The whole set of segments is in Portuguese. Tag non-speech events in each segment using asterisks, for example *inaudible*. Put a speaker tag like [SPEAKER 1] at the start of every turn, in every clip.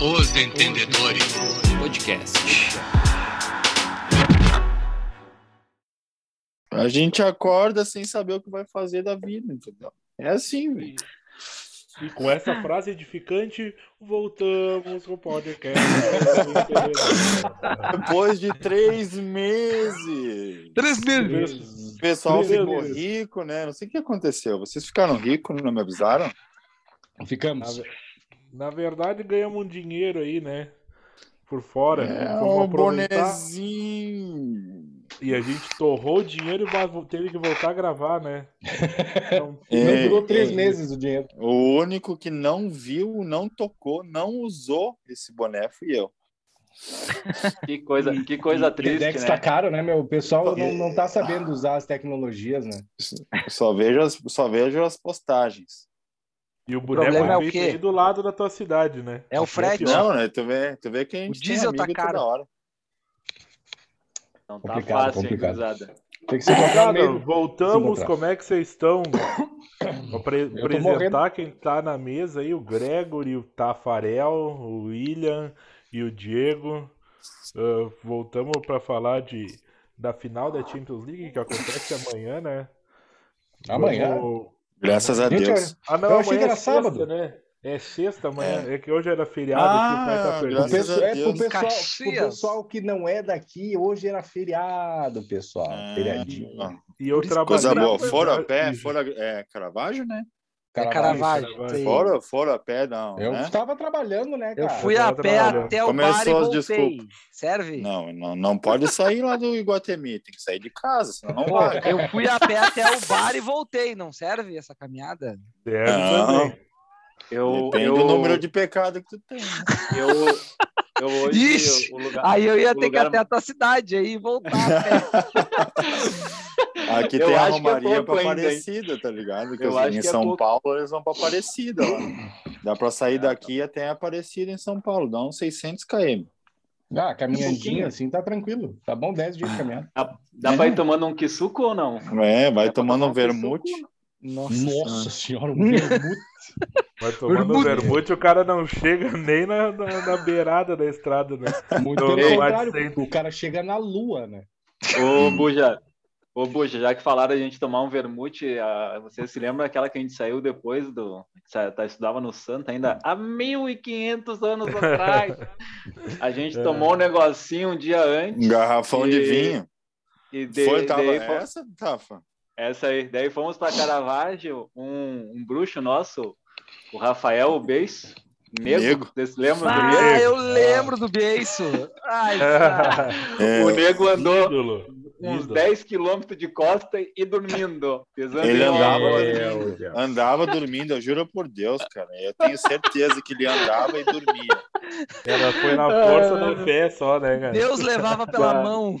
[SPEAKER 1] Os Entendedores
[SPEAKER 2] Podcast.
[SPEAKER 3] A gente acorda sem saber o que vai fazer da vida, entendeu? É assim, velho.
[SPEAKER 4] E com essa frase edificante, voltamos com o podcast. Os Entendedores.
[SPEAKER 3] Depois de três meses.
[SPEAKER 5] Três meses.
[SPEAKER 3] O pessoal
[SPEAKER 4] Três
[SPEAKER 3] ficou
[SPEAKER 4] meses.
[SPEAKER 3] rico, né? Não sei o que aconteceu. Vocês ficaram ricos, não me avisaram?
[SPEAKER 4] Na,
[SPEAKER 5] Ficamos.
[SPEAKER 4] ve- na verdade, ganhamos um dinheiro aí, né? Por fora.
[SPEAKER 3] É
[SPEAKER 4] Fomos
[SPEAKER 3] um
[SPEAKER 4] aproveitar.
[SPEAKER 3] bonezinho.
[SPEAKER 4] E a gente torrou o dinheiro e va- teve que voltar a gravar, né? Então,
[SPEAKER 3] É,
[SPEAKER 5] Não durou três
[SPEAKER 3] é.
[SPEAKER 5] meses o dinheiro.
[SPEAKER 3] O único que não viu, não tocou, não usou esse boné fui eu.
[SPEAKER 6] Que coisa, que coisa triste,
[SPEAKER 5] Dedex
[SPEAKER 6] né?
[SPEAKER 5] tá caro, né, meu? O pessoal não, não tá sabendo usar as tecnologias, né?
[SPEAKER 3] Eu só vejo as, só vejo as postagens.
[SPEAKER 4] e o
[SPEAKER 7] problema é o
[SPEAKER 4] boneco é feito
[SPEAKER 7] quê?
[SPEAKER 4] aí do lado da tua cidade, né?
[SPEAKER 7] É o frete.
[SPEAKER 3] Não, né? Tu vê, tu vê que a gente
[SPEAKER 7] diesel
[SPEAKER 3] tem
[SPEAKER 7] tá
[SPEAKER 3] amigo
[SPEAKER 7] caro.
[SPEAKER 3] toda hora.
[SPEAKER 6] Não tá
[SPEAKER 5] Complicado,
[SPEAKER 6] fácil, hein,
[SPEAKER 5] complicado.
[SPEAKER 6] gurizada?
[SPEAKER 5] Tem que ser comprado
[SPEAKER 4] Cara,
[SPEAKER 5] É mesmo.
[SPEAKER 4] voltamos,
[SPEAKER 5] Vamos
[SPEAKER 4] como é que vocês estão? Vou apre-
[SPEAKER 5] tô
[SPEAKER 4] apresentar
[SPEAKER 5] morrendo.
[SPEAKER 4] quem tá na mesa aí, o Gregory, o Tafarel, o William e o Diego. Ah, voltamos para falar de, da final da Champions League, que acontece amanhã, né?
[SPEAKER 5] Amanhã.
[SPEAKER 4] Vamos-
[SPEAKER 3] Graças a
[SPEAKER 5] Gente,
[SPEAKER 3] Deus.
[SPEAKER 4] Ah, não,
[SPEAKER 5] Eu achei
[SPEAKER 4] amanhã
[SPEAKER 5] que era
[SPEAKER 4] é sexta,
[SPEAKER 5] sábado.
[SPEAKER 4] né? É sexta amanhã, é, que hoje era feriado,
[SPEAKER 3] Ah,
[SPEAKER 4] que o pai tá
[SPEAKER 5] O
[SPEAKER 4] perdido.
[SPEAKER 3] graças
[SPEAKER 5] pessoal,
[SPEAKER 3] a
[SPEAKER 5] é pro
[SPEAKER 3] Deus.
[SPEAKER 5] pessoal, pro
[SPEAKER 7] Caxias.
[SPEAKER 5] pessoal que não é daqui, hoje era feriado, pessoal. Feriadinho.
[SPEAKER 3] Ah,
[SPEAKER 4] E eu trabalhei.
[SPEAKER 3] coisa boa.
[SPEAKER 4] Mas-
[SPEAKER 3] Fora a pé, fora é, Caravaggio, né?
[SPEAKER 7] É
[SPEAKER 5] Caravaggio.
[SPEAKER 7] Caravaggio.
[SPEAKER 4] Caravaggio.
[SPEAKER 7] isso aí.
[SPEAKER 3] Fora, fora a pé, não.
[SPEAKER 5] Eu
[SPEAKER 3] né?
[SPEAKER 5] estava trabalhando, né,
[SPEAKER 7] Eu
[SPEAKER 5] cara?
[SPEAKER 7] fui a
[SPEAKER 4] tava
[SPEAKER 7] pé
[SPEAKER 4] trabalhando.
[SPEAKER 7] até o bar e
[SPEAKER 3] Começou as
[SPEAKER 7] voltei.
[SPEAKER 3] desculpas.
[SPEAKER 7] Serve?
[SPEAKER 3] Não, não, não pode sair lá do Iguatemi, tem que sair de casa, senão não
[SPEAKER 7] Pô,
[SPEAKER 3] vai.
[SPEAKER 7] eu fui a pé até o bar e voltei. Não serve essa caminhada?
[SPEAKER 4] É,
[SPEAKER 3] Não.
[SPEAKER 4] também.
[SPEAKER 6] Eu,
[SPEAKER 3] Depende
[SPEAKER 6] eu,
[SPEAKER 3] do número de pecado que tu tem. né?
[SPEAKER 6] eu, eu hoje,
[SPEAKER 7] Ixi,
[SPEAKER 6] o lugar,
[SPEAKER 7] Aí eu ia
[SPEAKER 6] o
[SPEAKER 7] ter que ir
[SPEAKER 6] lugar-
[SPEAKER 7] até a tua cidade aí e voltar a pé.
[SPEAKER 3] Aqui
[SPEAKER 6] Eu
[SPEAKER 3] tem a
[SPEAKER 6] acho que é
[SPEAKER 3] Romaria
[SPEAKER 6] pouco
[SPEAKER 3] pra
[SPEAKER 6] ainda, hein?
[SPEAKER 3] Aparecida, tá ligado? Que
[SPEAKER 6] Eu
[SPEAKER 3] os-
[SPEAKER 6] acho
[SPEAKER 3] em
[SPEAKER 6] que é
[SPEAKER 3] São
[SPEAKER 6] pouco. É.
[SPEAKER 3] Paulo eles vão pra Aparecida lá. Dá pra sair daqui até Aparecida em São Paulo, dá uns 600 km.
[SPEAKER 5] Ah, caminhandinha assim, tá tranquilo. Tá bom 10 dias de caminhada.
[SPEAKER 6] Dá,
[SPEAKER 7] *laughs*
[SPEAKER 6] dá
[SPEAKER 7] É.
[SPEAKER 6] pra ir tomando um quisuco ou não?
[SPEAKER 3] É, vai
[SPEAKER 6] Dá pra
[SPEAKER 3] tomando
[SPEAKER 6] tomar
[SPEAKER 3] um vermute.
[SPEAKER 7] Nossa.
[SPEAKER 5] Nossa senhora, um vermute.
[SPEAKER 4] Vai tomando
[SPEAKER 5] Vermute.
[SPEAKER 4] vermute, o cara não chega nem na, na, na beirada da estrada, né?
[SPEAKER 3] *laughs*
[SPEAKER 5] Muito
[SPEAKER 4] Não,
[SPEAKER 5] pelo
[SPEAKER 4] não,
[SPEAKER 5] contrário,
[SPEAKER 4] mas tem-
[SPEAKER 5] o cara chega na lua, né?
[SPEAKER 6] Ô, Buja, ô, Buja, já que falaram a gente tomar um vermute, a- você se lembra aquela que a gente saiu depois do... sa- tá- Estudava no Santa ainda há 1.500 anos atrás. A gente tomou um negocinho um dia antes
[SPEAKER 3] Um garrafão de
[SPEAKER 6] E-
[SPEAKER 3] vinho.
[SPEAKER 6] e de,
[SPEAKER 3] Foi, tava
[SPEAKER 6] daí fo-
[SPEAKER 3] essa, Tafa?
[SPEAKER 6] Essa aí. Daí fomos para Caravaggio, um, um bruxo nosso, o Rafael o Beis, nego,
[SPEAKER 3] Nego.
[SPEAKER 6] vocês lembram do
[SPEAKER 7] *laughs* Ah,
[SPEAKER 6] nego?
[SPEAKER 7] eu lembro do beiço. Ai, cara.
[SPEAKER 3] É,
[SPEAKER 6] O nego andou
[SPEAKER 4] Ídolo.
[SPEAKER 6] uns
[SPEAKER 4] Ídolo.
[SPEAKER 6] 10 quilômetros de costa e dormindo. Pisando
[SPEAKER 4] É,
[SPEAKER 3] Ele
[SPEAKER 6] em
[SPEAKER 3] andava,
[SPEAKER 6] ovos.
[SPEAKER 3] dormindo. andava dormindo, eu juro por Deus, cara. Eu tenho certeza que ele andava e dormia.
[SPEAKER 4] Ela foi na força da fé só, né, cara?
[SPEAKER 7] Deus levava pela
[SPEAKER 6] Tá.
[SPEAKER 7] mão.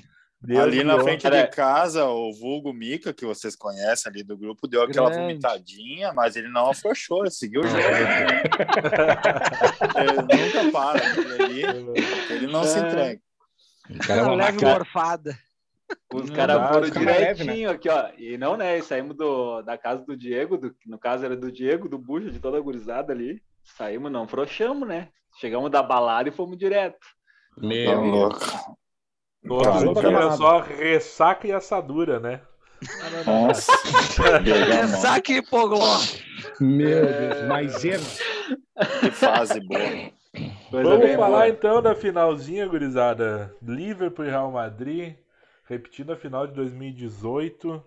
[SPEAKER 4] Deus
[SPEAKER 3] ali na
[SPEAKER 4] guiou.
[SPEAKER 3] frente
[SPEAKER 6] Cara,
[SPEAKER 3] de casa, o vulgo Mica, que vocês conhecem ali do grupo, deu aquela
[SPEAKER 7] Grande.
[SPEAKER 3] vomitadinha, mas ele não afrouxou, ele seguiu o jogo. *laughs* ele nunca para, aquele ali,
[SPEAKER 4] né?
[SPEAKER 3] ele não se
[SPEAKER 6] É.
[SPEAKER 3] entrega.
[SPEAKER 5] O
[SPEAKER 7] Cara,
[SPEAKER 5] cara é uma
[SPEAKER 7] leve
[SPEAKER 5] máquina.
[SPEAKER 7] morfada.
[SPEAKER 6] Os
[SPEAKER 3] Não,
[SPEAKER 6] caras
[SPEAKER 4] dá,
[SPEAKER 6] foram
[SPEAKER 5] fica mais leve,
[SPEAKER 6] direitinho aqui, ó. E não, né? Saímos do, da casa do Diego, do- no caso era do Diego, do Buja, de toda a gurizada ali. Saímos, não frouxamos, né? Chegamos da balada e fomos direto.
[SPEAKER 3] Tá
[SPEAKER 5] Meu Deus.
[SPEAKER 3] louco.
[SPEAKER 4] Outro
[SPEAKER 3] Tá,
[SPEAKER 4] dia
[SPEAKER 5] cara.
[SPEAKER 4] só ressaca e assadura, né?
[SPEAKER 3] Nossa, legal, mano.
[SPEAKER 7] Pensar que hipogló.
[SPEAKER 5] Meu Deus, é maisena.
[SPEAKER 3] que fase boa.
[SPEAKER 6] Coisa
[SPEAKER 4] Vamos
[SPEAKER 6] bem boa.
[SPEAKER 4] falar então da finalzinha, gurizada. Liverpool e Real Madrid, repetindo a final de 2018.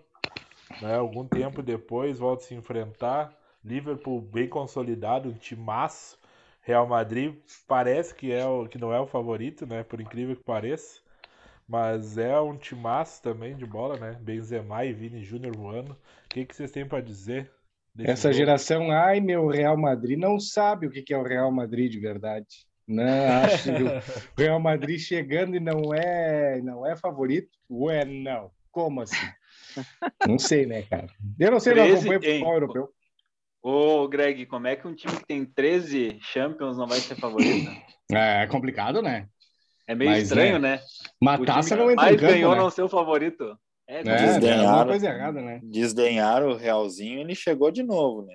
[SPEAKER 4] Né? Algum tempo depois, volta a se enfrentar. Liverpool bem consolidado, um timaço. Real Madrid parece que, é o, que não é o favorito, né? Por incrível que pareça. Mas é um timaço também de bola, né? Benzema e Vini Júnior voando. O que, que vocês têm pra dizer? desse
[SPEAKER 5] Essa
[SPEAKER 4] jogo?
[SPEAKER 5] geração, ai meu Real Madrid, não sabe o que que é o Real Madrid de verdade. Não, acho que o
[SPEAKER 6] *laughs*
[SPEAKER 5] Real Madrid chegando e não é, não é favorito? Ué, não. Como assim? Não sei, né, cara? Eu não sei, não
[SPEAKER 6] Treze
[SPEAKER 5] acompanho
[SPEAKER 6] em-
[SPEAKER 5] futebol europeu.
[SPEAKER 6] Ô, Greg, como é que um time que tem 13 Champions não vai ser favorito?
[SPEAKER 5] É complicado, né?
[SPEAKER 6] É meio
[SPEAKER 5] Mas,
[SPEAKER 6] estranho, né?
[SPEAKER 5] Uma
[SPEAKER 6] O
[SPEAKER 5] taça
[SPEAKER 6] time
[SPEAKER 5] não
[SPEAKER 6] que
[SPEAKER 5] entra em
[SPEAKER 6] mais
[SPEAKER 5] campo,
[SPEAKER 6] ganhou
[SPEAKER 5] né?
[SPEAKER 6] não ser o favorito. É,
[SPEAKER 5] É,
[SPEAKER 6] complicado.
[SPEAKER 5] tem alguma
[SPEAKER 3] Desdenharam.
[SPEAKER 5] coisa errada, né?
[SPEAKER 3] Desdenharam o Realzinho, ele chegou de novo, né?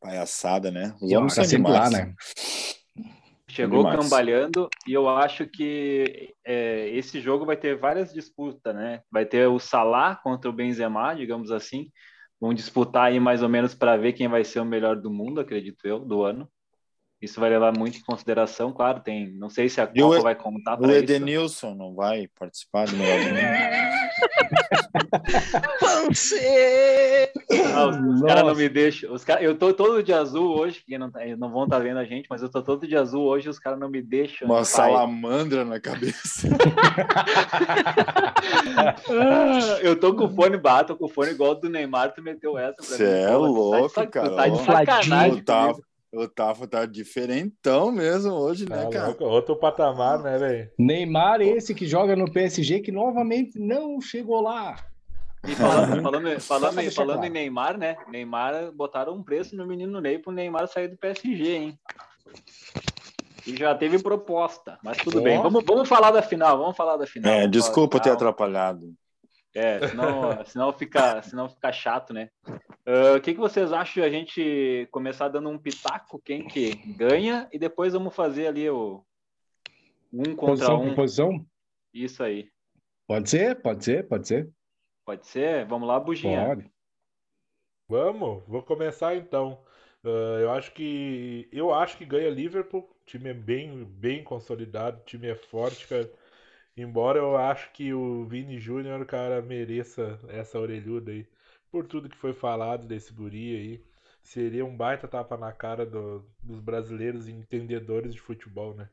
[SPEAKER 3] Palhaçada, né? Os homens
[SPEAKER 5] Joga
[SPEAKER 3] são
[SPEAKER 5] sempre lá,
[SPEAKER 3] demais.
[SPEAKER 5] né?
[SPEAKER 6] Chegou
[SPEAKER 3] Demais.
[SPEAKER 6] cambalhando e eu acho que é, esse jogo vai ter várias disputas, né? Vai ter o Salah contra o Benzema, digamos assim. Vão disputar aí mais ou menos para ver quem vai ser o melhor do mundo, acredito eu, do ano. Isso vai levar muito em consideração, claro. Tem, não sei se a
[SPEAKER 3] E o
[SPEAKER 6] Copa
[SPEAKER 3] E-
[SPEAKER 6] vai contar
[SPEAKER 3] O
[SPEAKER 6] para Tá isso.
[SPEAKER 3] Edenilson não vai participar do melhor do
[SPEAKER 6] *laughs*
[SPEAKER 3] mundo.
[SPEAKER 7] Pansê!
[SPEAKER 6] Ah, os os caras não
[SPEAKER 5] Nossa.
[SPEAKER 6] me deixam. Os cara, eu tô todo de azul hoje, que não, tá- não vão estar vendo a gente, mas eu tô todo de azul hoje. e Os caras não me deixam.
[SPEAKER 3] Uma
[SPEAKER 6] pai.
[SPEAKER 3] salamandra na cabeça.
[SPEAKER 6] Ah, *laughs* Eu tô com o fone bato, tô com o fone igual do Neymar, tu meteu essa pra
[SPEAKER 3] Cê
[SPEAKER 6] mim.
[SPEAKER 3] é
[SPEAKER 6] Pô, tu tá de
[SPEAKER 3] louco,
[SPEAKER 6] sac- tu
[SPEAKER 3] cara,
[SPEAKER 6] Tá
[SPEAKER 3] ó.
[SPEAKER 6] de sacanagem.
[SPEAKER 3] o
[SPEAKER 6] comigo.
[SPEAKER 3] Tafa, o Tafa tá diferentão mesmo hoje, né,
[SPEAKER 4] Tá
[SPEAKER 3] cara?
[SPEAKER 4] louco, Outro patamar, né, velho?
[SPEAKER 5] Neymar, esse que joga no PSG, que novamente não chegou lá.
[SPEAKER 6] E
[SPEAKER 3] *laughs*
[SPEAKER 6] falando, falando,
[SPEAKER 5] Só pra
[SPEAKER 6] falando, em-
[SPEAKER 5] deixar
[SPEAKER 6] falando em
[SPEAKER 5] claro.
[SPEAKER 6] Neymar, né? Neymar botaram um preço no menino Ney pro Neymar sair do PSG, hein? E já teve proposta, mas tudo
[SPEAKER 4] Ó.
[SPEAKER 6] bem. Vamos, vamos falar da final, vamos falar da final.
[SPEAKER 3] É,
[SPEAKER 6] Vamos falar
[SPEAKER 3] desculpa
[SPEAKER 6] da
[SPEAKER 3] ter
[SPEAKER 6] final.
[SPEAKER 3] atrapalhado.
[SPEAKER 6] É, senão, *laughs* senão, fica, senão fica chato, né? Ah, O que, que vocês acham de a gente começar dando um pitaco, quem que ganha, e depois vamos fazer ali o um contra
[SPEAKER 5] Posição
[SPEAKER 6] um.
[SPEAKER 5] por posição?
[SPEAKER 6] Isso aí.
[SPEAKER 5] Pode ser, pode ser, pode ser.
[SPEAKER 6] Pode ser? Vamos lá, Buginha.
[SPEAKER 5] Pode.
[SPEAKER 4] Vamos, vou começar então. Ah, eu acho que eu acho que ganha Liverpool. O time é bem, bem consolidado, o time é forte, cara. Embora eu acho que o Vini Júnior, cara, mereça essa orelhuda aí, por tudo que foi falado desse guri aí. Seria um baita tapa na cara do- dos brasileiros entendedores de futebol, né?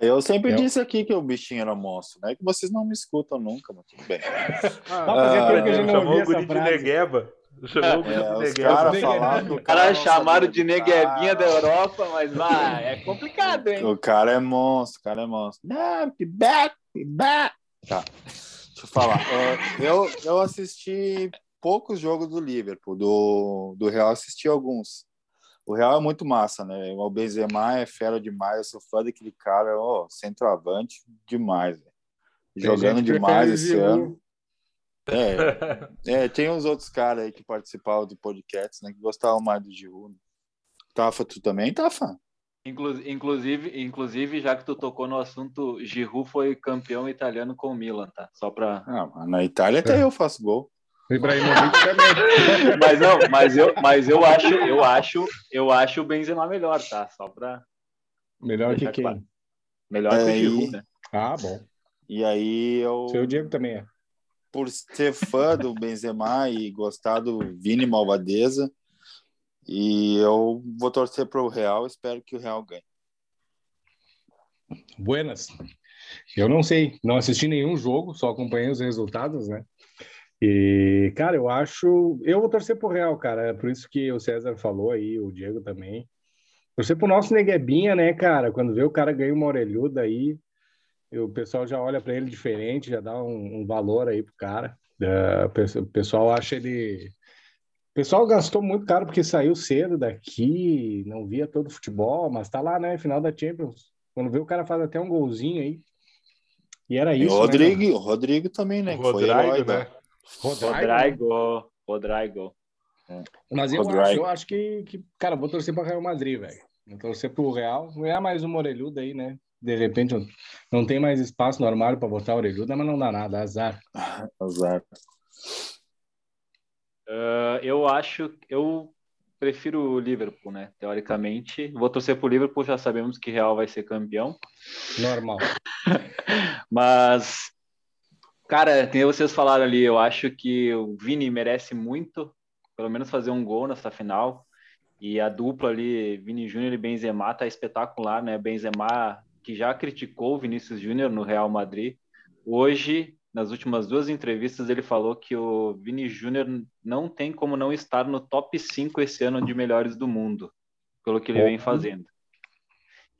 [SPEAKER 3] Eu sempre
[SPEAKER 5] Eu-
[SPEAKER 3] disse aqui que o bichinho era monstro, né? Que vocês não me escutam nunca, mas tudo bem.
[SPEAKER 4] Ah,
[SPEAKER 5] mas
[SPEAKER 3] é porque eu
[SPEAKER 5] já não
[SPEAKER 4] chamou
[SPEAKER 5] ouvi
[SPEAKER 4] o guri
[SPEAKER 5] essa
[SPEAKER 4] de
[SPEAKER 5] frase.
[SPEAKER 4] negueba. Chamou o guri
[SPEAKER 3] É,
[SPEAKER 4] de
[SPEAKER 3] os
[SPEAKER 4] negueba.
[SPEAKER 3] caras
[SPEAKER 5] Negueba.
[SPEAKER 3] falaram que
[SPEAKER 5] Os
[SPEAKER 3] o
[SPEAKER 6] Os caras
[SPEAKER 3] não
[SPEAKER 6] chamaram
[SPEAKER 3] sabia
[SPEAKER 6] de
[SPEAKER 3] jogar.
[SPEAKER 6] neguebinha da Europa, mas ah, é complicado, hein?
[SPEAKER 3] O cara é monstro, o cara é monstro. Não, que bad, que bad. Tá. Deixa eu
[SPEAKER 5] *laughs*
[SPEAKER 3] falar. Ah, Eu, eu assisti poucos jogos do Liverpool, do, do Real eu assisti alguns. O Real é muito massa, né? O Benzema é fera demais, eu sou fã daquele cara, ó, centroavante demais. velho. Jogando
[SPEAKER 5] Tem gente que
[SPEAKER 3] demais
[SPEAKER 5] prefere
[SPEAKER 3] esse
[SPEAKER 5] Giroud.
[SPEAKER 3] ano. É,
[SPEAKER 5] *laughs*
[SPEAKER 3] é, tem uns outros caras aí que participavam do podcast, né? Que gostavam mais do Giroud. Tafa, tu também, Tafa?
[SPEAKER 6] *laughs* Inclu- Inclusive, inclusive, já que tu tocou no assunto, Giroud foi campeão italiano com o Milan, tá? Só pra *laughs*
[SPEAKER 3] Ah, mano, na Itália
[SPEAKER 5] É.
[SPEAKER 3] até eu faço gol.
[SPEAKER 5] Ibrahimovic também.
[SPEAKER 6] Mas não, mas eu, mas eu acho, eu acho, eu acho o Benzema melhor, tá? Só pra
[SPEAKER 5] Melhor que
[SPEAKER 6] Deixar
[SPEAKER 5] quem?
[SPEAKER 6] claro. melhor que o
[SPEAKER 3] Aí.
[SPEAKER 6] Giroud, né?
[SPEAKER 5] Ah, bom.
[SPEAKER 3] E aí eu,
[SPEAKER 5] Seu Diego também é.
[SPEAKER 3] por ser fã do Benzema *laughs* e gostar do Vini Malvadeza, e eu vou torcer pro Real, espero que o Real ganhe.
[SPEAKER 5] Buenas. Eu não sei, não assisti nenhum jogo, só acompanhei os resultados, né? E, cara, eu acho. Eu vou torcer pro Real, cara. É por isso que o César falou aí, o Diego também. Torcer pro nosso neguebinha, né, cara? Quando vê o cara ganha uma orelhuda aí, e o pessoal já olha pra ele diferente, já dá um, um valor aí pro cara. É, o pe- o pessoal acha ele. O pessoal gastou muito caro porque saiu cedo daqui, não via todo o futebol, mas tá lá, né? Final da Champions. Quando vê o cara faz até um golzinho aí. E era
[SPEAKER 3] E o
[SPEAKER 5] isso. né,
[SPEAKER 3] Rodrigo, o Rodrigo também, né?
[SPEAKER 4] O
[SPEAKER 3] Que foi herói,
[SPEAKER 4] Rodrigo,
[SPEAKER 3] da-
[SPEAKER 4] né?
[SPEAKER 5] cara? Rodrigo.
[SPEAKER 6] Rodrigo, Rodrigo.
[SPEAKER 5] Mas eu
[SPEAKER 3] Rodrigo.
[SPEAKER 5] acho, eu acho que, que, cara, eu vou torcer para Real Madrid, velho. Vou torcer pro Real. Ganhar mais uma orelhuda aí, né? De repente eu- não tem mais espaço no armário para botar a orelhuda, mas não dá nada, azar.
[SPEAKER 3] Azar.
[SPEAKER 6] Ah, eu acho, eu prefiro o Liverpool, né? Teoricamente, vou torcer pro Liverpool, já sabemos que Real vai ser campeão,
[SPEAKER 5] Normal.
[SPEAKER 6] mas cara, tem vocês falaram ali, eu acho que o Vini merece muito, pelo menos fazer um gol nessa final. E a dupla ali, Vini Júnior e Benzema, tá espetacular, né? Benzema, que já criticou o Vinícius Júnior no Real Madrid, hoje, nas últimas duas entrevistas, ele falou que o Vini Júnior não tem como não estar no top 5 esse ano de melhores do mundo, pelo que ele vem fazendo.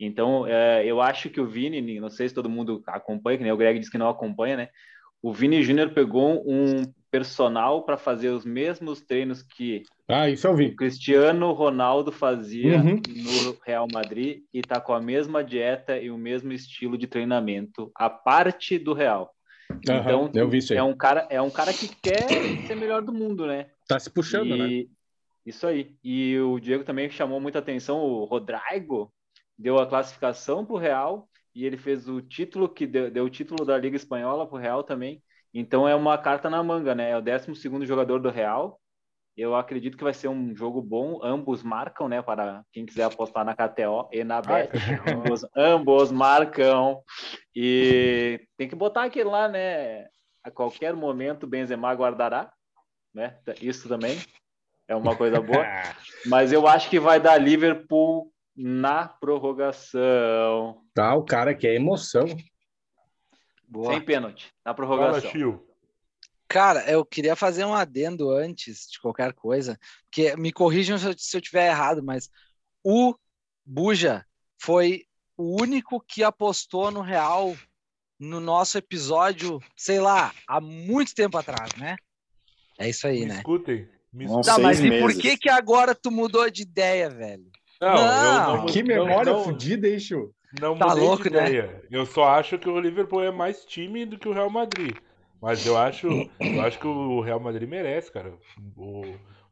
[SPEAKER 6] Então, é, eu acho que o Vini, não sei se todo mundo acompanha, que nem o Greg disse que não acompanha, né? O Vini Júnior pegou um personal para fazer os mesmos treinos que
[SPEAKER 5] Ah, isso eu
[SPEAKER 6] o
[SPEAKER 5] vi.
[SPEAKER 6] Cristiano Ronaldo fazia
[SPEAKER 5] Uhum.
[SPEAKER 6] no Real Madrid e tá com a mesma dieta e o mesmo estilo de treinamento, a parte do Real. Então,
[SPEAKER 5] Aham, eu vi isso aí.
[SPEAKER 6] É um cara, é um cara que quer ser melhor do mundo, né?
[SPEAKER 5] Tá se puxando,
[SPEAKER 6] e,
[SPEAKER 5] né?
[SPEAKER 6] Isso aí. E o Diego também chamou muita atenção, o Rodrigo deu a classificação para o Real e ele fez o título que deu, deu o título da Liga Espanhola para o Real também. Então é uma carta na manga, né? É o 12 segundo jogador do Real. Eu acredito que vai ser um jogo bom. Ambos marcam, né? Para quem quiser apostar na KTO e na Bet. *laughs* ambos, ambos marcam. E tem que botar aquele lá, né? A qualquer momento Benzema guardará, né? Isso também é uma coisa
[SPEAKER 5] *laughs*
[SPEAKER 6] boa. Mas eu acho que vai dar Liverpool na prorrogação.
[SPEAKER 5] Tá, o cara que é emoção.
[SPEAKER 6] Sem pênalti, na
[SPEAKER 4] Fala,
[SPEAKER 6] prorrogação.
[SPEAKER 4] Chiu.
[SPEAKER 7] Cara, eu queria fazer um adendo antes de qualquer coisa, porque me corrijam se eu- se eu tiver errado, mas o Buja foi o único que apostou no Real no nosso episódio, sei lá, há muito tempo atrás, né? É isso aí,
[SPEAKER 4] Me
[SPEAKER 7] né?
[SPEAKER 4] escutem. Me
[SPEAKER 3] Nossa,
[SPEAKER 7] Tá,
[SPEAKER 4] escutem.
[SPEAKER 3] seis
[SPEAKER 7] mas e por
[SPEAKER 3] meses.
[SPEAKER 7] que que agora tu mudou de ideia, velho?
[SPEAKER 4] Não, eu não,
[SPEAKER 7] Não,
[SPEAKER 5] Que
[SPEAKER 4] Ah, não-
[SPEAKER 5] memória
[SPEAKER 4] não,
[SPEAKER 5] fodida, hein, Chu?
[SPEAKER 4] Não
[SPEAKER 7] Tá
[SPEAKER 4] mudei de
[SPEAKER 7] louco, né?
[SPEAKER 4] ideia. Eu só acho que o Liverpool é mais time do que o Real Madrid. Mas eu acho, eu acho que o Real Madrid merece, cara. O,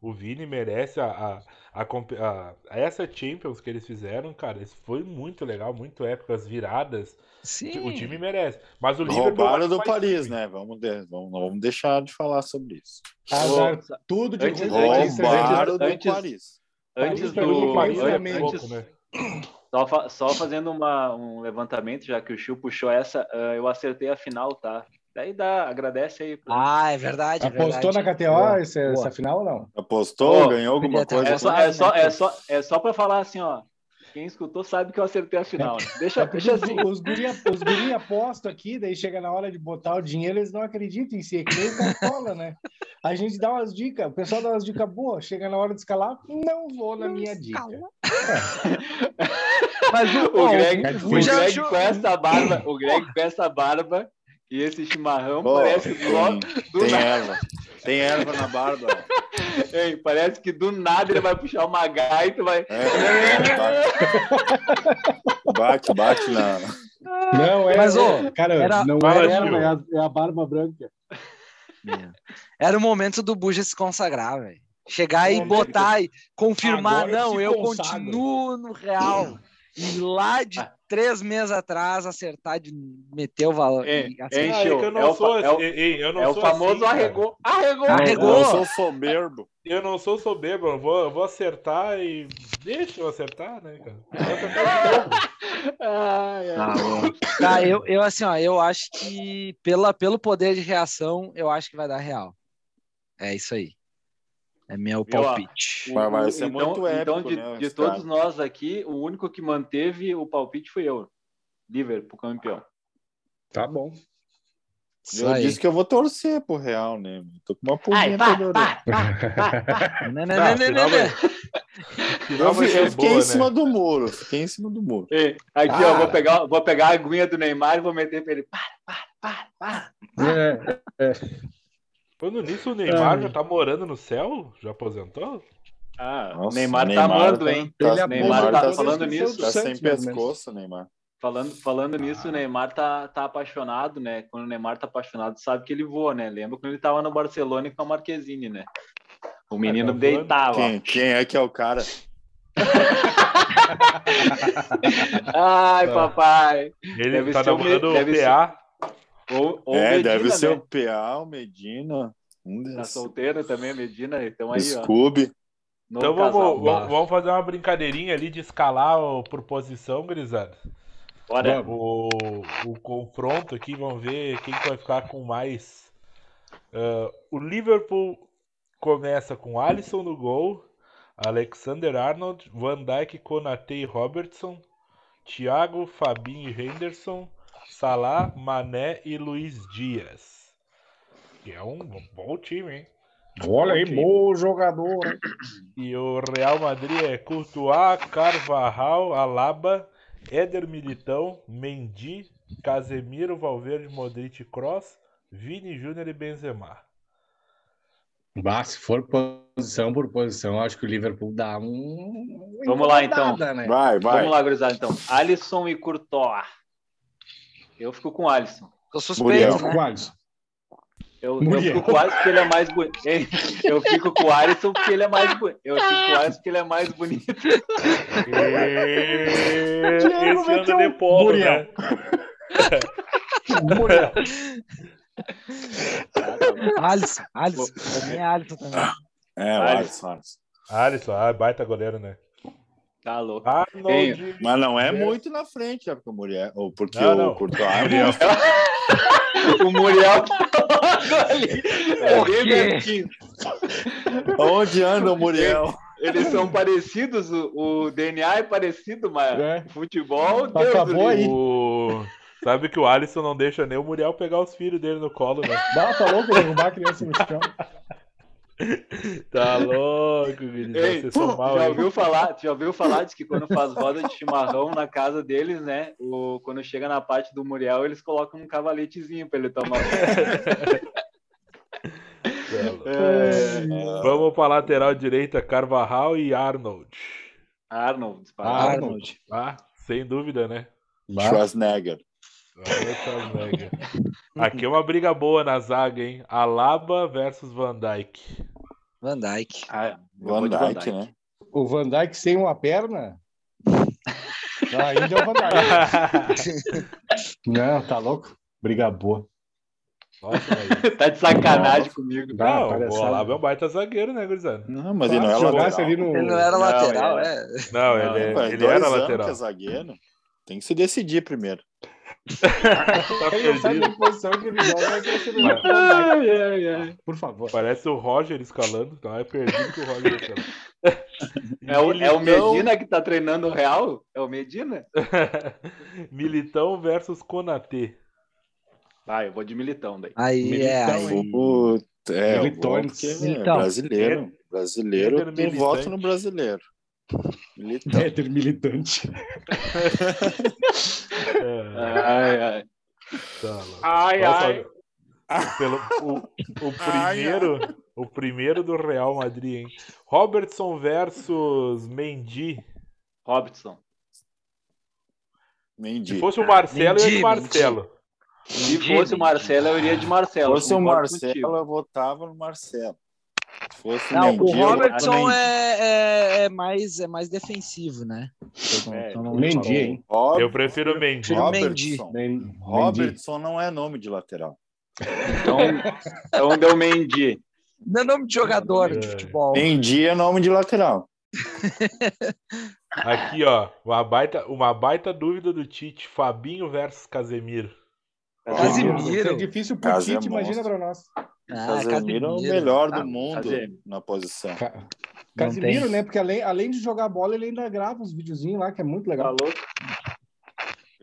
[SPEAKER 4] o Vini merece a, a- a comp- a- essa Champions que eles fizeram, cara. Isso foi muito legal, muito épico. As viradas. O ti-
[SPEAKER 7] Sim.
[SPEAKER 4] O time merece. Mas o Liverpool. eu
[SPEAKER 3] Roubaram
[SPEAKER 4] acho
[SPEAKER 3] do
[SPEAKER 4] mais
[SPEAKER 3] Paris,
[SPEAKER 4] time.
[SPEAKER 3] né? Vamos, de- vamos, não vamos deixar de falar sobre isso.
[SPEAKER 5] Azar tudo de
[SPEAKER 6] antes-
[SPEAKER 5] ruim.
[SPEAKER 6] antes-
[SPEAKER 3] Roubaram do
[SPEAKER 6] antes-
[SPEAKER 3] Paris.
[SPEAKER 6] Antes
[SPEAKER 5] Paris perdeu
[SPEAKER 6] do.
[SPEAKER 5] pro Paris,
[SPEAKER 6] an-
[SPEAKER 5] né,
[SPEAKER 4] É
[SPEAKER 5] Mendes?
[SPEAKER 6] Antes,
[SPEAKER 4] pouco, né?
[SPEAKER 6] só, fa- só fazendo uma, um levantamento, já que o Chu puxou essa, ah, eu acertei a final, tá? Daí dá, agradece aí. pra-
[SPEAKER 7] Ah, é verdade, é
[SPEAKER 5] Apostou na
[SPEAKER 7] verdade.
[SPEAKER 5] KTO esse-
[SPEAKER 7] Boa.
[SPEAKER 5] essa final ou não?
[SPEAKER 3] Apostou,
[SPEAKER 6] Ô,
[SPEAKER 3] ganhou alguma
[SPEAKER 7] queria ter-
[SPEAKER 3] coisa?
[SPEAKER 6] É
[SPEAKER 7] Mas
[SPEAKER 6] só,
[SPEAKER 7] é
[SPEAKER 6] é, só,
[SPEAKER 7] claro,
[SPEAKER 6] é,
[SPEAKER 7] né?
[SPEAKER 6] só, é só pra falar assim, ó. Quem escutou sabe que eu acertei a final. né? Deixa,
[SPEAKER 5] *laughs* É porque
[SPEAKER 6] deixa
[SPEAKER 5] os,
[SPEAKER 6] assim.
[SPEAKER 5] os guri, os guri apostam aqui, daí chega na hora de botar o dinheiro, eles não acreditam em si, é que nem Cartola, né? A gente dá umas dicas, o pessoal dá umas dicas boas, chega na hora de escalar, não vou na minha dica.
[SPEAKER 7] Mas o,
[SPEAKER 6] O Greg,
[SPEAKER 5] o
[SPEAKER 6] o
[SPEAKER 7] Buja
[SPEAKER 6] Greg
[SPEAKER 7] achou-
[SPEAKER 6] com essa barba, o Greg com essa barba e esse chimarrão
[SPEAKER 3] Ó,
[SPEAKER 6] parece que logo,
[SPEAKER 3] tem,
[SPEAKER 6] do
[SPEAKER 3] tem
[SPEAKER 6] nada,
[SPEAKER 3] erva. Tem erva na barba.
[SPEAKER 6] ei, parece que do nada ele vai puxar uma gaita, e vai
[SPEAKER 3] É, bate, bate na.
[SPEAKER 5] Não, é.
[SPEAKER 7] Mas, ô,
[SPEAKER 5] cara,
[SPEAKER 7] era-
[SPEAKER 5] não
[SPEAKER 4] Fala,
[SPEAKER 5] é,
[SPEAKER 4] tio.
[SPEAKER 5] erva, é, a, é a barba branca.
[SPEAKER 7] Era o momento do Buja se consagrar, velho. Chegar e
[SPEAKER 5] Momento.
[SPEAKER 7] botar e confirmar,
[SPEAKER 5] Agora eu
[SPEAKER 7] não,
[SPEAKER 5] se
[SPEAKER 7] eu
[SPEAKER 5] consagro.
[SPEAKER 7] continuo no Real. E lá de
[SPEAKER 6] Ah.
[SPEAKER 7] três meses atrás, acertar de meter o valor.
[SPEAKER 6] É,
[SPEAKER 7] e
[SPEAKER 4] Ah,
[SPEAKER 7] acertar.
[SPEAKER 4] é que eu
[SPEAKER 6] Encheu.
[SPEAKER 4] não
[SPEAKER 6] É o fa-
[SPEAKER 4] sou
[SPEAKER 6] é
[SPEAKER 4] assim,
[SPEAKER 6] o-
[SPEAKER 4] ei, eu não
[SPEAKER 6] é o
[SPEAKER 4] sou
[SPEAKER 6] famoso
[SPEAKER 4] assim, cara.
[SPEAKER 6] arregou, arregou.
[SPEAKER 7] Arregou.
[SPEAKER 3] Eu sou soberbo.
[SPEAKER 4] Eu não sou soberbo, eu vou, eu vou acertar e. Deixa eu acertar, né, cara? Eu vou acertar
[SPEAKER 6] *laughs* Ai, ai.
[SPEAKER 7] Tá, eu, eu assim, ó, eu acho que pela, pelo poder de reação, eu acho que vai dar Real. É isso aí. É meu
[SPEAKER 6] Viu, ó?
[SPEAKER 7] palpite.
[SPEAKER 3] Mas vai ser muito épico,
[SPEAKER 6] Então, de,
[SPEAKER 3] né,
[SPEAKER 6] de
[SPEAKER 3] esse
[SPEAKER 6] todos
[SPEAKER 3] cara.
[SPEAKER 6] nós aqui, o único que manteve o palpite foi eu. Liverpool campeão.
[SPEAKER 5] Tá bom.
[SPEAKER 7] Isso
[SPEAKER 3] Eu
[SPEAKER 7] aí.
[SPEAKER 3] disse que eu vou torcer pro Real, né? Tô com uma pulguinha toda orelha.
[SPEAKER 7] Né, né,
[SPEAKER 4] Tá,
[SPEAKER 7] né, né,
[SPEAKER 4] final
[SPEAKER 7] né,
[SPEAKER 4] vai-
[SPEAKER 7] né.
[SPEAKER 3] Eu,
[SPEAKER 4] final vai
[SPEAKER 3] fi-
[SPEAKER 4] ser
[SPEAKER 3] eu fiquei
[SPEAKER 4] boa,
[SPEAKER 3] em
[SPEAKER 4] né?
[SPEAKER 3] cima do muro. Fiquei em cima do muro.
[SPEAKER 6] Ei, aqui,
[SPEAKER 5] Cara.
[SPEAKER 6] ó, vou pegar, vou pegar a aguinha do Neymar e vou meter pra ele. Pá, pá, pá,
[SPEAKER 5] É,
[SPEAKER 4] Quando nisso o Neymar
[SPEAKER 5] É.
[SPEAKER 4] já tá morando no céu? Já aposentou?
[SPEAKER 6] pá. Ah,
[SPEAKER 3] Nossa,
[SPEAKER 6] Neymar,
[SPEAKER 3] Neymar
[SPEAKER 6] tá amando,
[SPEAKER 3] tá-
[SPEAKER 6] hein?
[SPEAKER 5] Ele é
[SPEAKER 3] Tá-
[SPEAKER 5] apontou
[SPEAKER 6] Neymar
[SPEAKER 5] pra
[SPEAKER 6] tá
[SPEAKER 5] toda a
[SPEAKER 6] falando
[SPEAKER 5] inscrição
[SPEAKER 6] nisso.
[SPEAKER 5] do
[SPEAKER 3] Tá sem
[SPEAKER 5] Santos, né? mais ou menos.
[SPEAKER 3] pescoço, Neymar.
[SPEAKER 6] Falando, falando nisso, o Neymar tá, tá apaixonado, né? Quando o Neymar tá apaixonado, sabe que ele voa, né? Lembra quando ele tava no Barcelona com a Marquezine, né? O menino
[SPEAKER 4] tá voando.
[SPEAKER 6] deitava.
[SPEAKER 3] Ah, Quem, quem é que é o cara?
[SPEAKER 6] Ai,
[SPEAKER 4] Tá.
[SPEAKER 6] papai.
[SPEAKER 4] Ele
[SPEAKER 6] Deve
[SPEAKER 4] tá
[SPEAKER 6] ser o me-
[SPEAKER 4] namorando o
[SPEAKER 6] deve ser-
[SPEAKER 4] PA.
[SPEAKER 6] Ou, ou
[SPEAKER 3] é,
[SPEAKER 6] Medina,
[SPEAKER 3] deve ser
[SPEAKER 6] né?
[SPEAKER 3] o PA, o Medina. Um
[SPEAKER 6] Tá
[SPEAKER 3] desses.
[SPEAKER 6] solteiro também, Medina. Então aí, ó.
[SPEAKER 3] Scooby.
[SPEAKER 6] Novo
[SPEAKER 4] Então vamos,
[SPEAKER 6] casal.
[SPEAKER 4] vamos- vamos fazer uma brincadeirinha ali de escalar o, por posição, gurizada.
[SPEAKER 6] Bora.
[SPEAKER 4] O, o confronto aqui, vamos ver quem que vai ficar com mais. Ah, o Liverpool começa com Alisson no gol, Alexander Arnold, Van Dijk, Konate e Robertson, Thiago, Fabinho e Henderson, Salah, Mané e Luiz Dias. Que é um bom time, hein?
[SPEAKER 5] Olha aí, bom jogador. hein?
[SPEAKER 4] E o Real Madrid é Courtois, Carvajal, Alaba, Éder Militão, Mendy, Casemiro, Valverde, Modric, Cross, Vini Júnior e Benzema.
[SPEAKER 5] Bah, se for posição por posição, eu acho que o Liverpool dá um.
[SPEAKER 6] Vamos lá, então.
[SPEAKER 5] incomodada, né?
[SPEAKER 3] Vai, vai.
[SPEAKER 6] Vamos lá, gurizada, então. Alisson e Courtois. Eu fico com o Alisson.
[SPEAKER 7] Tô suspeito,
[SPEAKER 3] Muriel.
[SPEAKER 7] né?
[SPEAKER 5] Quase.
[SPEAKER 6] Eu, eu
[SPEAKER 5] Mulher.
[SPEAKER 6] fico com o Alisson porque ele é mais *laughs* bonito. Eu fico com o Alisson porque ele é mais bonito. Eu fico com o Alisson porque ele é mais bonito.
[SPEAKER 5] Diego
[SPEAKER 4] *laughs* Esse ano
[SPEAKER 5] meteu
[SPEAKER 4] de
[SPEAKER 5] um
[SPEAKER 4] polo, né?
[SPEAKER 5] Muriel. Muriel.
[SPEAKER 7] Alisson, Alisson. Pra mim é Alisson também.
[SPEAKER 3] É, o
[SPEAKER 6] Alisson.
[SPEAKER 3] Alisson. Alisson.
[SPEAKER 4] Alisson, ah, baita goleiro, né? Ah,
[SPEAKER 6] Tá louco.
[SPEAKER 4] Arnold.
[SPEAKER 3] Mas não é muito na frente, é porque o mulher. Ou porque
[SPEAKER 4] Não,
[SPEAKER 3] o
[SPEAKER 4] não.
[SPEAKER 3] Courtois é
[SPEAKER 4] Muriel.
[SPEAKER 3] monstro.
[SPEAKER 6] O Muriel tá louco *laughs* ali. É
[SPEAKER 7] Por
[SPEAKER 6] bem
[SPEAKER 7] quê?
[SPEAKER 6] pertinho.
[SPEAKER 3] Onde anda o Muriel?
[SPEAKER 6] Eles são parecidos, o, o DNA é parecido, mas
[SPEAKER 5] É.
[SPEAKER 6] futebol,
[SPEAKER 5] Mas
[SPEAKER 6] Deus
[SPEAKER 5] acabou
[SPEAKER 6] do
[SPEAKER 5] aí.
[SPEAKER 6] livre.
[SPEAKER 4] O... Sabe que o Alisson não deixa nem o Muriel pegar os filhos dele no colo, né?
[SPEAKER 5] Não, tá louco derrubar a criança no chão.
[SPEAKER 4] *laughs* Tá louco, gurizada.
[SPEAKER 6] Ei,
[SPEAKER 4] Vocês são mal,
[SPEAKER 6] já
[SPEAKER 4] hein?
[SPEAKER 6] ouviu falar, já ouviu falar de que quando faz roda de chimarrão na casa deles, né? O, quando chega na parte do Muriel, eles colocam um cavaletezinho pra ele tomar.
[SPEAKER 4] Tá louco.
[SPEAKER 5] É.
[SPEAKER 4] Vamos pra lateral direita, Carvajal e Arnold.
[SPEAKER 6] Arnold, disparado.
[SPEAKER 5] Arnold.
[SPEAKER 7] Arnold.
[SPEAKER 4] Ah, sem dúvida, né?
[SPEAKER 3] Schwarzenegger.
[SPEAKER 4] Olha essa zaga. Aqui é uma briga boa na zaga, hein? Alaba versus Van Dijk.
[SPEAKER 7] Van Dijk.
[SPEAKER 6] Ah, eu
[SPEAKER 3] Van
[SPEAKER 6] vou de
[SPEAKER 3] Dyke, né?
[SPEAKER 5] O Van Dyke sem uma perna? Ah, Ainda é o Van Dyke. Não, tá louco? Briga boa.
[SPEAKER 4] Nossa,
[SPEAKER 6] *laughs*
[SPEAKER 4] mas...
[SPEAKER 6] Tá de sacanagem
[SPEAKER 4] *laughs*
[SPEAKER 6] comigo.
[SPEAKER 5] Ah,
[SPEAKER 4] Não,
[SPEAKER 5] palhaçada.
[SPEAKER 4] o Alaba é um baita zagueiro, né, gurizada?
[SPEAKER 3] Não, mas ele não é
[SPEAKER 5] Se jogasse
[SPEAKER 3] lateral.
[SPEAKER 5] ali no...
[SPEAKER 7] Ele não era
[SPEAKER 6] Não,
[SPEAKER 7] lateral,
[SPEAKER 6] ele
[SPEAKER 7] é.
[SPEAKER 4] Não,
[SPEAKER 6] Não,
[SPEAKER 4] ele,
[SPEAKER 3] Pô, é
[SPEAKER 4] ele
[SPEAKER 3] dois
[SPEAKER 4] era
[SPEAKER 3] anos
[SPEAKER 4] lateral.
[SPEAKER 3] que é zagueiro. Tem que se decidir primeiro.
[SPEAKER 4] Tá
[SPEAKER 5] Ele não sabe
[SPEAKER 4] perdido.
[SPEAKER 5] nem que posição que ele joga, mas ele é
[SPEAKER 4] Mas-
[SPEAKER 5] Van Dijk.
[SPEAKER 6] Ai, ai, ai.
[SPEAKER 5] Por favor.
[SPEAKER 4] Parece o Roger escalando. Não, é perdido que o Roger escalando.
[SPEAKER 6] É o, é o
[SPEAKER 4] Militão-
[SPEAKER 6] Medina que tá treinando o Real? É o Medina?
[SPEAKER 4] *laughs* Militão versus Konatê.
[SPEAKER 6] Ah, eu vou de Militão daí.
[SPEAKER 7] Aí é.
[SPEAKER 4] Militão,
[SPEAKER 7] Aí.
[SPEAKER 4] hein?
[SPEAKER 3] Puta, é, eu vou
[SPEAKER 5] Militões.
[SPEAKER 3] porque é
[SPEAKER 7] Então.
[SPEAKER 3] brasileiro. Brasileiro
[SPEAKER 4] Éder
[SPEAKER 3] tem
[SPEAKER 4] militante.
[SPEAKER 3] voto no brasileiro. Militão.
[SPEAKER 5] Éder militante.
[SPEAKER 4] É,
[SPEAKER 6] Ai, ai.
[SPEAKER 4] tá louco.
[SPEAKER 6] Ai,
[SPEAKER 4] Nossa,
[SPEAKER 6] ai.
[SPEAKER 4] olha, pelo- o, o primeiro, o primeiro do Real Madrid, hein? Robertson versus Mendy.
[SPEAKER 6] Robson.
[SPEAKER 3] Mendy.
[SPEAKER 4] Se fosse o Marcelo, eu ia de
[SPEAKER 7] Mendy,
[SPEAKER 4] Marcelo.
[SPEAKER 6] Se fosse o Marcelo, eu iria de
[SPEAKER 3] Se
[SPEAKER 6] Marcelo.
[SPEAKER 3] fosse o
[SPEAKER 6] concordo
[SPEAKER 3] Marcelo,
[SPEAKER 6] contigo.
[SPEAKER 3] eu votava no Marcelo. Se fosse
[SPEAKER 7] Não,
[SPEAKER 3] Mendy,
[SPEAKER 7] o
[SPEAKER 3] eu votava no
[SPEAKER 7] Robertson
[SPEAKER 3] Mendy.
[SPEAKER 7] é, é, é mais, é mais defensivo, né? Então,
[SPEAKER 6] É,
[SPEAKER 7] então não-
[SPEAKER 5] Mendy, hein?
[SPEAKER 3] Rob-
[SPEAKER 4] Eu prefiro o Mendy.
[SPEAKER 7] Tiro
[SPEAKER 3] Robertson.
[SPEAKER 5] Men- Mendy.
[SPEAKER 3] Robertson não é nome de lateral.
[SPEAKER 6] Então, então deu Mendy.
[SPEAKER 7] Não é nome de jogador de
[SPEAKER 4] É.
[SPEAKER 7] futebol.
[SPEAKER 3] Mendy é nome de lateral.
[SPEAKER 4] Aqui, ó. Uma baita, uma baita dúvida do Tite. Fabinho versus Casemiro.
[SPEAKER 7] Casemiro.
[SPEAKER 5] Isso É difícil pro
[SPEAKER 3] Casemiro.
[SPEAKER 5] Tite, imagina pra nós.
[SPEAKER 7] Ah,
[SPEAKER 3] Casemiro é o
[SPEAKER 7] Casemiro.
[SPEAKER 3] melhor
[SPEAKER 7] Ah,
[SPEAKER 5] tá.
[SPEAKER 3] do mundo
[SPEAKER 6] Casemiro.
[SPEAKER 3] na posição.
[SPEAKER 5] Ca-
[SPEAKER 7] Não
[SPEAKER 5] Casimiro,
[SPEAKER 7] tem.
[SPEAKER 5] né? Porque além, além de jogar bola, ele ainda grava uns videozinhos lá, que é muito
[SPEAKER 6] Tá
[SPEAKER 5] legal.
[SPEAKER 6] louco?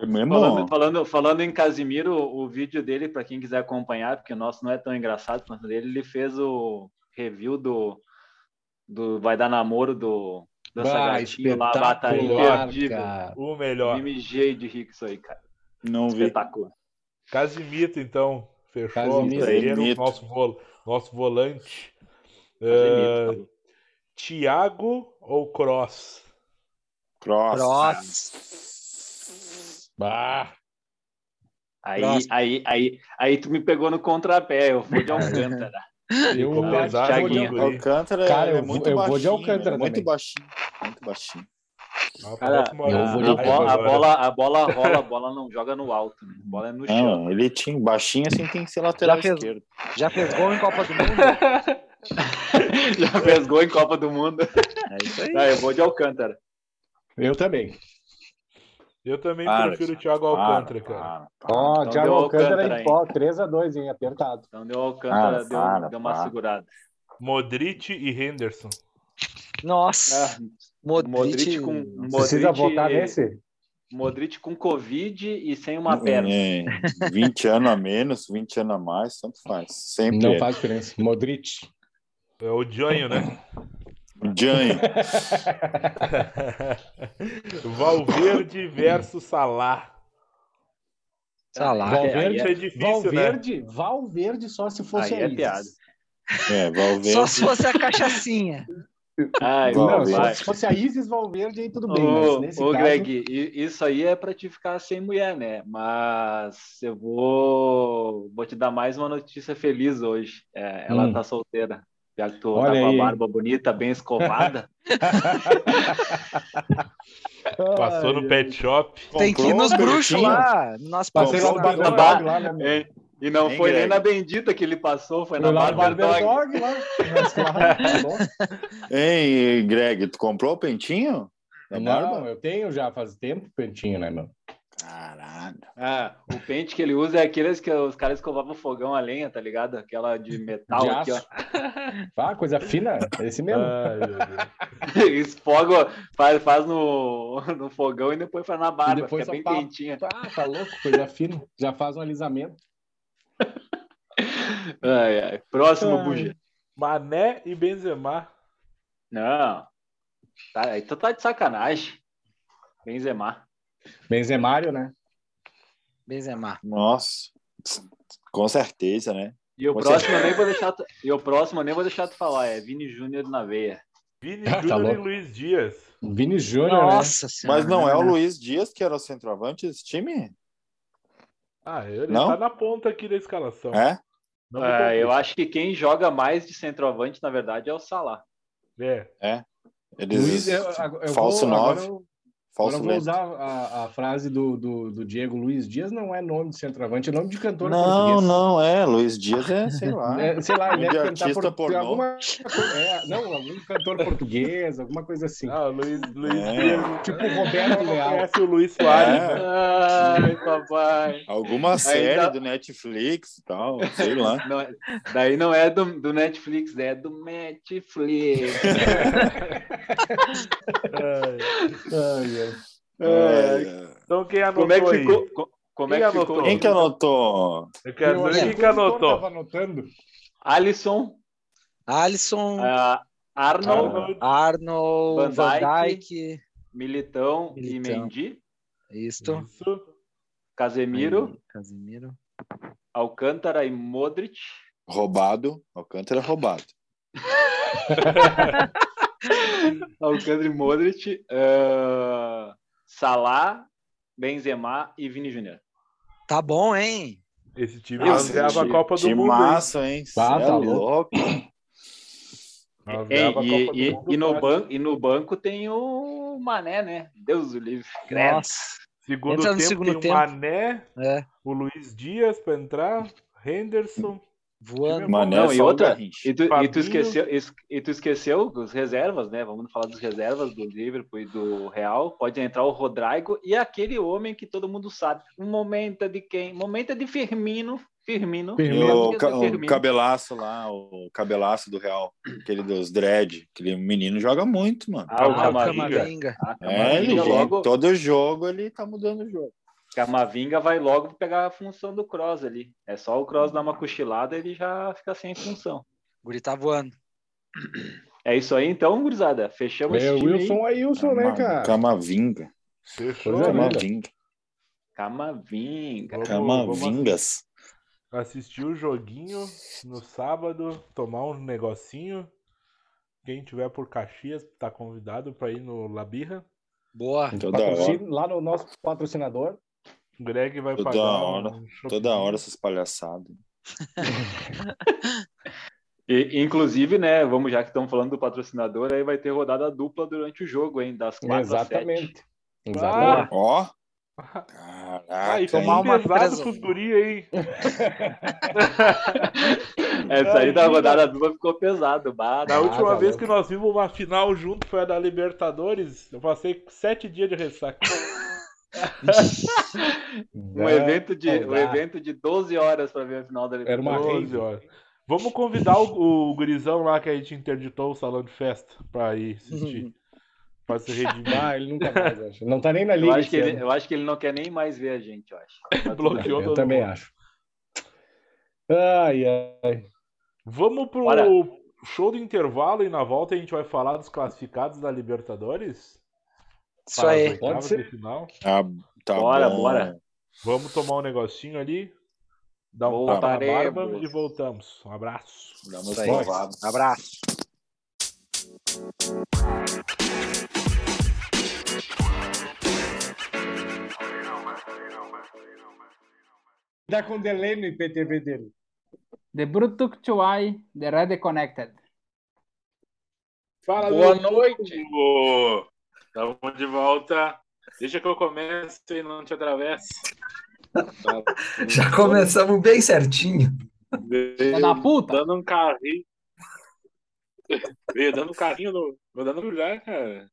[SPEAKER 3] Meu irmão,
[SPEAKER 6] Falando, falando, falando em Casimiro, o vídeo dele, para quem quiser acompanhar, porque o nosso não é tão engraçado quanto o dele, ele fez o review do, do Vai Dar Namoro do, do Sagadinho lá,
[SPEAKER 3] tá
[SPEAKER 6] Bata
[SPEAKER 4] espetacular,
[SPEAKER 6] Imperdível.
[SPEAKER 4] O
[SPEAKER 6] Eu
[SPEAKER 4] melhor.
[SPEAKER 6] Me mijei de rico isso aí, cara.
[SPEAKER 3] não Um vi.
[SPEAKER 6] Espetacular.
[SPEAKER 4] Casimiro, então. Fechou.
[SPEAKER 5] Casimiro.
[SPEAKER 4] Zagueiro,
[SPEAKER 3] Casimiro.
[SPEAKER 4] nosso, vol- nosso volante. Ah,
[SPEAKER 6] Casimiro,
[SPEAKER 3] É.
[SPEAKER 6] tá louco.
[SPEAKER 4] Thiago ou Cross?
[SPEAKER 3] Cross.
[SPEAKER 7] Cross.
[SPEAKER 5] Bah,
[SPEAKER 6] Aí,
[SPEAKER 5] Próximo.
[SPEAKER 6] aí, aí, aí tu me pegou no contrapé, eu fui de Alcântara.
[SPEAKER 5] eu
[SPEAKER 4] Ficou
[SPEAKER 5] acho
[SPEAKER 4] pesado,
[SPEAKER 5] que eu vou
[SPEAKER 6] Thiaguinho.
[SPEAKER 5] de-
[SPEAKER 4] guri.
[SPEAKER 3] Alcântara
[SPEAKER 5] Cara,
[SPEAKER 3] ele é
[SPEAKER 5] eu vou-
[SPEAKER 3] muito
[SPEAKER 5] eu
[SPEAKER 3] baixinho.
[SPEAKER 5] vou de Alcântara
[SPEAKER 3] ele é muito
[SPEAKER 5] também.
[SPEAKER 3] baixinho. Muito baixinho.
[SPEAKER 4] Ah,
[SPEAKER 6] Cara,
[SPEAKER 4] próximo
[SPEAKER 7] eu
[SPEAKER 4] horário.
[SPEAKER 7] vou de
[SPEAKER 6] A bola, a,
[SPEAKER 4] Agora.
[SPEAKER 6] bola, a bola rola, a bola não joga no alto, né? a bola é no chão. *laughs*
[SPEAKER 3] Não, ele tinha baixinho assim tem que ser lateral
[SPEAKER 7] Já fez-
[SPEAKER 3] esquerdo.
[SPEAKER 7] Já fez gol em Copa do
[SPEAKER 3] *laughs*
[SPEAKER 7] Mundo?
[SPEAKER 3] Ah,
[SPEAKER 6] Já fez gol em Copa do Mundo.
[SPEAKER 7] É
[SPEAKER 3] tá.
[SPEAKER 7] isso aí.
[SPEAKER 6] Não, eu vou de Alcântara.
[SPEAKER 5] Eu também.
[SPEAKER 4] Eu também
[SPEAKER 3] Para,
[SPEAKER 4] prefiro o
[SPEAKER 3] cara,
[SPEAKER 5] é
[SPEAKER 4] Thiago Alcântara, cara.
[SPEAKER 5] Ó,
[SPEAKER 6] Então
[SPEAKER 5] Thiago
[SPEAKER 6] deu
[SPEAKER 5] Alcântara é
[SPEAKER 6] Alcântara,
[SPEAKER 5] em pó, 3x2, hein? Apertado.
[SPEAKER 6] Então deu Alcântara,
[SPEAKER 3] Para,
[SPEAKER 6] deu,
[SPEAKER 3] para,
[SPEAKER 6] deu uma
[SPEAKER 3] para.
[SPEAKER 6] segurada.
[SPEAKER 4] Modric e Henderson.
[SPEAKER 7] Nossa, Modric,
[SPEAKER 6] Modric com
[SPEAKER 5] Precisa
[SPEAKER 6] Modric,
[SPEAKER 5] votar nesse?
[SPEAKER 6] Modric com Covid e sem uma perna.
[SPEAKER 3] É, 20 anos a menos, 20 anos a mais, tanto faz. Sempre.
[SPEAKER 5] Não
[SPEAKER 3] é.
[SPEAKER 5] faz diferença. Modric.
[SPEAKER 4] É o Janho, né?
[SPEAKER 3] Jânio.
[SPEAKER 4] Valverde versus Salah.
[SPEAKER 2] Tá
[SPEAKER 7] Salah.
[SPEAKER 6] Aí é- aí é-
[SPEAKER 5] Valverde,
[SPEAKER 4] Isso é difícil, né?
[SPEAKER 5] Valverde, Valverde só se fosse
[SPEAKER 6] Aí é
[SPEAKER 5] a Isis.
[SPEAKER 6] piada.
[SPEAKER 3] É, Valverde. *laughs*
[SPEAKER 7] Só se fosse a cachaçinha.
[SPEAKER 6] Ai,
[SPEAKER 3] Não,
[SPEAKER 5] Não,
[SPEAKER 6] meu
[SPEAKER 5] se
[SPEAKER 6] pai.
[SPEAKER 5] fosse- se fosse a Isis Valverde, aí tudo bem. mas
[SPEAKER 6] Ah, é Ô,
[SPEAKER 5] nesse
[SPEAKER 6] ô
[SPEAKER 5] caso,
[SPEAKER 6] Greg, i- isso aí é pra te ficar sem mulher, né? Mas eu vou, vou te dar mais uma notícia feliz hoje. É, ela
[SPEAKER 5] Hum.
[SPEAKER 6] tá solteira. Já que tu
[SPEAKER 5] Olha
[SPEAKER 6] tá com
[SPEAKER 5] aí,
[SPEAKER 6] a
[SPEAKER 5] hein?
[SPEAKER 6] barba bonita, bem
[SPEAKER 5] *laughs*
[SPEAKER 6] escovada.
[SPEAKER 4] Passou
[SPEAKER 5] ai,
[SPEAKER 4] no pet shop.
[SPEAKER 7] Tem que ir nos
[SPEAKER 3] Comprou um
[SPEAKER 7] bruxos
[SPEAKER 3] pertinho.
[SPEAKER 7] lá, no nosso
[SPEAKER 5] ah, Passei lá no
[SPEAKER 7] patrocinador.
[SPEAKER 6] Barba-
[SPEAKER 5] Barberdog lá, né?
[SPEAKER 6] É, e não
[SPEAKER 3] Hein,
[SPEAKER 6] foi nem
[SPEAKER 3] Greg?
[SPEAKER 6] na bendita que ele passou, foi
[SPEAKER 5] Fui
[SPEAKER 6] né? na
[SPEAKER 5] lá no
[SPEAKER 6] Barber Dog.
[SPEAKER 5] Barberdog lá. Mas *laughs* claro, tá bom.
[SPEAKER 3] Hein, Greg, tu comprou o pentinho? Da barba?
[SPEAKER 5] Não, É eu tenho já faz tempo pentinho, né, meu?
[SPEAKER 3] Caralho.
[SPEAKER 6] Ah, o pente que ele usa é aqueles que os caras escovavam fogão a lenha, tá ligado? Aquela de metal
[SPEAKER 5] De
[SPEAKER 6] aqui, ó.
[SPEAKER 5] aço.
[SPEAKER 6] *laughs*
[SPEAKER 5] Ah, coisa fina, esse mesmo.
[SPEAKER 4] Ai, meu Deus.
[SPEAKER 6] Esfoga, faz, faz no, no fogão e depois faz na barba, fica
[SPEAKER 5] depois só
[SPEAKER 6] bem
[SPEAKER 5] pá-
[SPEAKER 6] quentinha.
[SPEAKER 5] Ah, tá louco, coisa fina. Já faz um alisamento.
[SPEAKER 6] Ai, ai. Próximo,
[SPEAKER 5] Ai.
[SPEAKER 6] Buja.
[SPEAKER 4] Mané e Benzema.
[SPEAKER 6] Não. Tá, aí tu tá de sacanagem. Benzema.
[SPEAKER 5] Benzemário, né?
[SPEAKER 7] Benzema.
[SPEAKER 3] Nossa. Com certeza, né?
[SPEAKER 6] E o
[SPEAKER 3] Com
[SPEAKER 6] próximo eu nem *laughs* vou deixar tu, e o próximo eu nem vou deixar tu falar, é Vini Júnior na veia.
[SPEAKER 4] Vini
[SPEAKER 5] Tá
[SPEAKER 4] Júnior e
[SPEAKER 5] louco.
[SPEAKER 4] Luiz Dias.
[SPEAKER 5] Vini Júnior, né?
[SPEAKER 7] Nossa senhora.
[SPEAKER 3] Mas
[SPEAKER 2] Ah,
[SPEAKER 3] não é o Luiz Dias que era o centroavante desse time?
[SPEAKER 4] Ah, ele
[SPEAKER 3] Não?
[SPEAKER 4] tá na ponta aqui da escalação.
[SPEAKER 3] É?
[SPEAKER 4] Não me
[SPEAKER 6] Ah, eu
[SPEAKER 4] confunde.
[SPEAKER 6] acho que quem joga mais de centroavante, na verdade, é o Salah.
[SPEAKER 4] É.
[SPEAKER 3] Eles...
[SPEAKER 5] Luiz, eu, eu vou-
[SPEAKER 3] falso
[SPEAKER 5] agora
[SPEAKER 3] 9,
[SPEAKER 5] eu- Agora
[SPEAKER 3] falso
[SPEAKER 5] eu vou
[SPEAKER 3] lento.
[SPEAKER 5] usar a, a frase do, do, do Diego Luiz Dias, não é nome de centroavante, é nome de cantor
[SPEAKER 3] Não,
[SPEAKER 5] português.
[SPEAKER 3] não, é. Luiz Dias é, sei lá.
[SPEAKER 5] *laughs* É, sei lá, ele
[SPEAKER 3] Nome de
[SPEAKER 5] deve cantar
[SPEAKER 3] artista
[SPEAKER 5] por,
[SPEAKER 3] pornô.
[SPEAKER 5] alguma é, Não, algum cantor português, alguma coisa assim.
[SPEAKER 4] Ah, o Luiz, Luiz
[SPEAKER 3] É.
[SPEAKER 4] Dias.
[SPEAKER 5] Tipo Roberto
[SPEAKER 4] Não
[SPEAKER 5] Leal.
[SPEAKER 4] conhece o Luiz Soares,
[SPEAKER 3] É.
[SPEAKER 4] né?
[SPEAKER 6] Ai, papai.
[SPEAKER 3] Alguma série
[SPEAKER 6] dá-
[SPEAKER 3] do Netflix e tal, sei
[SPEAKER 6] *laughs*
[SPEAKER 3] lá.
[SPEAKER 6] Não é- daí não é do, do Netflix, é do *laughs* Netflix.
[SPEAKER 4] É.
[SPEAKER 5] Ai,
[SPEAKER 6] Ai,
[SPEAKER 3] É.
[SPEAKER 4] Então quem anotou
[SPEAKER 6] Como é que
[SPEAKER 4] aí?
[SPEAKER 6] ficou? co- Como é
[SPEAKER 4] Quem
[SPEAKER 6] que ficou?
[SPEAKER 4] anotou?
[SPEAKER 3] Quem que anotou?
[SPEAKER 4] Eu
[SPEAKER 5] eu-
[SPEAKER 4] quero
[SPEAKER 5] eu
[SPEAKER 4] ver
[SPEAKER 5] acho
[SPEAKER 4] quem
[SPEAKER 5] que
[SPEAKER 4] que
[SPEAKER 5] o produtor
[SPEAKER 4] anotou.
[SPEAKER 5] tava anotando.
[SPEAKER 6] Alisson,
[SPEAKER 7] Alisson,
[SPEAKER 6] ah, Arnold,
[SPEAKER 4] Arnold,
[SPEAKER 7] Arnold,
[SPEAKER 6] Van
[SPEAKER 7] Van
[SPEAKER 6] Dijk.
[SPEAKER 7] Dijk,
[SPEAKER 6] Militão, e
[SPEAKER 7] Militão.
[SPEAKER 6] Mendy,
[SPEAKER 7] isto.
[SPEAKER 4] Isso.
[SPEAKER 6] Casemiro,
[SPEAKER 7] Aí, Casemiro.
[SPEAKER 6] Alcântara e Modric.
[SPEAKER 3] Roubado. Alcântara é roubado.
[SPEAKER 6] Alcântara e Modric, ah, Salah, Benzema e Vini Júnior.
[SPEAKER 7] Tá bom, hein?
[SPEAKER 4] Esse time
[SPEAKER 6] Nossa,
[SPEAKER 4] nós ganhava a
[SPEAKER 3] ti-
[SPEAKER 4] Copa do
[SPEAKER 3] time
[SPEAKER 4] Mundo. hein?
[SPEAKER 3] massa, hein? Cê
[SPEAKER 5] Ah,
[SPEAKER 3] é
[SPEAKER 5] tá
[SPEAKER 3] louco.
[SPEAKER 4] Nós
[SPEAKER 6] Ei,
[SPEAKER 4] ganhava a Copa
[SPEAKER 6] É, e,
[SPEAKER 4] do
[SPEAKER 6] e-
[SPEAKER 4] Mundo, né?
[SPEAKER 6] e no
[SPEAKER 4] fácil.
[SPEAKER 6] banco, e no banco tem o Mané, né? Deus o livre. Credo.
[SPEAKER 7] Nossa.
[SPEAKER 4] Segundo
[SPEAKER 7] Entra no
[SPEAKER 4] tempo
[SPEAKER 7] segundo
[SPEAKER 4] tem
[SPEAKER 7] tempo.
[SPEAKER 4] o Mané,
[SPEAKER 7] É,
[SPEAKER 4] o Luiz Dias pra entrar, Henderson.
[SPEAKER 7] voando.
[SPEAKER 3] Mané
[SPEAKER 6] Não,
[SPEAKER 3] é
[SPEAKER 6] e
[SPEAKER 3] só o
[SPEAKER 6] outra-
[SPEAKER 3] Garrincha.
[SPEAKER 6] E tu, e tu
[SPEAKER 4] Fabinho.
[SPEAKER 6] esqueceu, es- e tu esqueceu os reservas, né? Vamos falar dos reservas do Liverpool e do Real. Pode entrar o Rodrigo e aquele homem que todo mundo sabe. Um momento é de quem? Um Momento é de Firmino. Firmino.
[SPEAKER 3] E
[SPEAKER 5] Firmino.
[SPEAKER 6] Eu
[SPEAKER 3] o,
[SPEAKER 6] esqueci
[SPEAKER 3] ca-
[SPEAKER 6] do
[SPEAKER 3] o
[SPEAKER 6] Firmino.
[SPEAKER 3] cabelaço lá, o cabelaço do Real, aquele dos dread, aquele menino joga muito, mano.
[SPEAKER 6] Ah, o
[SPEAKER 4] Ah, o
[SPEAKER 6] Camavinga.
[SPEAKER 7] Camavinga.
[SPEAKER 6] Ah,
[SPEAKER 3] É, ele
[SPEAKER 6] Camavinga,
[SPEAKER 3] joga-
[SPEAKER 6] logo,
[SPEAKER 3] todo jogo ele tá mudando o jogo.
[SPEAKER 6] Camavinga vai logo pegar a função do Cross ali. É só o Cross dar uma cochilada ele já fica sem função.
[SPEAKER 7] O Guri tá voando.
[SPEAKER 6] É isso aí então, gurizada. Fechamos
[SPEAKER 5] É
[SPEAKER 6] esse
[SPEAKER 5] o
[SPEAKER 6] time aí.
[SPEAKER 5] Wilson Ailson, né,
[SPEAKER 3] Cama-
[SPEAKER 5] cara?
[SPEAKER 3] Camavinga.
[SPEAKER 4] Fechou,
[SPEAKER 5] Coisa
[SPEAKER 4] né?
[SPEAKER 5] linda.
[SPEAKER 3] Camavinga.
[SPEAKER 6] Camavinga.
[SPEAKER 4] Vamos- vamos
[SPEAKER 3] Camavingas.
[SPEAKER 4] assistir o joguinho no sábado, tomar um negocinho. Quem tiver por Caxias tá convidado pra ir no Labirra.
[SPEAKER 6] *laughs*
[SPEAKER 7] Boa.
[SPEAKER 3] Toda hora.
[SPEAKER 5] Patrocínio, lá no nosso patrocinador.
[SPEAKER 4] O Greg vai
[SPEAKER 3] Toda
[SPEAKER 4] pagar
[SPEAKER 3] hora,
[SPEAKER 4] um shopping.
[SPEAKER 3] Toda hora essas palhaçadas.
[SPEAKER 6] E, inclusive, né, vamos já que estamos falando do patrocinador, aí vai ter rodada dupla durante o jogo, hein, das quatro às sete.
[SPEAKER 5] Exatamente.
[SPEAKER 4] Ah,
[SPEAKER 5] Exatamente.
[SPEAKER 3] Ó.
[SPEAKER 5] *laughs*
[SPEAKER 4] Ah,
[SPEAKER 3] Caraca.
[SPEAKER 4] e tomar
[SPEAKER 3] hein?
[SPEAKER 4] uma
[SPEAKER 7] Pesado
[SPEAKER 4] pesada
[SPEAKER 7] com
[SPEAKER 4] com
[SPEAKER 7] os
[SPEAKER 4] os guri aí.
[SPEAKER 6] Essa É, aí da
[SPEAKER 4] Imagina.
[SPEAKER 6] rodada dupla ficou pesado, bah, um,
[SPEAKER 4] Da
[SPEAKER 5] Ah,
[SPEAKER 4] última
[SPEAKER 5] tá
[SPEAKER 4] vez
[SPEAKER 5] louco.
[SPEAKER 4] que nós vimos uma final junto foi a da Libertadores. Eu passei sete dias de ressaca.
[SPEAKER 6] um
[SPEAKER 5] Ah,
[SPEAKER 6] evento de um
[SPEAKER 5] saudade.
[SPEAKER 6] evento de 12 horas para ver a final da
[SPEAKER 5] Era uma
[SPEAKER 6] Libertadores.
[SPEAKER 4] 12
[SPEAKER 5] rave.
[SPEAKER 4] horas. Vamos convidar o, o gurizão lá que a gente interditou o salão de festa pra ir assistir. pra se redimir.
[SPEAKER 5] Ah, ele nunca mais, acho. Não tá nem na
[SPEAKER 6] Eu
[SPEAKER 5] liga.
[SPEAKER 6] acho, que
[SPEAKER 5] esse
[SPEAKER 6] ele,
[SPEAKER 5] ano.
[SPEAKER 6] eu acho que ele não quer nem mais ver a gente, eu
[SPEAKER 5] *laughs*
[SPEAKER 6] acho. Tá tudo
[SPEAKER 4] Bloqueou.
[SPEAKER 6] bem.
[SPEAKER 4] bloqueou
[SPEAKER 5] Eu
[SPEAKER 4] todo
[SPEAKER 5] também
[SPEAKER 4] mundo.
[SPEAKER 5] acho. Ai, ai.
[SPEAKER 4] Vamos pro
[SPEAKER 6] Bora.
[SPEAKER 4] show do intervalo e na volta a gente vai falar dos classificados da Libertadores.
[SPEAKER 7] Isso
[SPEAKER 4] para as
[SPEAKER 7] aí.
[SPEAKER 4] oitavas
[SPEAKER 5] Pode ser.
[SPEAKER 4] de final.
[SPEAKER 3] Tá, tá
[SPEAKER 6] Bora,
[SPEAKER 3] bom.
[SPEAKER 6] bora.
[SPEAKER 4] Vamos tomar um negocinho ali. Dar um
[SPEAKER 6] Voltaremos.
[SPEAKER 4] tapa na barba e voltamos. Um abraço.
[SPEAKER 3] Dá uma
[SPEAKER 7] Isso aí.
[SPEAKER 3] escovada.
[SPEAKER 7] Abraço.
[SPEAKER 5] Tá com delay no IPTV dele.
[SPEAKER 1] The Brutuk to I, The Red Connected.
[SPEAKER 4] Fala,
[SPEAKER 2] Boa
[SPEAKER 4] Dudu!
[SPEAKER 2] noite.
[SPEAKER 4] Tamo de volta. Deixa que eu comece e não te atravesse.
[SPEAKER 2] Já começamos bem certinho.
[SPEAKER 1] Filha da puta!
[SPEAKER 4] Dando um carrinho. Veio dando um carrinho no. Vou dando um lugar, cara.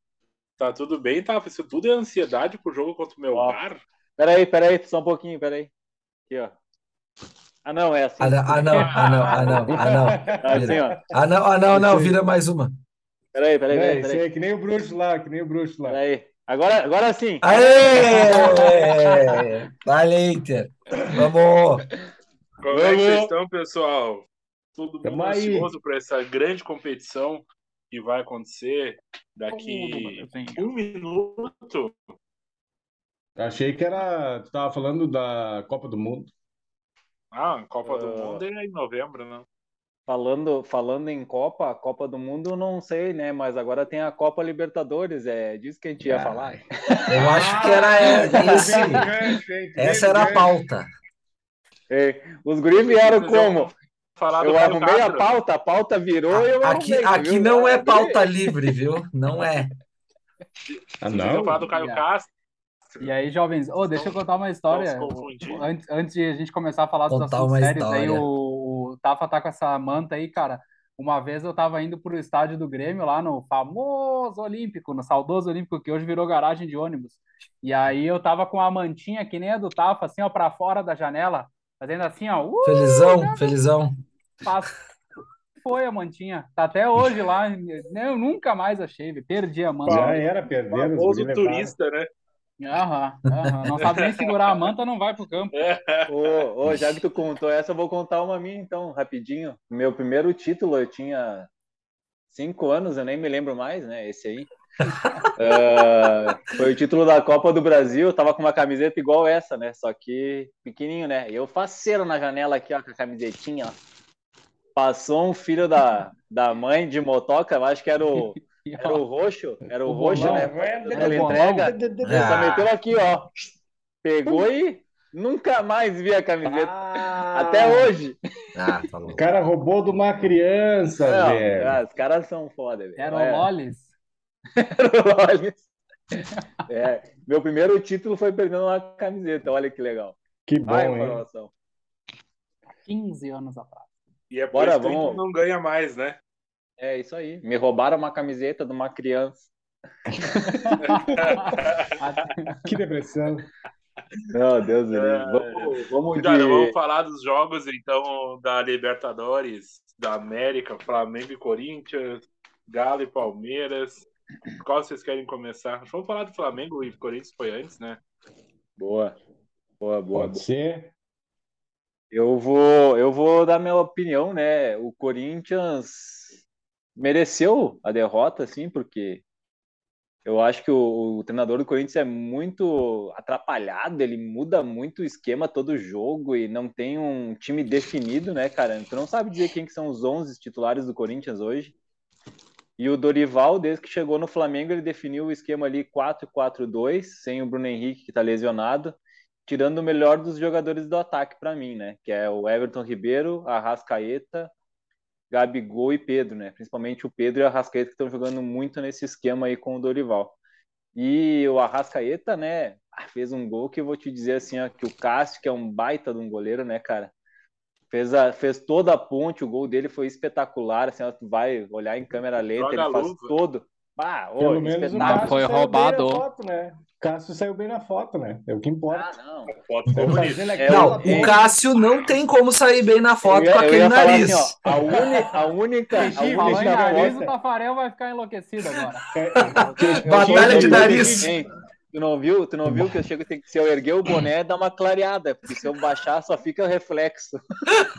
[SPEAKER 4] Tá tudo bem, tá? Isso tudo é ansiedade pro jogo contra o meu
[SPEAKER 6] Ó.
[SPEAKER 4] par.
[SPEAKER 6] Peraí, peraí, só um pouquinho, peraí. Aqui, ó. Ah, não, é assim.
[SPEAKER 2] Ah, não, ah, não, ah, não, ah, não, ah, não.
[SPEAKER 6] É *laughs* assim, ó.
[SPEAKER 2] Ah, não, ah, não, não, vira mais uma.
[SPEAKER 6] Peraí, peraí,
[SPEAKER 5] É,
[SPEAKER 6] peraí.
[SPEAKER 5] isso
[SPEAKER 6] peraí,
[SPEAKER 5] aí é que nem o bruxo lá, que nem o bruxo lá.
[SPEAKER 6] peraí. Agora, agora sim.
[SPEAKER 2] Aê! Vale, Inter. Vamos!
[SPEAKER 4] Como é que
[SPEAKER 5] Vamos.
[SPEAKER 4] vocês estão, pessoal? Todo
[SPEAKER 5] Tamo
[SPEAKER 4] mundo
[SPEAKER 5] aí.
[SPEAKER 4] ansioso por essa grande competição que vai acontecer daqui um minuto.
[SPEAKER 5] Achei que era. Tu tava falando da Copa do Mundo.
[SPEAKER 4] Ah, Copa do
[SPEAKER 6] Ah.
[SPEAKER 4] Mundo é em novembro, né?
[SPEAKER 6] Falando, falando em Copa, Copa do Mundo, não sei, né? Mas agora tem a Copa Libertadores, é disso que a
[SPEAKER 2] Ah.
[SPEAKER 6] gente ia falar.
[SPEAKER 2] Eu acho que
[SPEAKER 6] Ah,
[SPEAKER 2] era esse. Essa era a pauta.
[SPEAKER 6] É, os guris vieram como?
[SPEAKER 4] Falar do
[SPEAKER 6] Eu arrumei a
[SPEAKER 4] quadro.
[SPEAKER 6] pauta, a pauta virou e eu
[SPEAKER 2] um Aqui,
[SPEAKER 6] arrumei. tá
[SPEAKER 2] aqui
[SPEAKER 6] viu?
[SPEAKER 2] não é pauta livre, viu? Não é.
[SPEAKER 5] Ah,
[SPEAKER 4] Vocês iam
[SPEAKER 5] não.
[SPEAKER 4] falar do Caio
[SPEAKER 1] Yeah.
[SPEAKER 4] Castro.
[SPEAKER 1] E aí, jovens, ô, deixa eu contar uma história.
[SPEAKER 4] Estão se confundindo.
[SPEAKER 1] Antes, antes de a gente começar a falar dos
[SPEAKER 2] Contar
[SPEAKER 1] assuntos
[SPEAKER 2] uma
[SPEAKER 1] sérios, aí
[SPEAKER 2] história.
[SPEAKER 1] o, o Tafa tá com essa manta aí, cara. Uma vez eu tava indo pro estádio do Grêmio, lá no famoso Olímpico, no saudoso Olímpico, que hoje virou garagem de ônibus. E aí eu tava com a mantinha que nem a do Tafa, assim, ó, pra fora da janela, fazendo assim, ó, uh,
[SPEAKER 2] Felizão, felizão.
[SPEAKER 1] passo. Foi a mantinha. Tá até hoje lá. Eu nunca mais achei, velho. perdi a manta.
[SPEAKER 5] Já é. era, perderam. os
[SPEAKER 4] Famoso
[SPEAKER 5] guri levaram.
[SPEAKER 4] turista, né?
[SPEAKER 1] Aham, aham. Não sabe nem segurar a manta, não vai pro campo.
[SPEAKER 6] Ô, ô, já que tu contou essa, eu vou contar uma minha então, rapidinho. Meu primeiro título, eu tinha cinco anos, eu nem me lembro mais, né? Esse aí. Ah, foi o título da Copa do Brasil, eu tava com uma camiseta igual essa, né? Só que pequenininho, né? E eu faceiro na janela aqui, ó, com a camisetinha, ó. Passou um filho da, da mãe de motoca, eu acho que era o,
[SPEAKER 1] E,
[SPEAKER 6] era
[SPEAKER 1] ó,
[SPEAKER 6] o roxo, era o,
[SPEAKER 1] O
[SPEAKER 6] roxo,
[SPEAKER 1] bolão,
[SPEAKER 6] né? Ela
[SPEAKER 1] bolão.
[SPEAKER 6] entrega, ele só
[SPEAKER 2] Ah.
[SPEAKER 6] meteu aqui, ó. Pegou e nunca mais vi a camiseta.
[SPEAKER 5] Ah.
[SPEAKER 6] Até hoje.
[SPEAKER 2] Ah, tá louco.
[SPEAKER 5] O cara roubou de uma criança,
[SPEAKER 6] Não,
[SPEAKER 5] velho.
[SPEAKER 6] ah, os caras são foda, velho.
[SPEAKER 1] Era
[SPEAKER 6] É,
[SPEAKER 1] o Lolis.
[SPEAKER 6] era o Lolis. *laughs* É, meu primeiro título foi perdendo uma camiseta. Olha que legal.
[SPEAKER 5] Que bom,
[SPEAKER 6] Vai,
[SPEAKER 5] hein?
[SPEAKER 6] informação.
[SPEAKER 1] 15
[SPEAKER 6] *laughs*
[SPEAKER 1] anos atrás.
[SPEAKER 4] E é por
[SPEAKER 6] Bora,
[SPEAKER 4] isso que
[SPEAKER 6] vamos.
[SPEAKER 4] não ganha mais, né?
[SPEAKER 6] É isso aí. Me roubaram uma camiseta de uma criança.
[SPEAKER 5] Que depressão.
[SPEAKER 6] Meu Deus, do
[SPEAKER 4] É.
[SPEAKER 6] céu. vamos, vamos
[SPEAKER 4] Cara,
[SPEAKER 6] de-
[SPEAKER 4] vamos falar dos jogos, então, da Libertadores, da América, Flamengo e Corinthians, Galo e Palmeiras. Qual vocês querem começar? Vamos falar do Flamengo e Corinthians foi antes, né?
[SPEAKER 6] Boa. Boa, boa,
[SPEAKER 5] Pode ser.
[SPEAKER 6] Eu vou, eu vou dar minha opinião, né? O Corinthians mereceu a derrota, assim, porque eu acho que o, o treinador do Corinthians é muito atrapalhado, ele muda muito o esquema todo jogo e não tem um time definido, né, cara? Tu não sabe dizer quem que são os 11 titulares do Corinthians hoje. E o Dorival, desde que chegou no Flamengo, ele definiu o esquema ali 4-4-2, sem o Bruno Henrique, que tá lesionado tirando o melhor dos jogadores do ataque para mim, né? Que é o Everton Ribeiro, Arrascaeta, Gabigol e Pedro, né? Principalmente o Pedro e o Arrascaeta que estão jogando muito nesse esquema aí com o Dorival. E o Arrascaeta, né, ah, fez um gol que eu vou te dizer assim, ó, que o Cássio, que é um baita de um goleiro, né, cara? Fez, a, fez toda a ponte, o gol dele foi espetacular, assim, ó, tu vai olhar em câmera lenta,
[SPEAKER 4] Joga
[SPEAKER 6] ele faz
[SPEAKER 4] luva.
[SPEAKER 6] todo. Ah, ô,
[SPEAKER 5] Pelo menos o
[SPEAKER 6] espetáculo.
[SPEAKER 5] Cássio
[SPEAKER 7] Foi
[SPEAKER 5] saiu
[SPEAKER 7] roubado.
[SPEAKER 5] bem na foto, né? O Cássio saiu bem na foto, né? É o que importa.
[SPEAKER 6] Ah, não.
[SPEAKER 4] A foto ficou
[SPEAKER 5] Tá
[SPEAKER 4] bonita.
[SPEAKER 5] fazendo aquela
[SPEAKER 2] Não, o
[SPEAKER 5] ponte.
[SPEAKER 2] Cássio não tem como sair bem na foto
[SPEAKER 6] Eu ia-
[SPEAKER 2] com
[SPEAKER 6] eu
[SPEAKER 2] aquele
[SPEAKER 6] ia falar
[SPEAKER 2] nariz.
[SPEAKER 6] assim, ó, a, uni- a única. A
[SPEAKER 5] Legível,
[SPEAKER 1] Falou em
[SPEAKER 5] legível,
[SPEAKER 6] única
[SPEAKER 1] nariz,
[SPEAKER 5] né?
[SPEAKER 6] foto.
[SPEAKER 1] o Tafarel vai ficar
[SPEAKER 6] *laughs*
[SPEAKER 1] enlouquecido agora.
[SPEAKER 5] é,
[SPEAKER 6] eu
[SPEAKER 2] Batalha
[SPEAKER 6] chego-
[SPEAKER 2] de
[SPEAKER 6] eu-
[SPEAKER 2] nariz.
[SPEAKER 6] Hein, Tu não viu? Tu não viu que eu chego tem que se eu erguer o boné dá uma clareada, porque se eu baixar só fica reflexo.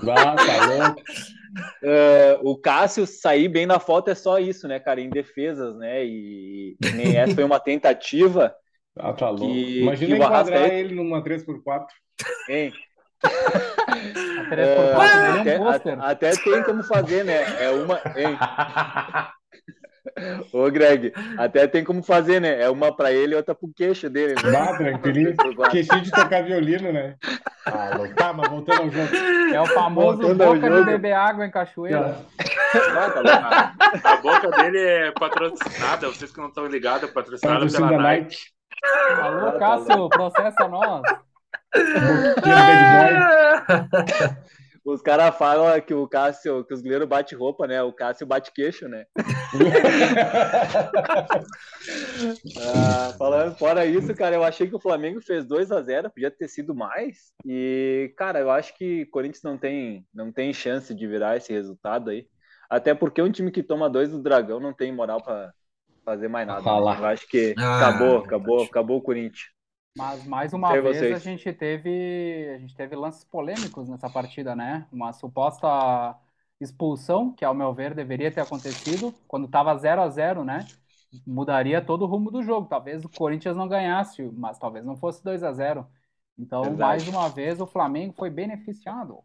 [SPEAKER 5] Ah, tá louco.
[SPEAKER 6] É, o Cássio sair bem na foto é só isso, né, cara? Em defesas, né? E e nem essa foi uma tentativa,
[SPEAKER 5] Ah, tá louco.
[SPEAKER 6] Que-
[SPEAKER 5] Imagina
[SPEAKER 6] que o
[SPEAKER 5] enquadrar
[SPEAKER 6] Arrascaeta-
[SPEAKER 5] ele numa 3x4.
[SPEAKER 6] hein?
[SPEAKER 1] A
[SPEAKER 6] É,
[SPEAKER 1] 3x4 dele é um
[SPEAKER 6] até,
[SPEAKER 1] pôster.
[SPEAKER 6] né? a- até tem como fazer, né? É uma, hein? Ô, Greg, até tem como fazer, né? É uma pra ele e outra pro queixo dele. Né?
[SPEAKER 5] Bah, tranquilo. Queixinho de tocar violino, né? Ah, louco. tá, mas voltando ao jogo.
[SPEAKER 1] É o famoso
[SPEAKER 6] Voltando ao
[SPEAKER 1] boca de
[SPEAKER 6] jogo.
[SPEAKER 1] beber água em cachoeira.
[SPEAKER 4] né,
[SPEAKER 6] Ah, tá louco.
[SPEAKER 8] A boca dele é patrocinada, vocês que não estão ligados, é patrocinada
[SPEAKER 5] Patrocínio
[SPEAKER 8] pela
[SPEAKER 5] da
[SPEAKER 8] Nike.
[SPEAKER 5] Nike.
[SPEAKER 1] Alô,
[SPEAKER 6] tá
[SPEAKER 1] Cássio, processa nós.
[SPEAKER 5] Boquinha Um Bad Boy.
[SPEAKER 6] Os caras falam que o Cássio, que os goleiros bate roupa, né? O Cássio bate queixo, né? Ah, falando fora isso, cara, eu achei que o Flamengo fez 2 a 0 podia ter sido mais. E, cara, eu acho que o Corinthians não tem, não tem chance de virar esse resultado aí. Até porque um time que toma dois do Dragão não tem moral pra fazer mais nada. né?
[SPEAKER 5] Falar.
[SPEAKER 6] Eu acho que
[SPEAKER 2] Ah,
[SPEAKER 6] acabou,
[SPEAKER 2] verdade.
[SPEAKER 6] acabou, acabou o Corinthians.
[SPEAKER 1] Mas mais uma
[SPEAKER 6] Sei
[SPEAKER 1] vez
[SPEAKER 6] vocês.
[SPEAKER 1] a gente teve a gente teve lances polêmicos nessa partida, né? Uma suposta expulsão, que ao meu ver deveria ter acontecido, quando estava 0 a 0, né? Mudaria todo o rumo do jogo. Talvez o Corinthians não ganhasse, mas talvez não fosse 2 a 0. Então,
[SPEAKER 6] Verdade.
[SPEAKER 1] mais uma vez o Flamengo foi beneficiado.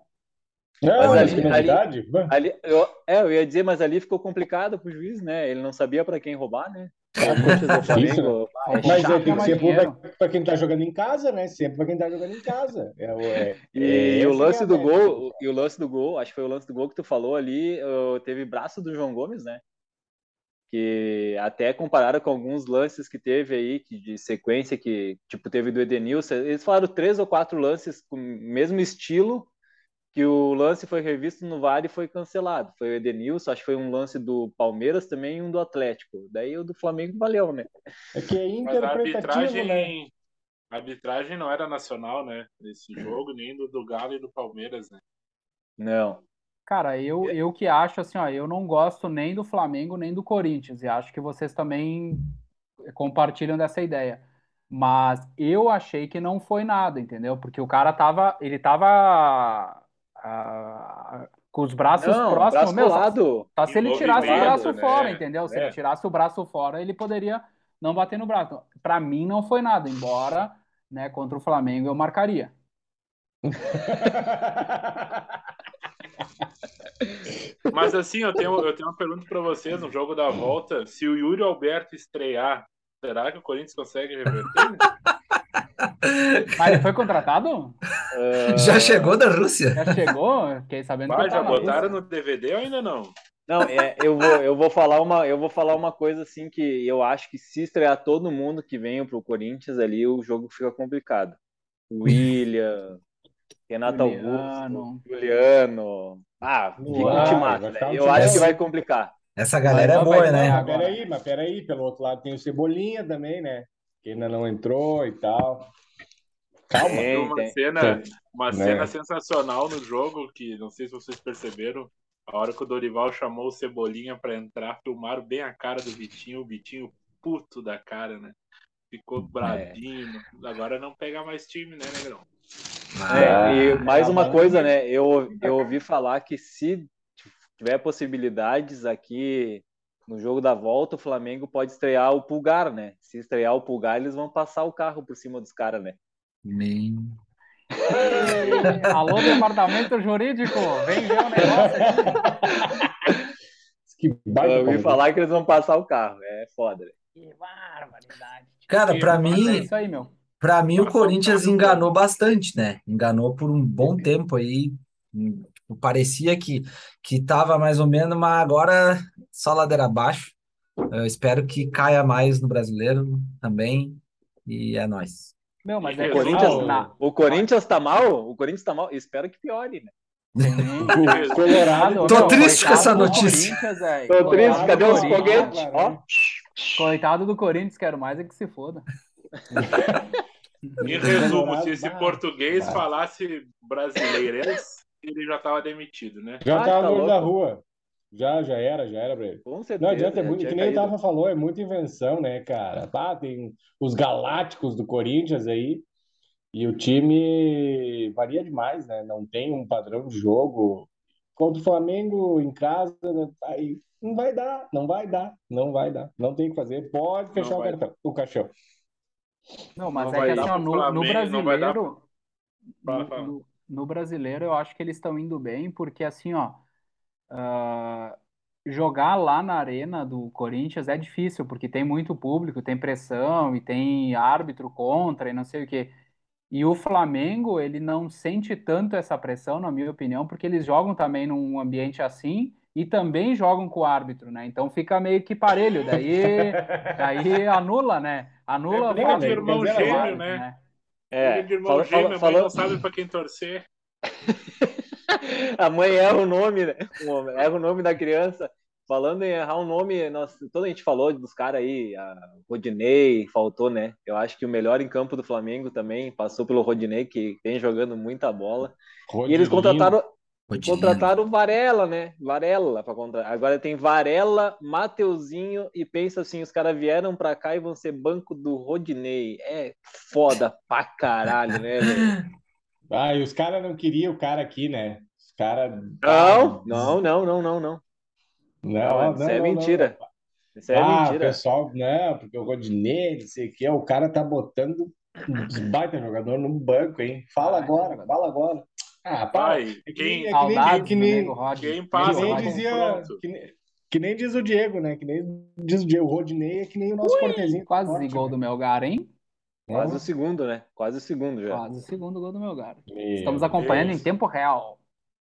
[SPEAKER 5] Não,
[SPEAKER 6] Mas
[SPEAKER 5] mas
[SPEAKER 6] ali-
[SPEAKER 5] que é novidade. Bah.
[SPEAKER 6] Ali, eu, é, eu ia dizer, mas ali ficou complicado pro juiz, né? Ele não sabia pra quem roubar, né? O Corinthians do Flamengo.
[SPEAKER 1] É
[SPEAKER 5] Mas
[SPEAKER 1] chato,
[SPEAKER 5] é, tem que
[SPEAKER 1] mas
[SPEAKER 5] ser
[SPEAKER 1] dinheiro.
[SPEAKER 5] pra, pra quem tá jogando em casa, né? Sempre pra quem tá jogando em casa. É, o- é-
[SPEAKER 6] E,
[SPEAKER 5] é-
[SPEAKER 6] o lance do
[SPEAKER 5] essa é a
[SPEAKER 6] gol, e o lance do gol, acho que foi o lance do gol que tu falou ali, eh, teve braço do João Gomes, né? Que até compararam com alguns lances que teve aí, que de sequência, que tipo teve do Edenilson. Eles falaram três ou quatro lances com o mesmo estilo, que o lance foi revisto no VAR e foi cancelado. Foi o Edenilson, acho que foi um lance do Palmeiras também e um do Atlético. Daí o do Flamengo valeu, né?
[SPEAKER 5] É que é
[SPEAKER 8] Mas a
[SPEAKER 5] interpretativo,
[SPEAKER 8] arbitragem,
[SPEAKER 5] né?
[SPEAKER 8] a arbitragem não era nacional, né? Nesse jogo, nem do, do Galo e do Palmeiras, né?
[SPEAKER 6] Não.
[SPEAKER 1] Cara, eu,
[SPEAKER 8] é
[SPEAKER 1] eu que acho assim, ó, eu não gosto nem do Flamengo nem do Corinthians, e acho que vocês também compartilham dessa ideia. Mas eu achei que não foi nada, entendeu? Porque o cara tava, ele tava ah, com os braços
[SPEAKER 6] Não,
[SPEAKER 1] próximos,
[SPEAKER 6] braço
[SPEAKER 1] meu, só- *laughs*
[SPEAKER 6] colado.
[SPEAKER 1] só se ele
[SPEAKER 8] Envolvimento,
[SPEAKER 1] tirasse o braço
[SPEAKER 8] né?
[SPEAKER 1] fora, entendeu? Se
[SPEAKER 8] É.
[SPEAKER 1] ele tirasse o braço fora, ele poderia não bater no braço. Pra mim não foi nada, embora, né, contra o Flamengo eu marcaria.
[SPEAKER 8] Mas assim, eu tenho, eu tenho uma pergunta pra vocês no jogo da volta. Se o Yuri Alberto estrear, será que o Corinthians consegue
[SPEAKER 6] *laughs*
[SPEAKER 8] reverter?
[SPEAKER 1] Mas ele foi contratado?
[SPEAKER 2] *laughs*
[SPEAKER 6] eh,
[SPEAKER 2] Já chegou da Rússia?
[SPEAKER 1] Já chegou? Fiquei sabendo que
[SPEAKER 8] Vai,
[SPEAKER 1] ele
[SPEAKER 8] já
[SPEAKER 1] tá na lista.
[SPEAKER 8] botaram no DVD ou ainda não?
[SPEAKER 6] Não, é, eu vou, eu vou falar uma, eu vou falar uma coisa assim que eu acho que se estrear todo mundo que venha pro Corinthians ali, o jogo fica
[SPEAKER 5] *laughs*
[SPEAKER 6] complicado. William, Renato
[SPEAKER 1] Juliano. *laughs*
[SPEAKER 6] Augusto, Juliano. Ah, fica
[SPEAKER 5] Luan,
[SPEAKER 6] um timaço,
[SPEAKER 5] vai
[SPEAKER 6] né?
[SPEAKER 5] ficar um
[SPEAKER 6] Eu acho
[SPEAKER 2] timaço.
[SPEAKER 6] que vai complicar.
[SPEAKER 2] Essa galera é
[SPEAKER 1] Mas não
[SPEAKER 2] boa,
[SPEAKER 1] vai
[SPEAKER 2] né?
[SPEAKER 1] ganhar.
[SPEAKER 5] Mas peraí, mas peraí, pelo outro lado tem o Cebolinha também, né? Que ainda não entrou e tal. Calma.
[SPEAKER 8] Tem
[SPEAKER 6] Tem,
[SPEAKER 8] uma
[SPEAKER 6] tem.
[SPEAKER 8] cena, uma
[SPEAKER 5] Né?
[SPEAKER 8] cena sensacional no jogo que não sei se vocês perceberam. A hora que o Dorival chamou o Cebolinha pra entrar, filmaram bem a cara do Vitinho, o Vitinho puto da cara, né? Ficou
[SPEAKER 6] É.
[SPEAKER 8] bradinho. Agora não pega mais time, né,
[SPEAKER 6] *laughs*
[SPEAKER 8] Negrão?
[SPEAKER 5] Ah,
[SPEAKER 6] É, e mais uma
[SPEAKER 5] Acabou.
[SPEAKER 6] coisa, né? Eu, eu ouvi falar que se tiver possibilidades aqui no jogo da volta, o Flamengo pode estrear o Pulgar, né? Se estrear o Pulgar, eles vão passar o carro por cima dos caras, né?
[SPEAKER 2] Bem-
[SPEAKER 1] Alô, departamento jurídico, vem ver o negócio aqui.
[SPEAKER 5] Que baita
[SPEAKER 6] eu ouvi
[SPEAKER 5] conversa.
[SPEAKER 6] falar que eles vão passar o carro. É foda. né?
[SPEAKER 1] Que barbaridade.
[SPEAKER 2] Cara, pra
[SPEAKER 1] Mas é
[SPEAKER 2] mim,
[SPEAKER 1] isso aí, meu.
[SPEAKER 2] Pra mim, o
[SPEAKER 8] Passou
[SPEAKER 2] Corinthians
[SPEAKER 8] o carro,
[SPEAKER 2] enganou bastante, né? Enganou por um bom tempo aí. Hum, tipo, parecia que, que tava mais ou menos, mas agora só ladeira abaixo. Eu espero que caia mais no brasileiro também. E é nóis.
[SPEAKER 1] Meu, mas
[SPEAKER 8] O
[SPEAKER 1] é que
[SPEAKER 8] Corinthians-
[SPEAKER 1] não, na-
[SPEAKER 6] O Corinthians tá mal? O Corinthians tá mal? Espero que piore, né?
[SPEAKER 1] Sim.
[SPEAKER 5] O Colorado.
[SPEAKER 2] Tô
[SPEAKER 1] meu,
[SPEAKER 2] triste com
[SPEAKER 1] coitado
[SPEAKER 2] essa
[SPEAKER 1] do
[SPEAKER 2] notícia.
[SPEAKER 1] Corinthians, velho.
[SPEAKER 6] Tô triste,
[SPEAKER 1] Coitado
[SPEAKER 6] cadê
[SPEAKER 1] do
[SPEAKER 6] os
[SPEAKER 1] Corinthians.
[SPEAKER 6] foguetes? Ó,
[SPEAKER 1] Coitado do Corinthians, quero mais é que se foda.
[SPEAKER 8] Em resumo,
[SPEAKER 5] Colorado,
[SPEAKER 8] se esse
[SPEAKER 5] bah.
[SPEAKER 8] português
[SPEAKER 5] Bah.
[SPEAKER 8] falasse brasileirense, ele *laughs* já tava demitido, né?
[SPEAKER 5] Já
[SPEAKER 6] Ah,
[SPEAKER 5] tava
[SPEAKER 6] tá
[SPEAKER 5] no olho da
[SPEAKER 6] louco.
[SPEAKER 5] rua. Já, já era, já era pra ele.
[SPEAKER 6] com certeza.
[SPEAKER 5] Não adianta, é
[SPEAKER 6] já
[SPEAKER 5] muito,
[SPEAKER 6] né? tinha
[SPEAKER 5] que nem o
[SPEAKER 6] caído.
[SPEAKER 5] Tafa falou, é muita invenção, né, cara? Tá, tem os galácticos do Corinthians aí, e o time varia demais, né? Não tem um padrão de jogo. Contra o Flamengo em casa, né, aí não vai dar, não vai dar, não vai dar. Não tem o que fazer, pode fechar o
[SPEAKER 8] vai
[SPEAKER 5] cartão, o caixão.
[SPEAKER 1] Não, mas
[SPEAKER 8] Não
[SPEAKER 1] é
[SPEAKER 8] vai
[SPEAKER 1] que
[SPEAKER 8] dar
[SPEAKER 1] assim, ó,
[SPEAKER 8] pro
[SPEAKER 1] no, no
[SPEAKER 8] Flamengo, não vai dar
[SPEAKER 1] brasileiro.
[SPEAKER 8] Fala,
[SPEAKER 1] no-
[SPEAKER 8] fala.
[SPEAKER 1] no- no brasileiro, eu acho que eles estão indo bem, porque assim, ó. ah, jogar lá na arena do Corinthians é difícil, porque tem muito público, tem pressão e tem árbitro contra e não sei o quê. E o Flamengo, ele não sente tanto essa pressão, na minha opinião, porque eles jogam também num ambiente assim e também jogam com o árbitro, né? Então fica meio que
[SPEAKER 8] *laughs*
[SPEAKER 1] parelho, daí, daí anula, né? Anula
[SPEAKER 8] É briga
[SPEAKER 1] voto
[SPEAKER 8] de
[SPEAKER 1] do
[SPEAKER 8] irmão
[SPEAKER 1] primeiro
[SPEAKER 8] gêmeo,
[SPEAKER 1] árbitro,
[SPEAKER 8] né?
[SPEAKER 6] É,
[SPEAKER 8] Filho de irmão
[SPEAKER 6] falou-
[SPEAKER 8] gêmeo,
[SPEAKER 6] falou-
[SPEAKER 8] a mãe
[SPEAKER 6] falou-
[SPEAKER 8] não sabe pra quem torcer.
[SPEAKER 6] A mãe erra o nome, né? O homem Erra o nome da criança. Falando em errar o nome, nós, toda a gente falou dos caras aí, a Rodinei faltou, né? Eu acho que o melhor em campo do Flamengo também passou pelo Rodinei, que vem jogando muita bola. E eles contrataram,
[SPEAKER 2] Rodinei.
[SPEAKER 6] contrataram o Varela, né? Varela para contra. Agora tem Varela, Mateuzinho e pensa assim, os caras vieram pra cá e vão ser banco do Rodinei. É foda pra caralho, né,
[SPEAKER 5] *laughs*
[SPEAKER 6] velho?
[SPEAKER 5] Ah, e os caras não queriam o cara aqui, né? Os caras.
[SPEAKER 6] Não, Tá, não, não, não, não, não.
[SPEAKER 5] Não,
[SPEAKER 6] Não,
[SPEAKER 5] não,
[SPEAKER 6] isso é
[SPEAKER 5] não,
[SPEAKER 6] mentira.
[SPEAKER 5] não.
[SPEAKER 6] Isso é
[SPEAKER 5] ah, o
[SPEAKER 6] mentira.
[SPEAKER 5] pessoal, não, porque o Rodinei, não sei o que, o cara tá botando uns baita jogador no banco, hein? Fala
[SPEAKER 6] Baita
[SPEAKER 5] agora,
[SPEAKER 6] jogador.
[SPEAKER 5] fala agora. Ah, para.
[SPEAKER 8] Vai,
[SPEAKER 5] É que nem,
[SPEAKER 8] quem-
[SPEAKER 5] é que nem, é
[SPEAKER 1] Saudades
[SPEAKER 5] que
[SPEAKER 1] do
[SPEAKER 5] nem,
[SPEAKER 1] Nego Rod.
[SPEAKER 8] Quem
[SPEAKER 5] que
[SPEAKER 8] passa
[SPEAKER 1] Nego
[SPEAKER 5] nem
[SPEAKER 8] no
[SPEAKER 1] Rod.
[SPEAKER 5] dizia,
[SPEAKER 8] confronto.
[SPEAKER 5] que nem, que nem diz o Diego, né? Que nem diz o Diego, o Rodinei é que nem o nosso cortezinho.
[SPEAKER 1] Quase gol do Melgar, hein?
[SPEAKER 6] Quase o segundo, né? Quase o segundo já.
[SPEAKER 1] Quase o segundo gol do Melgar. Estamos
[SPEAKER 5] Meu
[SPEAKER 1] acompanhando
[SPEAKER 8] É. Deus.
[SPEAKER 1] em tempo real.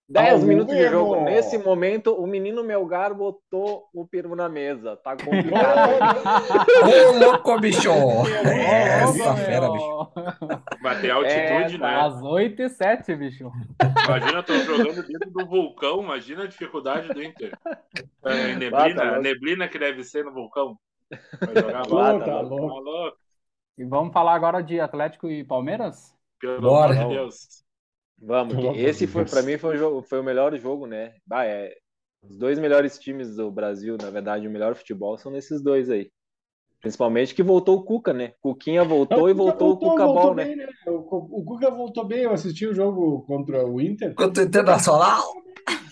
[SPEAKER 6] Dez
[SPEAKER 5] Ao
[SPEAKER 6] minutos de
[SPEAKER 5] vivo!
[SPEAKER 6] jogo. Nesse momento, o menino Melgar botou o peru na mesa.
[SPEAKER 5] *laughs*
[SPEAKER 6] Tá complicado.
[SPEAKER 2] Ô, louco, bicho!
[SPEAKER 8] É,
[SPEAKER 2] Essa
[SPEAKER 1] Ô,
[SPEAKER 2] fera, bicho.
[SPEAKER 1] É, meu!
[SPEAKER 8] Bater altitude,
[SPEAKER 6] É,
[SPEAKER 8] né?
[SPEAKER 1] Às 8 e 7, bicho.
[SPEAKER 8] Imagina, tô jogando dentro do vulcão. Imagina a dificuldade do Inter. É,
[SPEAKER 6] Ah, tá
[SPEAKER 8] neblina,
[SPEAKER 6] louco.
[SPEAKER 8] a neblina que deve ser no vulcão. Vai jogar
[SPEAKER 5] Pô,
[SPEAKER 8] lá.
[SPEAKER 6] Ah, tá
[SPEAKER 5] tá
[SPEAKER 6] louco.
[SPEAKER 8] Tá
[SPEAKER 5] louco.
[SPEAKER 8] louco,
[SPEAKER 1] E vamos falar agora de Atlético e Palmeiras?
[SPEAKER 8] pelo
[SPEAKER 2] Bora.
[SPEAKER 8] amor de Deus.
[SPEAKER 6] *laughs* Vamos, que
[SPEAKER 5] Pelo amor
[SPEAKER 6] esse
[SPEAKER 5] de
[SPEAKER 6] foi
[SPEAKER 5] Deus.
[SPEAKER 6] para mim foi o, jogo- foi o melhor jogo, né? Bah, é, os dois melhores times do Brasil, na verdade, o melhor futebol são nesses dois aí. Principalmente que voltou o Cuca, né? Cuquinha
[SPEAKER 5] Não,
[SPEAKER 6] voltou e voltou o Cuca
[SPEAKER 5] voltou
[SPEAKER 6] Ball, né?
[SPEAKER 5] bem, O, Cu- o Cuca voltou bem, eu assisti o jogo contra o Inter.
[SPEAKER 2] Quanto internacional?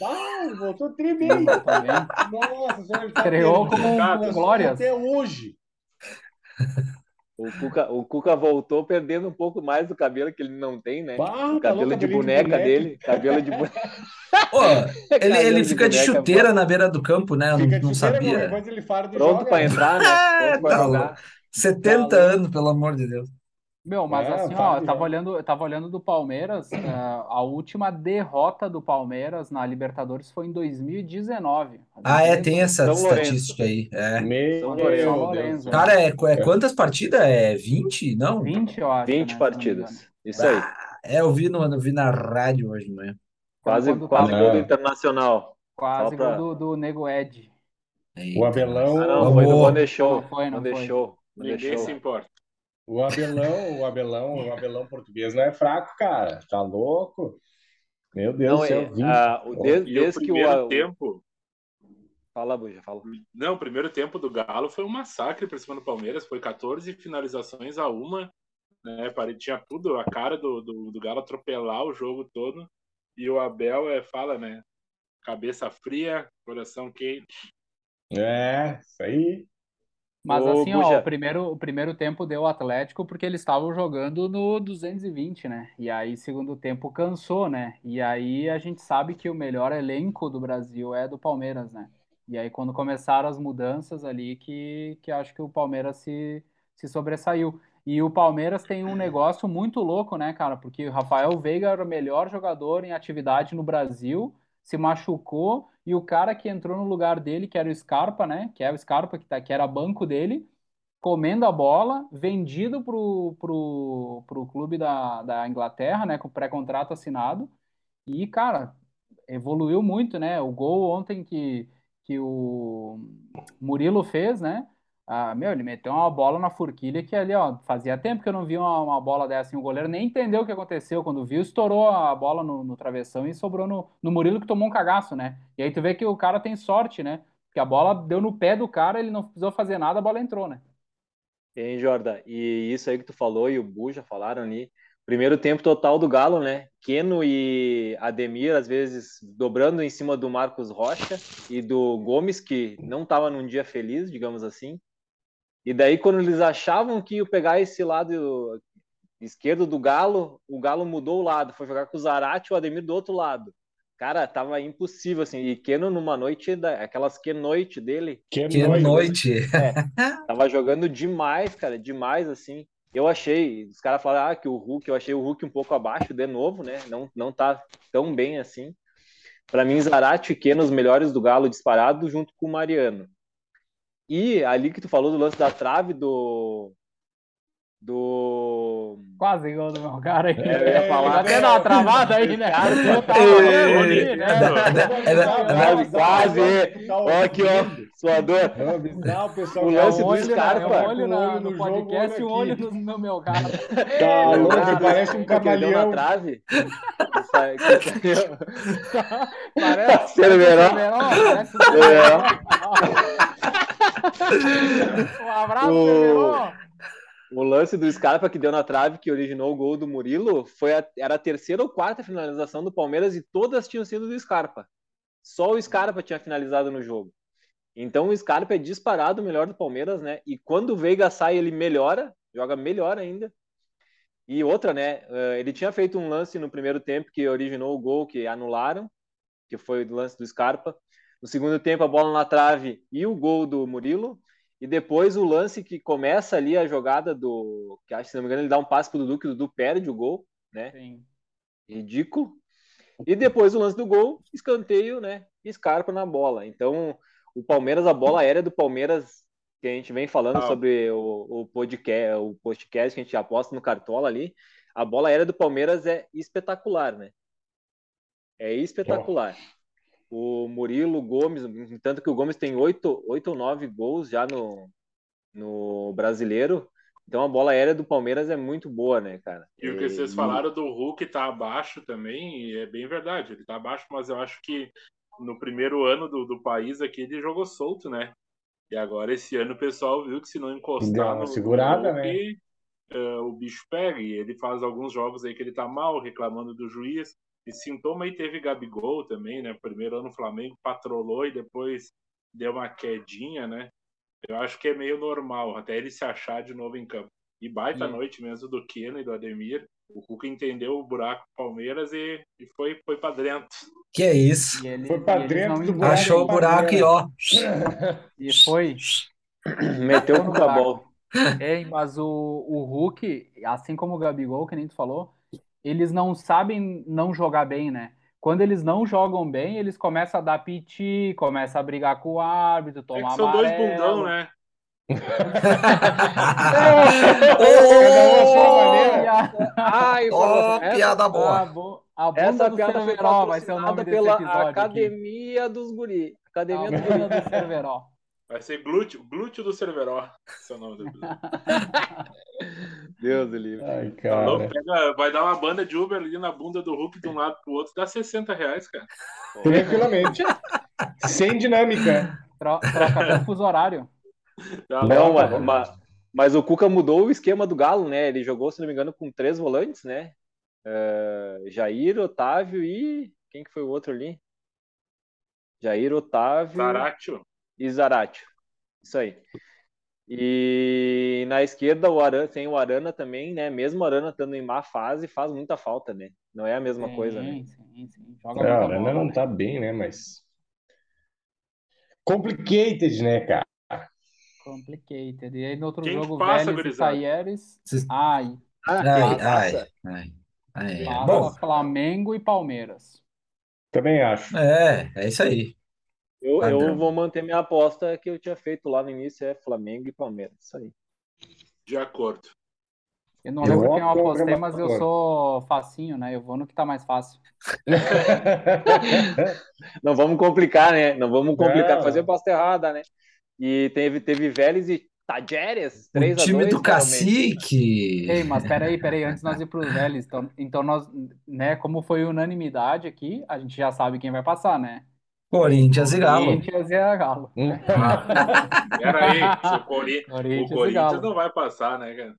[SPEAKER 5] Bah, voltou tri
[SPEAKER 1] Ele
[SPEAKER 5] bem.
[SPEAKER 1] voltou bem.
[SPEAKER 5] Nossa, só ele tá
[SPEAKER 1] Estreou
[SPEAKER 5] bem.
[SPEAKER 1] como um-
[SPEAKER 8] Cara,
[SPEAKER 1] um
[SPEAKER 5] Pessoal,
[SPEAKER 1] Glórias.
[SPEAKER 5] Até hoje.
[SPEAKER 6] O Cuca, o Cuca voltou perdendo um pouco mais do cabelo que ele não tem, né?
[SPEAKER 5] Bah,
[SPEAKER 6] O
[SPEAKER 5] tá louco,
[SPEAKER 6] cabelo de
[SPEAKER 5] cabelinho
[SPEAKER 6] boneca
[SPEAKER 5] boneca.
[SPEAKER 6] dele, cabelo de boneca.
[SPEAKER 2] Ô, *laughs* ele,
[SPEAKER 6] Cabelo
[SPEAKER 2] ele
[SPEAKER 6] de
[SPEAKER 2] fica de
[SPEAKER 6] boneca,
[SPEAKER 2] chuteira na beira do campo, né? Eu não,
[SPEAKER 5] Fica de
[SPEAKER 2] não
[SPEAKER 5] chuteira, qualquer
[SPEAKER 2] sabia.
[SPEAKER 5] coisa ele farda e
[SPEAKER 6] Pronto
[SPEAKER 5] joga.
[SPEAKER 6] pra entrar, né?
[SPEAKER 2] É, *laughs*
[SPEAKER 6] Pronto pra
[SPEAKER 2] tá louco.
[SPEAKER 6] jogar.
[SPEAKER 2] 70
[SPEAKER 1] Tá louco.
[SPEAKER 2] anos, pelo amor de Deus.
[SPEAKER 1] Meu, mas
[SPEAKER 5] Ah,
[SPEAKER 1] assim, ó,
[SPEAKER 5] farda
[SPEAKER 1] eu
[SPEAKER 5] e
[SPEAKER 1] tava
[SPEAKER 5] joga.
[SPEAKER 1] olhando, eu tava olhando do Palmeiras, ah, a última derrota do Palmeiras na Libertadores foi em 2019. Faz
[SPEAKER 2] Ah, é,
[SPEAKER 1] 10
[SPEAKER 2] tem
[SPEAKER 1] anos.
[SPEAKER 2] essa
[SPEAKER 6] São Lourenço.
[SPEAKER 2] estatística aí. É.
[SPEAKER 5] Meu
[SPEAKER 6] São
[SPEAKER 1] São
[SPEAKER 5] Deus
[SPEAKER 6] Lourenço.
[SPEAKER 5] do
[SPEAKER 1] Lourenço,
[SPEAKER 5] céu.
[SPEAKER 2] Cara,
[SPEAKER 1] é.
[SPEAKER 2] é, qu- é quantas partidas? É 20? Não?
[SPEAKER 1] 20, eu acho,
[SPEAKER 6] 20
[SPEAKER 1] né, se eu não me engano.
[SPEAKER 6] partidas. Isso aí.
[SPEAKER 2] Ah, é, eu vi, no, eu vi na rádio hoje de manhã.
[SPEAKER 1] Então,
[SPEAKER 6] Quase,
[SPEAKER 1] quando
[SPEAKER 6] quase
[SPEAKER 1] tava
[SPEAKER 6] gol do
[SPEAKER 5] Não.
[SPEAKER 6] Internacional. Só
[SPEAKER 1] quase gol
[SPEAKER 6] pra.
[SPEAKER 1] do, do Nego Ed.
[SPEAKER 5] O
[SPEAKER 2] Eita, nós.
[SPEAKER 6] Ah,
[SPEAKER 5] Abelão,
[SPEAKER 6] não, foi no
[SPEAKER 2] Vamos!
[SPEAKER 6] One
[SPEAKER 1] Não
[SPEAKER 6] Show.
[SPEAKER 1] foi, não
[SPEAKER 6] One
[SPEAKER 1] foi.
[SPEAKER 6] Show. One
[SPEAKER 8] Ninguém se
[SPEAKER 6] Show.
[SPEAKER 8] importa.
[SPEAKER 5] o Abelão, o Abelão, o Abelão português não é fraco, cara. Tá louco? Meu Deus do
[SPEAKER 6] Não,
[SPEAKER 5] céu,
[SPEAKER 6] é,
[SPEAKER 5] 20.
[SPEAKER 6] ah, o- desde,
[SPEAKER 8] E o
[SPEAKER 6] desde que o,
[SPEAKER 8] primeiro
[SPEAKER 6] a- o.
[SPEAKER 8] tempo.
[SPEAKER 6] Fala, Buja, fala.
[SPEAKER 8] Não, o primeiro tempo do Galo foi um massacre pra cima do Palmeiras. Foi 14 finalizações a uma. né? Pare- Tinha tudo, a cara do, do, do Galo atropelar o jogo todo. E o Abel é, fala, né? Cabeça fria, coração quente.
[SPEAKER 5] É, isso aí.
[SPEAKER 1] Mas
[SPEAKER 6] Ô,
[SPEAKER 1] assim, ó, o
[SPEAKER 6] Buja.
[SPEAKER 1] primeiro, o primeiro tempo deu o Atlético porque eles estavam jogando no 220, né? E aí, segundo tempo, cansou, né? E aí a gente sabe que o melhor elenco do Brasil é do Palmeiras, né? E aí, quando começaram as mudanças ali, que, que acho que o Palmeiras se, se sobressaiu. E o Palmeiras tem um negócio muito louco, né, cara? Porque o Rafael Veiga era o melhor jogador em atividade no Brasil se machucou e o cara que entrou no lugar dele, que era o Scarpa, né? Que é o Scarpa que, tá, que era banco dele, comendo a bola, vendido pro, pro, pro clube da, da Inglaterra, né? Com pré-contrato assinado. E, cara, evoluiu muito, né? O gol ontem que, que o Murilo fez, né? Ah, meu, ele meteu uma bola na forquilha que ali, ó, fazia tempo que eu não vi uma, uma bola dessa. E o goleiro nem entendeu o que aconteceu. Quando viu, estourou a bola no, no travessão e sobrou no, no Murilo que tomou um cagaço, né? E aí tu vê que o cara tem sorte, né? Porque a bola deu no pé do cara, ele não precisou fazer nada, a bola entrou, né?
[SPEAKER 6] Hein, Jorda? E isso aí que tu falou e o Bu já falaram ali. Primeiro tempo total do Galo, né? Keno e Ademir, às vezes, dobrando em cima do Marcos Rocha e do Gomes, que não estava num dia feliz, digamos assim. E daí, quando eles achavam que ia pegar esse lado esquerdo do Galo, o Galo mudou o lado, foi jogar com o Zarate e o Ademir do outro lado. Cara, tava impossível, assim. E Keno numa noite, da- aquelas que noite dele,
[SPEAKER 5] Que,
[SPEAKER 2] Que
[SPEAKER 5] noite.
[SPEAKER 2] noite!
[SPEAKER 6] Tava jogando demais, cara, demais, assim. Eu achei, os caras falaram ah, que o Hulk, eu achei o Hulk um pouco abaixo de novo, né? Não, não tá tão bem assim. Pra mim, Zarate e Keno, os melhores do Galo disparado, junto com o Mariano. E ali que tu falou do lance da trave do. Do.
[SPEAKER 1] Quase gol do meu cara aí.
[SPEAKER 6] Eu ia falar.
[SPEAKER 1] Até dá uma travada aí, né?
[SPEAKER 6] Cara,
[SPEAKER 1] Eu tava
[SPEAKER 6] eu-
[SPEAKER 1] falando ali, né?
[SPEAKER 2] *laughs* É da-
[SPEAKER 6] Quase, quase.
[SPEAKER 5] Tá
[SPEAKER 6] Ó, aqui, ó, suador.
[SPEAKER 5] É avisar o pessoal.
[SPEAKER 6] O
[SPEAKER 5] que
[SPEAKER 1] É
[SPEAKER 6] lance
[SPEAKER 1] um
[SPEAKER 6] do
[SPEAKER 1] olho, na- é
[SPEAKER 6] Scarpa.
[SPEAKER 1] um
[SPEAKER 5] Com
[SPEAKER 1] olho
[SPEAKER 5] o
[SPEAKER 1] na-
[SPEAKER 5] olho
[SPEAKER 1] no
[SPEAKER 5] no jogo,
[SPEAKER 1] podcast e um
[SPEAKER 5] olho
[SPEAKER 1] olho
[SPEAKER 5] aqui.
[SPEAKER 1] no, no meu cara.
[SPEAKER 5] Tá
[SPEAKER 1] Ei,
[SPEAKER 5] louco,
[SPEAKER 1] cara,
[SPEAKER 5] parece um
[SPEAKER 6] Que ele deu na
[SPEAKER 5] camaleão.
[SPEAKER 1] *laughs*
[SPEAKER 6] trave. Que sa- que saiu. *laughs*
[SPEAKER 1] Parece,
[SPEAKER 6] Sendo melhor.
[SPEAKER 1] parece o Severó. Um abraço,
[SPEAKER 6] O-
[SPEAKER 1] Severó.
[SPEAKER 6] O lance do Scarpa que deu na trave, que originou o gol do Murilo, foi a- era a terceira ou quarta finalização do Palmeiras e todas tinham sido do Scarpa. Só o Scarpa tinha finalizado no jogo. Então o Scarpa é disparado o melhor do Palmeiras, né? E quando o Veiga sai, ele melhora, joga melhor ainda. E outra, né? eh, Ele tinha feito um lance no primeiro tempo que originou o gol que anularam, que foi o lance do Scarpa. No segundo tempo, a bola na trave e o gol do Murilo. E depois o lance que começa ali a jogada do. Que acho, que, se não me engano, ele dá um passe pro Dudu, que o Dudu perde o gol.
[SPEAKER 1] Sim.
[SPEAKER 6] Ridículo. E depois o lance do gol, escanteio, né? e Scarpa na bola. Então, o Palmeiras, a bola aérea do Palmeiras, que a gente vem falando
[SPEAKER 4] Ah.
[SPEAKER 6] sobre o, o podcast, o podcast que a gente aposta no Cartola ali, a bola aérea do Palmeiras é espetacular, né? É espetacular. O Murilo Gomes, tanto que o Gomes tem oito, oito ou nove gols já no, no brasileiro. Então a bola aérea do Palmeiras é muito boa, né, cara? *clears throat*
[SPEAKER 4] E
[SPEAKER 5] É,
[SPEAKER 4] o que vocês falaram do Hulk tá abaixo também, e é bem verdade, ele tá abaixo, mas eu acho que no primeiro ano do, do país aqui ele jogou solto, né? E agora esse ano o pessoal viu que se não
[SPEAKER 5] Dá
[SPEAKER 4] encostar
[SPEAKER 5] uma
[SPEAKER 4] no,
[SPEAKER 5] segurada,
[SPEAKER 4] no
[SPEAKER 5] né?
[SPEAKER 4] Hulk, eh, o bicho pega. E ele faz alguns jogos aí que ele tá mal, reclamando do juiz. E sintoma aí teve Gabigol também, né? Primeiro ano o Flamengo patrolou e depois deu uma quedinha, né? Eu acho que é meio normal, até ele se achar de novo em campo. E baita
[SPEAKER 1] E-
[SPEAKER 4] noite mesmo do Keno e do Ademir. O Cuca entendeu o buraco do Palmeiras e, e foi, foi pra dentro.
[SPEAKER 2] Que é isso?
[SPEAKER 1] E ele,
[SPEAKER 5] Foi pra
[SPEAKER 1] e eles
[SPEAKER 5] dentro
[SPEAKER 1] não
[SPEAKER 5] do buraco.
[SPEAKER 2] Achou o buraco
[SPEAKER 6] *laughs*
[SPEAKER 2] e ó.
[SPEAKER 1] E foi.
[SPEAKER 6] Meteu o
[SPEAKER 1] no
[SPEAKER 6] Cucabol.
[SPEAKER 1] Ei, mas o, o Hulk, assim como o Gabigol, que nem tu falou, eles não sabem não jogar bem, né? Quando eles não jogam bem, eles começam a dar piti, começam a brigar com o árbitro,
[SPEAKER 4] É
[SPEAKER 1] tomar
[SPEAKER 4] que são dois
[SPEAKER 1] amarelo.
[SPEAKER 4] bundão, né?
[SPEAKER 5] Cada um a sua
[SPEAKER 1] E
[SPEAKER 6] é.
[SPEAKER 5] maneira.
[SPEAKER 1] a,
[SPEAKER 6] Ai,
[SPEAKER 2] Ó,
[SPEAKER 6] essa-
[SPEAKER 2] piada
[SPEAKER 1] a,
[SPEAKER 2] boa.
[SPEAKER 1] bu- a bunda
[SPEAKER 6] Essa
[SPEAKER 1] do
[SPEAKER 6] piada foi
[SPEAKER 1] Cerveró vai ser o nome
[SPEAKER 6] patrocinada
[SPEAKER 1] desse
[SPEAKER 6] pela
[SPEAKER 1] episódio aqui.
[SPEAKER 6] Academia dos Guri.
[SPEAKER 1] A
[SPEAKER 6] Academia dos
[SPEAKER 1] bunda
[SPEAKER 6] Guri.
[SPEAKER 1] do Cerveró.
[SPEAKER 4] Vai ser glúteo, glúteo do Cerveró. Esse é o nome
[SPEAKER 1] *laughs*
[SPEAKER 4] do episódio.
[SPEAKER 6] *laughs* Deus do livre.
[SPEAKER 5] Ai,
[SPEAKER 4] Tá louco?
[SPEAKER 5] cara.
[SPEAKER 4] Pega- vai dar uma banda de Uber ali na bunda do Hulk de um lado pro outro, dá 60 reais, cara.
[SPEAKER 5] Tranquilamente. Sem dinâmica.
[SPEAKER 1] Tro- troca até o fuso horário.
[SPEAKER 4] Tá
[SPEAKER 6] Não,
[SPEAKER 4] louco?
[SPEAKER 6] mas, mas- mas o Cuca mudou o esquema do Galo, né? Ele jogou, se não me engano, com três volantes, né? Eh, Jair, Otávio e. Quem que foi o outro ali? Jair,
[SPEAKER 4] um
[SPEAKER 6] Otávio
[SPEAKER 4] Zaratio.
[SPEAKER 6] e Zaratio. Isso aí. E na esquerda o Arana, tem o Arana também, né? Mesmo o Arana estando em má fase, faz muita falta, né? Não é a *laughs* mesma coisa, né?
[SPEAKER 1] Sim, sim, sim. Joga
[SPEAKER 5] É, a
[SPEAKER 1] muita
[SPEAKER 5] Arana
[SPEAKER 1] bola,
[SPEAKER 5] não
[SPEAKER 1] né?
[SPEAKER 5] tá bem, né? Mas. Complicated, né, cara?
[SPEAKER 1] Complicated. E aí no outro
[SPEAKER 4] Quem que
[SPEAKER 1] jogo,
[SPEAKER 4] passa,
[SPEAKER 1] Vélez e
[SPEAKER 4] gurizada?
[SPEAKER 1] Taieres.
[SPEAKER 2] Vocês-
[SPEAKER 1] Ai,
[SPEAKER 2] Ai, ai,
[SPEAKER 6] Passa.
[SPEAKER 2] ai, ai.
[SPEAKER 1] passa
[SPEAKER 2] É. Bom,
[SPEAKER 1] Flamengo e Palmeiras.
[SPEAKER 5] Também
[SPEAKER 2] *laughs*
[SPEAKER 5] acho.
[SPEAKER 2] é, é isso aí.
[SPEAKER 6] Eu, eu
[SPEAKER 2] Padrão.
[SPEAKER 6] vou manter minha aposta que eu tinha feito lá no início, é Flamengo e Palmeiras. Isso aí.
[SPEAKER 4] De acordo.
[SPEAKER 1] Eu não
[SPEAKER 5] Eu
[SPEAKER 1] lembro
[SPEAKER 5] voto
[SPEAKER 1] quem eu
[SPEAKER 5] no
[SPEAKER 1] apostei, mas eu
[SPEAKER 5] programador.
[SPEAKER 1] sou facinho, né? Eu vou no que tá mais fácil.
[SPEAKER 6] Não vamos complicar, né? Não vamos complicar,
[SPEAKER 5] Não.
[SPEAKER 6] fazer aposta errada, né? E teve, teve Vélez e Tajeres,
[SPEAKER 2] O
[SPEAKER 6] 3 a 2
[SPEAKER 2] time do
[SPEAKER 6] cara, o Mendy.
[SPEAKER 2] cacique.
[SPEAKER 1] Ei, mas peraí, peraí, antes de nós ir pros velhos, então, então nós, né, como foi unanimidade aqui, a gente já sabe quem vai passar, né?
[SPEAKER 2] Corinthians e Galo.
[SPEAKER 1] Corinthians e a Galo.
[SPEAKER 4] Pera aí, se o, Cori- o
[SPEAKER 1] Corinthians e
[SPEAKER 4] Corinthians
[SPEAKER 1] Galo.
[SPEAKER 4] não vai passar, né, cara?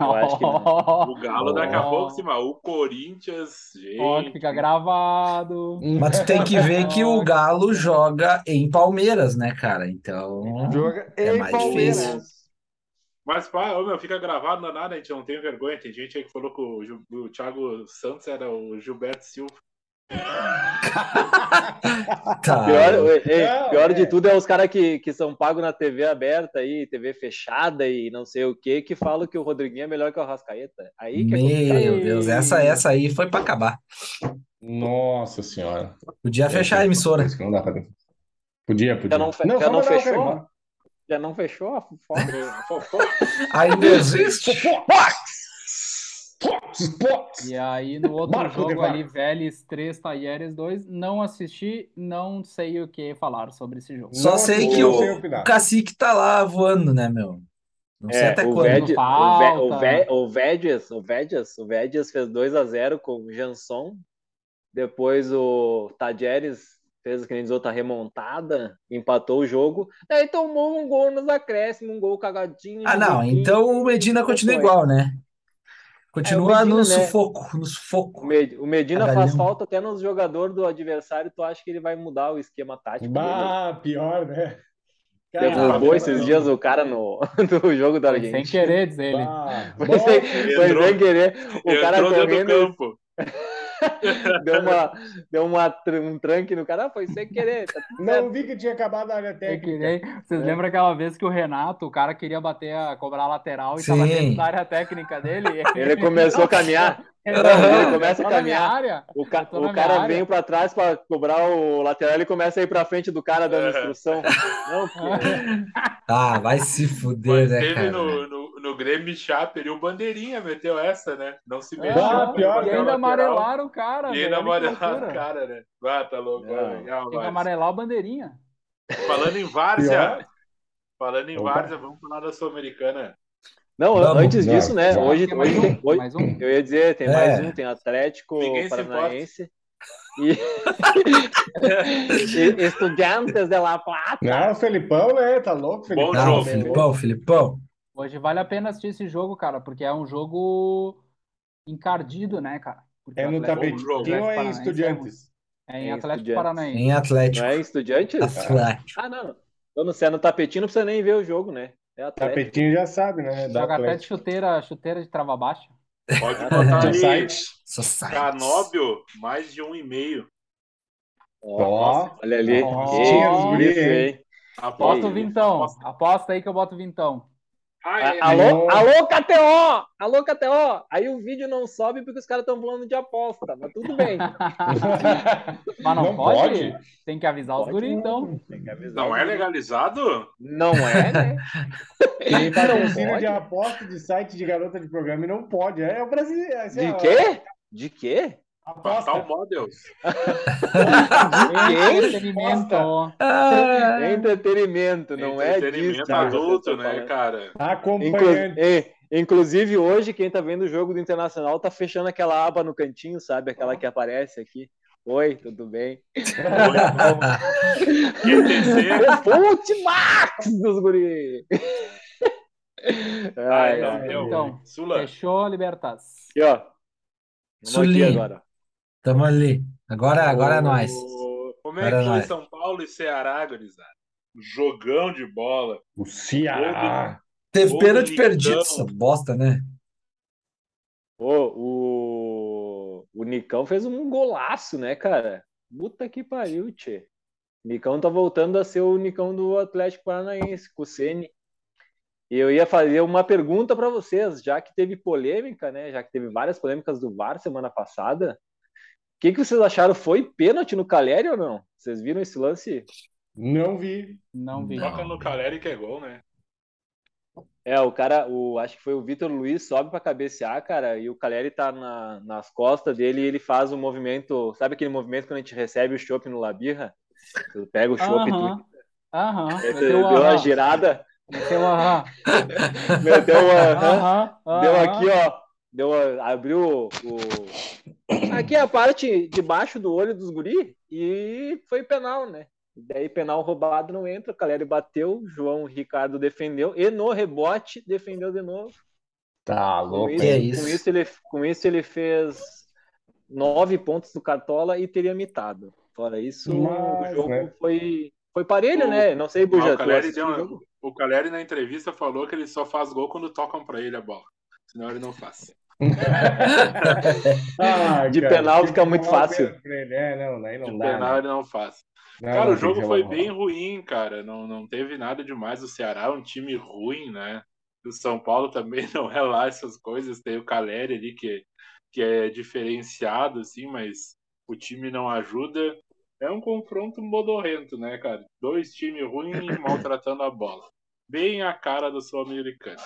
[SPEAKER 6] Eu acho que
[SPEAKER 1] *laughs*
[SPEAKER 4] O Galo daqui a pouco se mal. O Corinthians,
[SPEAKER 1] Ó, que
[SPEAKER 4] gente.
[SPEAKER 1] fica gravado.
[SPEAKER 2] Mas tu tem que ver
[SPEAKER 6] *laughs*
[SPEAKER 2] que o Galo joga em Palmeiras, né, cara? Então,
[SPEAKER 5] Joga
[SPEAKER 2] É
[SPEAKER 5] em
[SPEAKER 2] mais
[SPEAKER 5] Palmeiras.
[SPEAKER 2] difícil.
[SPEAKER 4] Mas, pá, ô, meu, fica gravado, não é
[SPEAKER 8] né?
[SPEAKER 6] *laughs*
[SPEAKER 4] nada, a gente não tem vergonha. Tem gente aí que falou que o, Ju- o Thiago Santos era o Gilberto Silva.
[SPEAKER 2] Tá.
[SPEAKER 6] *laughs* Pior, ei, ei,
[SPEAKER 5] Não,
[SPEAKER 6] pior
[SPEAKER 5] é.
[SPEAKER 6] de tudo é os caras que, que são pagos na TV aberta aí, TV fechada e não sei o que, que falam que o Rodriguinho é melhor que o Arrascaeta. Aí que é complicado.
[SPEAKER 2] Meu Deus, essa, é essa aí foi pra acabar.
[SPEAKER 9] Nossa senhora.
[SPEAKER 6] É
[SPEAKER 2] Podia fechar a emissora.
[SPEAKER 9] Isso que não dá pra ver. Podia, podia.
[SPEAKER 6] Já não, fe-
[SPEAKER 5] Não,
[SPEAKER 6] já não
[SPEAKER 5] vamos lá,
[SPEAKER 6] fechou?
[SPEAKER 5] cara.
[SPEAKER 6] Já não fechou a
[SPEAKER 2] *laughs*
[SPEAKER 6] fofoca?
[SPEAKER 2] Ainda
[SPEAKER 6] *laughs*
[SPEAKER 2] existe.
[SPEAKER 1] E aí, no outro
[SPEAKER 9] Marco
[SPEAKER 1] jogo
[SPEAKER 9] Devar.
[SPEAKER 1] ali, Vélez 3, Talheres 2, não assisti, não sei o que falar sobre esse jogo.
[SPEAKER 2] Só
[SPEAKER 5] Não
[SPEAKER 2] sei que
[SPEAKER 5] sei
[SPEAKER 2] o,
[SPEAKER 5] opinar.
[SPEAKER 2] o cacique tá lá voando, né, meu? Não sei
[SPEAKER 6] É,
[SPEAKER 2] até
[SPEAKER 6] o
[SPEAKER 2] quando.
[SPEAKER 6] Ved- o Ve- o
[SPEAKER 1] Falta.
[SPEAKER 6] Ve- o Vedes, o Vedes, o Vedes fez 2x0 com o Janson. Depois o Tajeres fez, que nem diz outra remontada, empatou o jogo. Daí tomou um gol nos acréscimos, um gol cagadinho.
[SPEAKER 2] Ah, não,
[SPEAKER 6] joguinho.
[SPEAKER 2] então o Medina continua
[SPEAKER 6] Foi.
[SPEAKER 2] igual, né?
[SPEAKER 6] É,
[SPEAKER 2] Continua
[SPEAKER 6] o Medina,
[SPEAKER 2] no
[SPEAKER 6] né?
[SPEAKER 2] sufoco, no sufoco.
[SPEAKER 6] O Med- o Medina
[SPEAKER 2] Cagalhão.
[SPEAKER 6] faz falta até nos jogadores do adversário. Tu acha que ele vai mudar o esquema tático? dele?
[SPEAKER 9] Bah, pior, né?
[SPEAKER 6] Derrubou esses dias o cara no, *laughs* no jogo da
[SPEAKER 1] Foi sem
[SPEAKER 6] Argentina.
[SPEAKER 1] querer, diz ele.
[SPEAKER 5] Ah,
[SPEAKER 6] *laughs*
[SPEAKER 9] Bah,
[SPEAKER 6] Foi sem, foi
[SPEAKER 8] Entrou-
[SPEAKER 6] sem querer. é, O cara
[SPEAKER 8] Entrou dentro do
[SPEAKER 6] correndo,
[SPEAKER 8] campo.
[SPEAKER 6] deu, uma, deu uma, tr- um tranque no cara, ah, foi sem querer. tá tudo certo.
[SPEAKER 5] Não vi que tinha acabado a área
[SPEAKER 6] É
[SPEAKER 1] Sem
[SPEAKER 6] né?
[SPEAKER 5] técnica.
[SPEAKER 1] querer. Vocês lembram aquela vez que o Renato, o cara queria bater, a, cobrar a lateral e
[SPEAKER 2] Sim.
[SPEAKER 1] tava dentro da área técnica dele?
[SPEAKER 6] *laughs* Ele começou a caminhar,
[SPEAKER 1] Ele,
[SPEAKER 6] Ele começa a
[SPEAKER 1] "Eu tô na minha
[SPEAKER 6] caminhar."
[SPEAKER 1] área.
[SPEAKER 6] o, ca-
[SPEAKER 1] Eu tô na
[SPEAKER 6] o
[SPEAKER 1] minha
[SPEAKER 6] cara
[SPEAKER 1] área.
[SPEAKER 6] vem pra trás pra cobrar o lateral, ele começa a ir pra frente do cara dando
[SPEAKER 8] É. *laughs*
[SPEAKER 6] instrução. Não, porque...
[SPEAKER 2] Ah, vai se fuder,
[SPEAKER 1] é
[SPEAKER 8] Mas
[SPEAKER 2] né,
[SPEAKER 8] teve
[SPEAKER 2] cara?
[SPEAKER 8] no, no, no Grêmio e Chapa, ele o Bandeirinha meteu essa, né? Não se mexeu.
[SPEAKER 5] Ah,
[SPEAKER 8] ele
[SPEAKER 5] pior,
[SPEAKER 8] bateu
[SPEAKER 1] E ainda
[SPEAKER 8] na lateral.
[SPEAKER 1] amarelaram o cara,
[SPEAKER 8] E
[SPEAKER 1] velho.
[SPEAKER 8] ainda
[SPEAKER 1] Olha que
[SPEAKER 8] amarelaram o
[SPEAKER 1] loucura.
[SPEAKER 8] cara, né? Ah, tá louco.
[SPEAKER 6] Não.
[SPEAKER 8] olha, ah,
[SPEAKER 1] Tem que
[SPEAKER 8] Várzea.
[SPEAKER 1] amarelar o bandeirinha.
[SPEAKER 8] Falando em Várzea, falando em
[SPEAKER 9] Opa.
[SPEAKER 8] Várzea, vamos falar da Sul-Americana.
[SPEAKER 6] não an-
[SPEAKER 2] Vamos.
[SPEAKER 6] antes disso, né?
[SPEAKER 9] Não,
[SPEAKER 6] Hoje,
[SPEAKER 1] Tem mais
[SPEAKER 6] hoje, tem,
[SPEAKER 1] um,
[SPEAKER 6] hoje-
[SPEAKER 1] mais um.
[SPEAKER 6] eu ia dizer, tem
[SPEAKER 2] É.
[SPEAKER 6] mais um, tem Atlético
[SPEAKER 8] Ninguém se
[SPEAKER 6] Paranaense. E... e *laughs* Estudiantes de La Plata.
[SPEAKER 5] Não, o Felipão, né? Tá louco, Felipão.
[SPEAKER 8] Bom
[SPEAKER 2] Não,
[SPEAKER 8] jogo.
[SPEAKER 2] Filipão, Filipão.
[SPEAKER 1] Hoje vale a pena assistir esse jogo, cara, porque é um jogo encardido, né, cara? Porque
[SPEAKER 5] É
[SPEAKER 1] o
[SPEAKER 5] no
[SPEAKER 1] Atlético-
[SPEAKER 8] jogo.
[SPEAKER 5] tapetinho ou é em
[SPEAKER 1] Paranaense
[SPEAKER 5] Estudiantes?
[SPEAKER 1] É em
[SPEAKER 6] É
[SPEAKER 1] Atlético
[SPEAKER 6] Estudiantes.
[SPEAKER 1] Paranaense.
[SPEAKER 2] Em Atlético.
[SPEAKER 6] Não é em Estudiantes?
[SPEAKER 2] Atlético.
[SPEAKER 6] Ah, não. Quando você é no tapetinho, não precisa nem ver o jogo, né? É Atlético.
[SPEAKER 5] Tapetinho já sabe, né? Da
[SPEAKER 1] Joga até de
[SPEAKER 5] Atlético.
[SPEAKER 1] chuteira, chuteira de trava baixa. *laughs*
[SPEAKER 8] Pode botar aí
[SPEAKER 5] Society.
[SPEAKER 6] *laughs*
[SPEAKER 2] Society.
[SPEAKER 8] Canóbio, mais de um e meio.
[SPEAKER 5] Ó,
[SPEAKER 6] Olha ali.
[SPEAKER 1] Nossa,
[SPEAKER 6] Ei,
[SPEAKER 5] guri,
[SPEAKER 6] isso,
[SPEAKER 5] hein?
[SPEAKER 6] hein?
[SPEAKER 8] Aposta
[SPEAKER 1] Bota
[SPEAKER 6] Que
[SPEAKER 1] o
[SPEAKER 8] o
[SPEAKER 6] isso.
[SPEAKER 1] vintão.
[SPEAKER 8] Aposta.
[SPEAKER 1] Aposta aí que eu boto o vintão.
[SPEAKER 8] Ai,
[SPEAKER 6] A- alô,
[SPEAKER 5] Nossa.
[SPEAKER 6] alô, KTO! Alô, KTO! Aí o vídeo não sobe porque os caras estão falando de aposta, mas tudo bem.
[SPEAKER 1] Mas não,
[SPEAKER 9] Não
[SPEAKER 1] pode?
[SPEAKER 9] pode?
[SPEAKER 1] Tem que avisar os
[SPEAKER 6] Pode,
[SPEAKER 1] guri,
[SPEAKER 6] né? *laughs*
[SPEAKER 1] *laughs* então.
[SPEAKER 8] não é legalizado?
[SPEAKER 6] Não é, né?
[SPEAKER 5] Tem patrocínio
[SPEAKER 6] pode?
[SPEAKER 5] tá de aposta de site de garota de programa e não pode. É o brasileiro. é assim,
[SPEAKER 6] De
[SPEAKER 5] ó,
[SPEAKER 6] quê? De quê?
[SPEAKER 5] Aposta.
[SPEAKER 8] Fatal Models.
[SPEAKER 1] Entretenimento.
[SPEAKER 2] Ah,
[SPEAKER 6] É entretenimento, não é disso.
[SPEAKER 8] Entretenimento
[SPEAKER 6] que vocês
[SPEAKER 8] adulto,
[SPEAKER 6] estão
[SPEAKER 8] né,
[SPEAKER 6] falando. *laughs*
[SPEAKER 8] cara?
[SPEAKER 6] Inclu-
[SPEAKER 5] Acompanhante.
[SPEAKER 6] Ei, Inclusive, hoje, quem tá vendo o jogo do Internacional tá fechando aquela aba no cantinho, sabe? Aquela que aparece aqui. Oi, tudo bem?
[SPEAKER 8] ETC.
[SPEAKER 6] Eu sou o T-Max dos guri! *laughs*
[SPEAKER 8] Ai,
[SPEAKER 6] Ai,
[SPEAKER 8] não
[SPEAKER 6] ai.
[SPEAKER 8] deu.
[SPEAKER 1] Então,
[SPEAKER 8] Sula.
[SPEAKER 1] Fechou, Libertas.
[SPEAKER 6] Aqui, ó. Vamos aqui
[SPEAKER 2] Sulinho.
[SPEAKER 6] agora.
[SPEAKER 2] *laughs* tamo ali. Agora, agora é nós.
[SPEAKER 8] O- Como é que
[SPEAKER 2] Agora é
[SPEAKER 8] foi
[SPEAKER 2] nóis.
[SPEAKER 8] São Paulo e Ceará, gurizada? Jogão de bola.
[SPEAKER 9] O Ceará.
[SPEAKER 2] Teve
[SPEAKER 8] Ô,
[SPEAKER 2] pênalti
[SPEAKER 8] Militão.
[SPEAKER 2] perdido, essa bosta, né?
[SPEAKER 6] Ô, o... o Nicão fez um golaço, né, cara? Puta que pariu, tchê. Nicão tá voltando a ser o Nicão do Atlético Paranaense, com o Ceni. E eu ia fazer uma pergunta pra vocês, já que teve polêmica, né? Já que teve várias polêmicas do VAR semana passada. O que, que vocês acharam? Foi pênalti no Caleri ou não? Vocês viram esse lance?
[SPEAKER 5] Não vi.
[SPEAKER 1] Não vi.
[SPEAKER 8] Toca no Caleri que é gol, né?
[SPEAKER 6] É, o cara, o, acho que foi o Vitor Luiz, sobe pra cabecear, cara, e o Caleri tá na- nas costas dele e ele faz um movimento, sabe aquele movimento quando a gente recebe o chopp no Labirra? Tu pega o chopp e tu
[SPEAKER 1] Aham. Aham.
[SPEAKER 6] tu
[SPEAKER 1] Meteu
[SPEAKER 6] deu
[SPEAKER 1] um
[SPEAKER 6] uma
[SPEAKER 1] aham.
[SPEAKER 6] girada,
[SPEAKER 1] Meteu um aham.
[SPEAKER 6] meteu uma,
[SPEAKER 1] Aham.
[SPEAKER 6] deu
[SPEAKER 1] aham.
[SPEAKER 6] aqui, ó, deu uma- abriu o, aqui é a parte de baixo do olho dos guri e foi penal, né? E Daí penal roubado não entra, o Caleri bateu, o João Ricardo defendeu e no rebote defendeu de novo.
[SPEAKER 9] Tá
[SPEAKER 6] Com
[SPEAKER 9] louco,
[SPEAKER 6] isso,
[SPEAKER 9] hein?
[SPEAKER 2] é
[SPEAKER 6] com
[SPEAKER 2] isso.
[SPEAKER 6] isso ele, com isso ele fez nove pontos do Cartola e teria mitado. Fora isso,
[SPEAKER 5] Mas,
[SPEAKER 6] o jogo
[SPEAKER 5] né?
[SPEAKER 6] foi, foi parelho,
[SPEAKER 8] O-
[SPEAKER 6] né? Não sei,
[SPEAKER 8] Ah,
[SPEAKER 6] Buja,
[SPEAKER 8] o
[SPEAKER 6] tu
[SPEAKER 8] Caleri deu
[SPEAKER 6] assistiu o
[SPEAKER 8] uma-
[SPEAKER 6] jogo?
[SPEAKER 8] O Caleri na entrevista falou que ele só faz gol quando tocam pra ele a bola. Senão ele não faz.
[SPEAKER 10] Ah,
[SPEAKER 6] De
[SPEAKER 10] cara,
[SPEAKER 6] penal
[SPEAKER 10] tem
[SPEAKER 6] fica
[SPEAKER 10] que
[SPEAKER 6] muito
[SPEAKER 10] tomar o
[SPEAKER 6] fácil.
[SPEAKER 10] pé pra ele. É, não, aí não
[SPEAKER 4] De
[SPEAKER 10] dá.
[SPEAKER 4] penal
[SPEAKER 10] né?
[SPEAKER 4] ele não faz.
[SPEAKER 10] Não,
[SPEAKER 4] Cara,
[SPEAKER 10] não
[SPEAKER 4] o
[SPEAKER 10] tem
[SPEAKER 4] jogo
[SPEAKER 10] que
[SPEAKER 4] foi
[SPEAKER 10] rolar.
[SPEAKER 4] bem ruim, cara. Não, não teve nada demais. O Ceará é um time ruim, né? O São Paulo *laughs* também não é lá essas coisas. Tem o Caleri ali que, que é diferenciado, assim, mas o time não ajuda. É um confronto modorrento, né, cara? Dois
[SPEAKER 10] *laughs*
[SPEAKER 4] times ruins maltratando a bola. Bem a cara do Sul-Americano.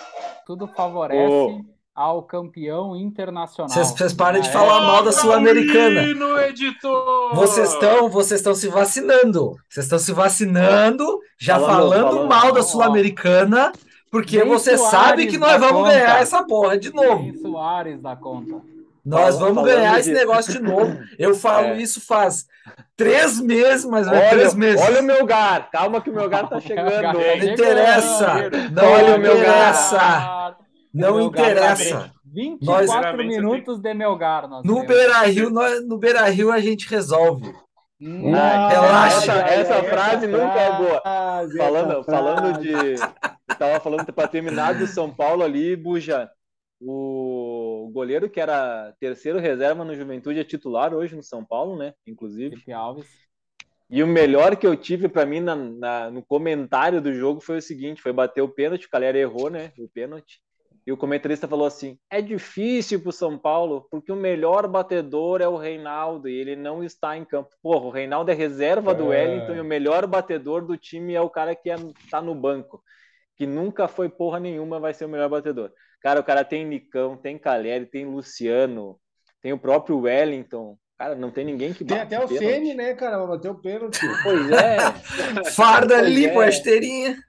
[SPEAKER 1] Tudo favorece
[SPEAKER 6] Ô.
[SPEAKER 1] ao campeão internacional.
[SPEAKER 2] Vocês- vocês parem de
[SPEAKER 1] Ah,
[SPEAKER 2] falar mal da Sul-Americana.
[SPEAKER 4] E no editor!
[SPEAKER 2] Vocês estão, vocês estão se vacinando. Vocês estão se vacinando, já
[SPEAKER 6] Falando,
[SPEAKER 2] falando,
[SPEAKER 6] falando.
[SPEAKER 2] mal da
[SPEAKER 1] Ó.
[SPEAKER 2] Sul-Americana, porque
[SPEAKER 1] Nem
[SPEAKER 2] você
[SPEAKER 1] Suárez
[SPEAKER 2] sabe que nós
[SPEAKER 1] dá
[SPEAKER 2] vamos
[SPEAKER 1] conta.
[SPEAKER 2] ganhar essa porra de novo.
[SPEAKER 1] Nem Soares da conta.
[SPEAKER 2] Nós
[SPEAKER 6] Fala-
[SPEAKER 2] vamos
[SPEAKER 6] falando
[SPEAKER 2] ganhar
[SPEAKER 6] de-
[SPEAKER 2] esse negócio de novo. Eu falo
[SPEAKER 6] É.
[SPEAKER 2] isso faz três meses, mas é
[SPEAKER 6] Olha,
[SPEAKER 2] três meses.
[SPEAKER 6] olha o meu gar, calma que o meu
[SPEAKER 8] *laughs*
[SPEAKER 6] gar tá chegando.
[SPEAKER 2] Não interessa. Não
[SPEAKER 6] Olha o meu
[SPEAKER 2] interessa. Não
[SPEAKER 1] Meu gato
[SPEAKER 2] interessa.
[SPEAKER 1] tá bem. 24
[SPEAKER 4] Primeiramente, eu
[SPEAKER 1] minutos de Melgar nós
[SPEAKER 2] No
[SPEAKER 1] temos.
[SPEAKER 2] Beira Rio, nós- no Beira Rio a gente resolve.
[SPEAKER 1] Hum,
[SPEAKER 6] Ah, Essa,
[SPEAKER 2] Relaxa.
[SPEAKER 6] essa
[SPEAKER 5] Essa
[SPEAKER 6] frase nunca é boa.
[SPEAKER 5] frase, essa
[SPEAKER 6] Falando, falando
[SPEAKER 5] frase.
[SPEAKER 6] de. Eu tava falando pra terminar do São Paulo ali, Buja. O goleiro que era terceiro reserva no Juventude é titular hoje no São Paulo, né? Inclusive.
[SPEAKER 1] Felipe Alves.
[SPEAKER 6] E o melhor que eu tive pra mim na- na- no comentário do jogo foi o seguinte: foi bater o pênalti, o galera errou, né? O pênalti. E o comentarista falou assim: é difícil pro São Paulo, porque o melhor batedor é o Reinaldo e ele não está em campo. Porra, o Reinaldo é reserva do
[SPEAKER 10] Ah.
[SPEAKER 6] Wellington e o melhor batedor do time é o cara que é, tá no banco, que nunca foi porra nenhuma, vai ser o melhor batedor. Cara, o cara tem Nicão, tem Caleri, tem Luciano, tem o próprio Wellington. Cara, não tem ninguém que
[SPEAKER 5] Tem
[SPEAKER 6] bate
[SPEAKER 5] até o
[SPEAKER 6] pênalti.
[SPEAKER 5] Ceni, né, cara? Vai bater o pênalti.
[SPEAKER 6] Pois
[SPEAKER 5] *laughs*
[SPEAKER 6] é.
[SPEAKER 2] Farda
[SPEAKER 6] Pois
[SPEAKER 2] ali
[SPEAKER 6] é.
[SPEAKER 2] com a esteirinha.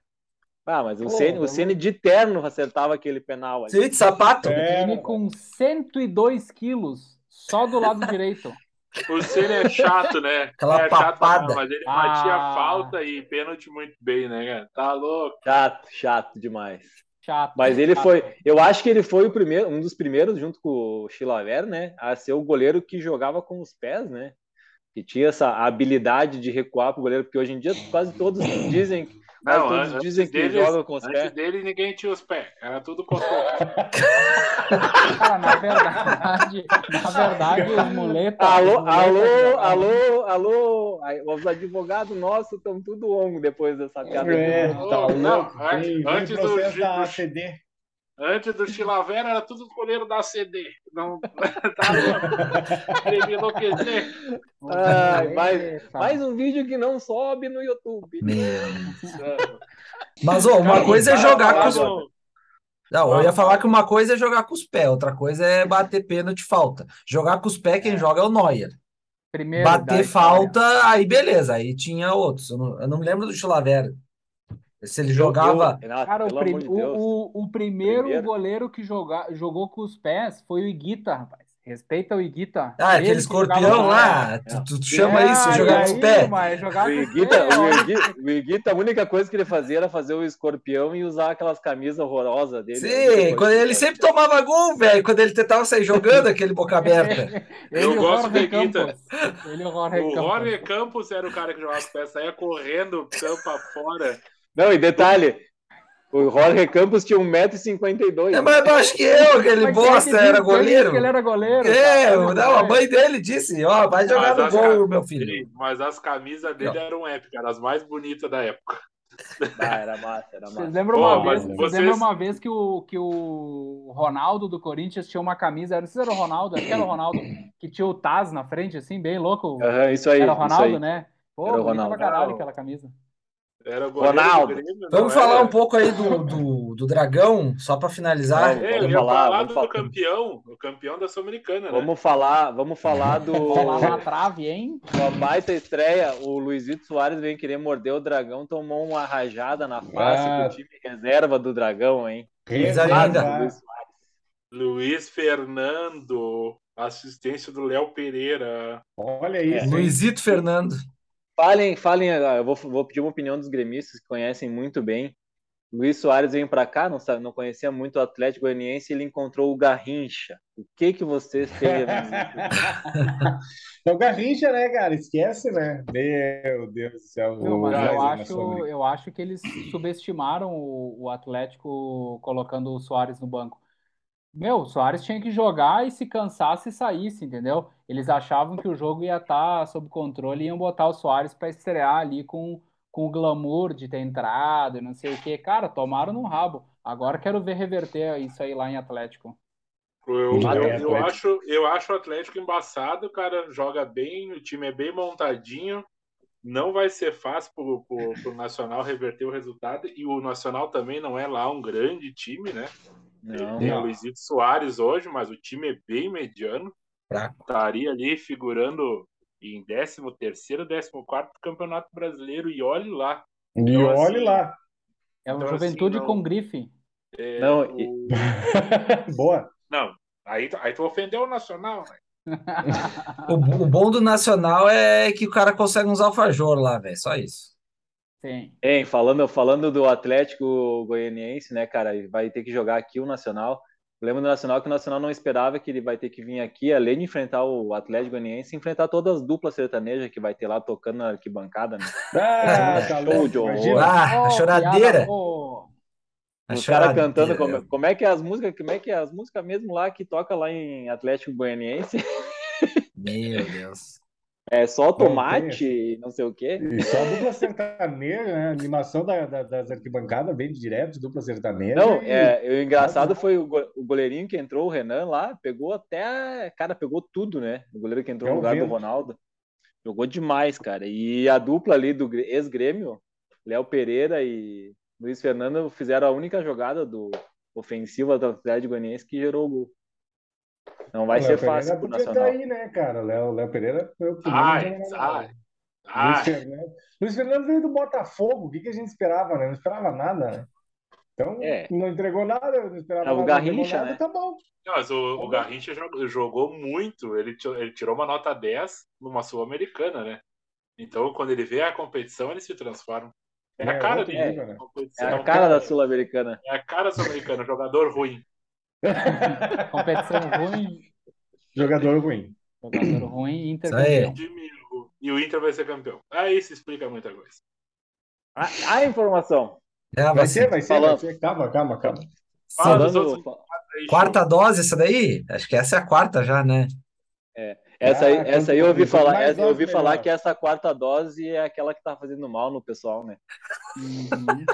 [SPEAKER 6] Ah, mas o
[SPEAKER 5] Pô,
[SPEAKER 6] Ceni, o
[SPEAKER 5] tá
[SPEAKER 6] Ceni de terno acertava aquele penal ali.
[SPEAKER 2] Sim, de sapato.
[SPEAKER 10] É,
[SPEAKER 1] Ele
[SPEAKER 2] né,
[SPEAKER 1] com 102 quilos, só do
[SPEAKER 2] *laughs*
[SPEAKER 1] lado direito.
[SPEAKER 4] O Senna é chato, né?
[SPEAKER 2] Aquela
[SPEAKER 4] é chato,
[SPEAKER 2] papada.
[SPEAKER 4] não, mas ele
[SPEAKER 1] Ah.
[SPEAKER 4] batia falta e pênalti muito bem, né, cara? Tá louco.
[SPEAKER 6] Chato, chato demais.
[SPEAKER 1] Chato.
[SPEAKER 6] Mas ele
[SPEAKER 1] chato.
[SPEAKER 6] foi, eu acho que ele foi o primeiro, um dos primeiros junto com o Chilaver, né, a ser o goleiro que jogava com os pés, né? Que tinha essa habilidade de recuar pro goleiro, porque hoje em dia quase todos dizem, quase
[SPEAKER 4] Não,
[SPEAKER 6] todos
[SPEAKER 4] an-
[SPEAKER 6] dizem
[SPEAKER 4] antes
[SPEAKER 6] que
[SPEAKER 4] deles-
[SPEAKER 6] jogam com os
[SPEAKER 4] Antes
[SPEAKER 6] pés.
[SPEAKER 4] dele, ninguém tinha os pés. Era tudo *laughs* cocô.
[SPEAKER 1] Cara, na verdade, na verdade, os muletas.
[SPEAKER 6] Alô,
[SPEAKER 1] os muletas que
[SPEAKER 6] alô,
[SPEAKER 1] jogavam-
[SPEAKER 6] alô, alô, Aí, os advogados nossos estão tudo ongo depois dessa piada.
[SPEAKER 5] É,
[SPEAKER 6] tudo
[SPEAKER 5] tá
[SPEAKER 4] Oh, não,
[SPEAKER 5] louco.
[SPEAKER 4] antes-
[SPEAKER 5] Vem, vem
[SPEAKER 4] antes do
[SPEAKER 5] processo
[SPEAKER 4] Gi-
[SPEAKER 5] da
[SPEAKER 4] do-
[SPEAKER 5] ACD.
[SPEAKER 4] Antes do Chilavera, era tudo goleiro da CD. Não, *laughs* tá louco. Ele enlouquecer.
[SPEAKER 1] os
[SPEAKER 6] Ai,
[SPEAKER 1] muletas.
[SPEAKER 6] mais, mais um vídeo que não sobe no YouTube.
[SPEAKER 2] Mas ó, uma
[SPEAKER 4] Cara,
[SPEAKER 2] coisa é
[SPEAKER 4] para
[SPEAKER 2] jogar
[SPEAKER 4] falar
[SPEAKER 2] com os.
[SPEAKER 4] do-
[SPEAKER 2] Não, eu ia
[SPEAKER 4] Fala,
[SPEAKER 2] falar
[SPEAKER 4] fala.
[SPEAKER 2] que uma coisa é jogar com os pés, outra coisa é bater pênalti falta. Jogar com os pés, quem joga é o Neuer.
[SPEAKER 1] Primeiro da
[SPEAKER 2] Bater
[SPEAKER 1] história.
[SPEAKER 2] falta, aí beleza, aí tinha outros. Eu não, eu não me lembro do Chilavera. Se ele
[SPEAKER 6] Eu- eu-
[SPEAKER 2] jogava.
[SPEAKER 6] Renato,
[SPEAKER 1] Cara, o,
[SPEAKER 6] pelo
[SPEAKER 1] prim-
[SPEAKER 6] amor de
[SPEAKER 1] o-
[SPEAKER 6] Deus.
[SPEAKER 1] o- o primeiro
[SPEAKER 6] Primeiro.
[SPEAKER 1] goleiro que joga- jogou com os pés foi o Iguita, rapaz. Respeita o Iguita.
[SPEAKER 2] Ah, aquele
[SPEAKER 1] Ele que jogava
[SPEAKER 2] escorpião
[SPEAKER 1] com os pés.
[SPEAKER 2] lá, tu,
[SPEAKER 6] Não.
[SPEAKER 2] tu
[SPEAKER 1] É,
[SPEAKER 2] chama isso,
[SPEAKER 1] e
[SPEAKER 2] jogar com os
[SPEAKER 1] aí,
[SPEAKER 2] pés.
[SPEAKER 1] mas
[SPEAKER 6] O
[SPEAKER 1] jogar com os
[SPEAKER 6] Iguita,
[SPEAKER 1] pés, é um
[SPEAKER 6] o
[SPEAKER 1] olha.
[SPEAKER 6] Iguita, o Iguita, a única coisa que ele fazia era fazer o escorpião e usar aquelas camisas horrorosas dele. a única
[SPEAKER 2] Sim,
[SPEAKER 6] coisa
[SPEAKER 2] quando
[SPEAKER 6] que
[SPEAKER 2] ele
[SPEAKER 6] fazia.
[SPEAKER 2] sempre tomava gol, velho, quando ele tentava sair jogando aquele boca aberta.
[SPEAKER 1] *laughs* Ele e
[SPEAKER 4] Eu
[SPEAKER 1] o
[SPEAKER 4] gosto do
[SPEAKER 1] Jorge
[SPEAKER 4] Iguita.
[SPEAKER 1] Campos. Ele e o Jorge
[SPEAKER 4] O Jorge
[SPEAKER 1] Campos.
[SPEAKER 4] Campos era o cara que jogava as peças, saía correndo, campo afora.
[SPEAKER 6] Não, e detalhe, o Jorge Campos tinha 1,52m.
[SPEAKER 2] É mais baixo que eu, aquele
[SPEAKER 1] Mas quem é que
[SPEAKER 2] bosta, era
[SPEAKER 1] disse- quem disse que ele
[SPEAKER 2] goleiro.
[SPEAKER 1] era né? goleiro,
[SPEAKER 2] É,
[SPEAKER 1] cara?
[SPEAKER 2] eu-
[SPEAKER 1] Olha
[SPEAKER 2] não, a
[SPEAKER 1] só,
[SPEAKER 2] mãe dele disse, ó, vai jogar
[SPEAKER 4] Mas
[SPEAKER 2] no
[SPEAKER 4] as, ca-
[SPEAKER 2] gol, meu filho.
[SPEAKER 4] Ei, mas as camisas dele eram épicas, eram as mais bonitas da época.
[SPEAKER 6] Bah, Ah, era massa, era
[SPEAKER 1] Vocês
[SPEAKER 6] massa.
[SPEAKER 1] lembram
[SPEAKER 4] Ô,
[SPEAKER 1] uma
[SPEAKER 4] mas
[SPEAKER 1] vez, vocês
[SPEAKER 4] vocês-
[SPEAKER 1] lembram uma vez que o, que o Ronaldo do Corinthians tinha uma camisa, era, não sei se era o Ronaldo, acho que era o Ronaldo, que tinha o Taz na frente, assim, bem louco.
[SPEAKER 6] Aham, isso aí, É,
[SPEAKER 1] Era o
[SPEAKER 6] isso
[SPEAKER 1] Ronaldo,
[SPEAKER 6] aí.
[SPEAKER 1] né? Pô,
[SPEAKER 6] Era o
[SPEAKER 1] bonita
[SPEAKER 6] Ronaldo.
[SPEAKER 1] pra caralho
[SPEAKER 4] Não.
[SPEAKER 1] aquela camisa.
[SPEAKER 4] Era goleiro
[SPEAKER 6] Ronaldo.
[SPEAKER 4] do Grêmio,
[SPEAKER 2] Vamos
[SPEAKER 4] não
[SPEAKER 2] falar
[SPEAKER 4] era?
[SPEAKER 2] um pouco aí do, do, do Dragão, só pra finalizar.
[SPEAKER 6] Vamos,
[SPEAKER 4] Ei, É, eu
[SPEAKER 6] vamos
[SPEAKER 4] ia
[SPEAKER 6] falar,
[SPEAKER 4] falar
[SPEAKER 6] vamos
[SPEAKER 4] do
[SPEAKER 6] falar.
[SPEAKER 4] campeão, o campeão da Sul-Americana, né?
[SPEAKER 6] Vamos falar, vamos falar
[SPEAKER 1] *laughs*
[SPEAKER 6] do.
[SPEAKER 1] Bola Tá na trave, hein?
[SPEAKER 6] Uma baita estreia, o Luizito Soares vem querer morder o dragão, tomou uma rajada na face
[SPEAKER 10] Ah.
[SPEAKER 6] do time reserva do dragão, hein?
[SPEAKER 2] Mas
[SPEAKER 6] Quase,
[SPEAKER 2] ainda.
[SPEAKER 6] o Luiz
[SPEAKER 5] Reserva.
[SPEAKER 6] Soares.
[SPEAKER 4] Luiz Fernando, assistência do Léo Pereira.
[SPEAKER 5] Olha isso, hein?
[SPEAKER 2] Luizito Fernando.
[SPEAKER 6] Falem, falem, ah, eu vou, vou pedir uma opinião dos gremistas que conhecem muito bem. Luiz Soares vem pra cá, não sabe, não conhecia muito o Atlético Goianiense, ele encontrou o Garrincha. O que que vocês têm a dizer?
[SPEAKER 5] É o Garrincha, né, cara? Esquece, né? Meu Deus do céu.
[SPEAKER 1] Não,
[SPEAKER 5] o
[SPEAKER 1] mas eu
[SPEAKER 5] Weiser na
[SPEAKER 1] acho,
[SPEAKER 5] sombra.
[SPEAKER 1] eu acho que eles subestimaram o, o Atlético colocando o Soares no banco. Meu, o Soares tinha que jogar e se cansasse e saísse, entendeu? Eles achavam que o jogo ia estar sob controle e iam botar o Soares para estrear ali com, com o glamour de ter entrado e não sei o quê. Cara, tomaram num rabo. Agora quero ver reverter isso aí lá em Atlético.
[SPEAKER 4] Eu,
[SPEAKER 5] Sim,
[SPEAKER 4] eu-
[SPEAKER 5] é,
[SPEAKER 4] eu
[SPEAKER 5] Atlético.
[SPEAKER 4] acho, eu acho o Atlético embaçado, o cara joga bem, o time é bem montadinho. Não vai ser fácil pro, pro, pro Nacional reverter o resultado. E o Nacional também não é lá um grande time, né?
[SPEAKER 6] Não.
[SPEAKER 4] Tem o Luizito Soares hoje, mas o time é bem mediano.
[SPEAKER 2] Fraco.
[SPEAKER 4] Estaria ali figurando em 13º, 14º Campeonato Brasileiro e olhe lá.
[SPEAKER 5] E
[SPEAKER 4] Então,
[SPEAKER 5] olhe
[SPEAKER 4] assim,
[SPEAKER 5] lá.
[SPEAKER 1] É o
[SPEAKER 4] Então, assim,
[SPEAKER 1] Juventude
[SPEAKER 4] não-
[SPEAKER 1] com grife.
[SPEAKER 4] É,
[SPEAKER 6] Não, e-
[SPEAKER 4] o-
[SPEAKER 5] Boa.
[SPEAKER 4] não aí, tu- aí tu ofendeu o Nacional, né?
[SPEAKER 2] O, bo- o bom do Nacional é que o cara consegue uns alfajor lá, velho. Só isso.
[SPEAKER 1] Sim.
[SPEAKER 6] Hein, falando, falando do Atlético Goianiense, né, cara, ele vai ter que jogar aqui o Nacional. Eu Lembro do Nacional que o Nacional não esperava que ele vai ter que vir aqui, além de enfrentar o Atlético Goianiense, enfrentar todas as duplas sertanejas que vai ter lá tocando na arquibancada, né?
[SPEAKER 5] Ah,
[SPEAKER 6] Show
[SPEAKER 5] tá louco,
[SPEAKER 6] de horror.
[SPEAKER 5] imagina.
[SPEAKER 2] Ah, a
[SPEAKER 1] Ô,
[SPEAKER 2] choradeira.
[SPEAKER 1] piada boa.
[SPEAKER 2] A
[SPEAKER 6] Os caras
[SPEAKER 2] choradeira,
[SPEAKER 6] cantando como,
[SPEAKER 2] meu.
[SPEAKER 6] como é que é as músicas, como é que é as músicas mesmo lá que toca lá em Atlético Goianiense? *laughs*
[SPEAKER 2] Meu Deus.
[SPEAKER 6] É só
[SPEAKER 5] tem
[SPEAKER 6] tomate, e não sei o quê.
[SPEAKER 5] E só dupla sertaneja, né? A animação da- da- das arquibancadas vem direto, de dupla sertaneja.
[SPEAKER 6] Não,
[SPEAKER 5] e-
[SPEAKER 6] é, o engraçado foi o, go- o goleirinho que entrou, o Renan lá, pegou até, cara, pegou tudo, né? O goleiro que entrou
[SPEAKER 5] É
[SPEAKER 6] no
[SPEAKER 5] o
[SPEAKER 6] lugar do
[SPEAKER 5] vento.
[SPEAKER 6] Ronaldo. Jogou demais, cara. E a dupla ali do Gre- ex-Grêmio, Léo Pereira e Luiz Fernando fizeram a única jogada do ofensiva do Atlético Goianiense que gerou o gol. Não vai
[SPEAKER 5] o
[SPEAKER 6] ser
[SPEAKER 5] Léo
[SPEAKER 6] fácil
[SPEAKER 5] Pereira
[SPEAKER 6] pro
[SPEAKER 5] podia
[SPEAKER 6] Nacional.
[SPEAKER 5] estar aí, né, cara? O Léo, o Léo Pereira foi o primeiro não
[SPEAKER 4] Ai,
[SPEAKER 5] tinha nada.
[SPEAKER 4] ai,
[SPEAKER 5] Luiz
[SPEAKER 4] ai.
[SPEAKER 5] Fernando. Luiz Fernando veio do Botafogo. O que, que a gente esperava, né? Não esperava nada, né? Então,
[SPEAKER 6] É.
[SPEAKER 5] não entregou nada, não esperava
[SPEAKER 6] É, o
[SPEAKER 5] nada, não
[SPEAKER 6] Garrincha,
[SPEAKER 5] entregou nada,
[SPEAKER 6] né?
[SPEAKER 5] tá bom.
[SPEAKER 4] Não, mas o, o
[SPEAKER 5] Vamos lá.
[SPEAKER 4] Garrincha jogou, jogou muito, ele, ti- ele tirou uma nota 10 numa Sul-Americana, né? Então, quando ele vê a competição, ele se transforma. É a
[SPEAKER 5] É
[SPEAKER 4] cara
[SPEAKER 5] outro
[SPEAKER 4] dele.
[SPEAKER 5] nível, né?
[SPEAKER 6] É
[SPEAKER 4] competição,
[SPEAKER 6] a
[SPEAKER 5] Não,
[SPEAKER 6] cara da
[SPEAKER 5] cara.
[SPEAKER 6] Sul-Americana.
[SPEAKER 4] é a cara sul-americana, jogador ruim.
[SPEAKER 1] Competição ruim,
[SPEAKER 5] Jogador ruim.
[SPEAKER 1] jogador ruim, Inter
[SPEAKER 2] Isso aí.
[SPEAKER 1] campeão.
[SPEAKER 4] Time ruim. E o Inter vai ser campeão. Aí se explica muita coisa.
[SPEAKER 6] A, a informação.
[SPEAKER 2] É a
[SPEAKER 5] Vai ser,
[SPEAKER 2] vacina.
[SPEAKER 5] vai ser, vai
[SPEAKER 6] Falando,
[SPEAKER 5] ser. Calma, calma, calma.
[SPEAKER 4] Fala dos
[SPEAKER 6] falando,
[SPEAKER 4] outros
[SPEAKER 6] fa-
[SPEAKER 4] aí,
[SPEAKER 2] Quarta dose, essa daí? Acho que essa é a quarta já, né?
[SPEAKER 6] Essa aí,
[SPEAKER 5] Ah,
[SPEAKER 6] essa aí
[SPEAKER 5] quanto-
[SPEAKER 6] eu ouvi
[SPEAKER 5] quanto
[SPEAKER 6] falar,
[SPEAKER 5] mais
[SPEAKER 6] essa- eu
[SPEAKER 5] dose,
[SPEAKER 6] ouvi falar
[SPEAKER 5] melhor.
[SPEAKER 6] que essa quarta dose é aquela que tá fazendo mal no pessoal, né?
[SPEAKER 1] Uhum.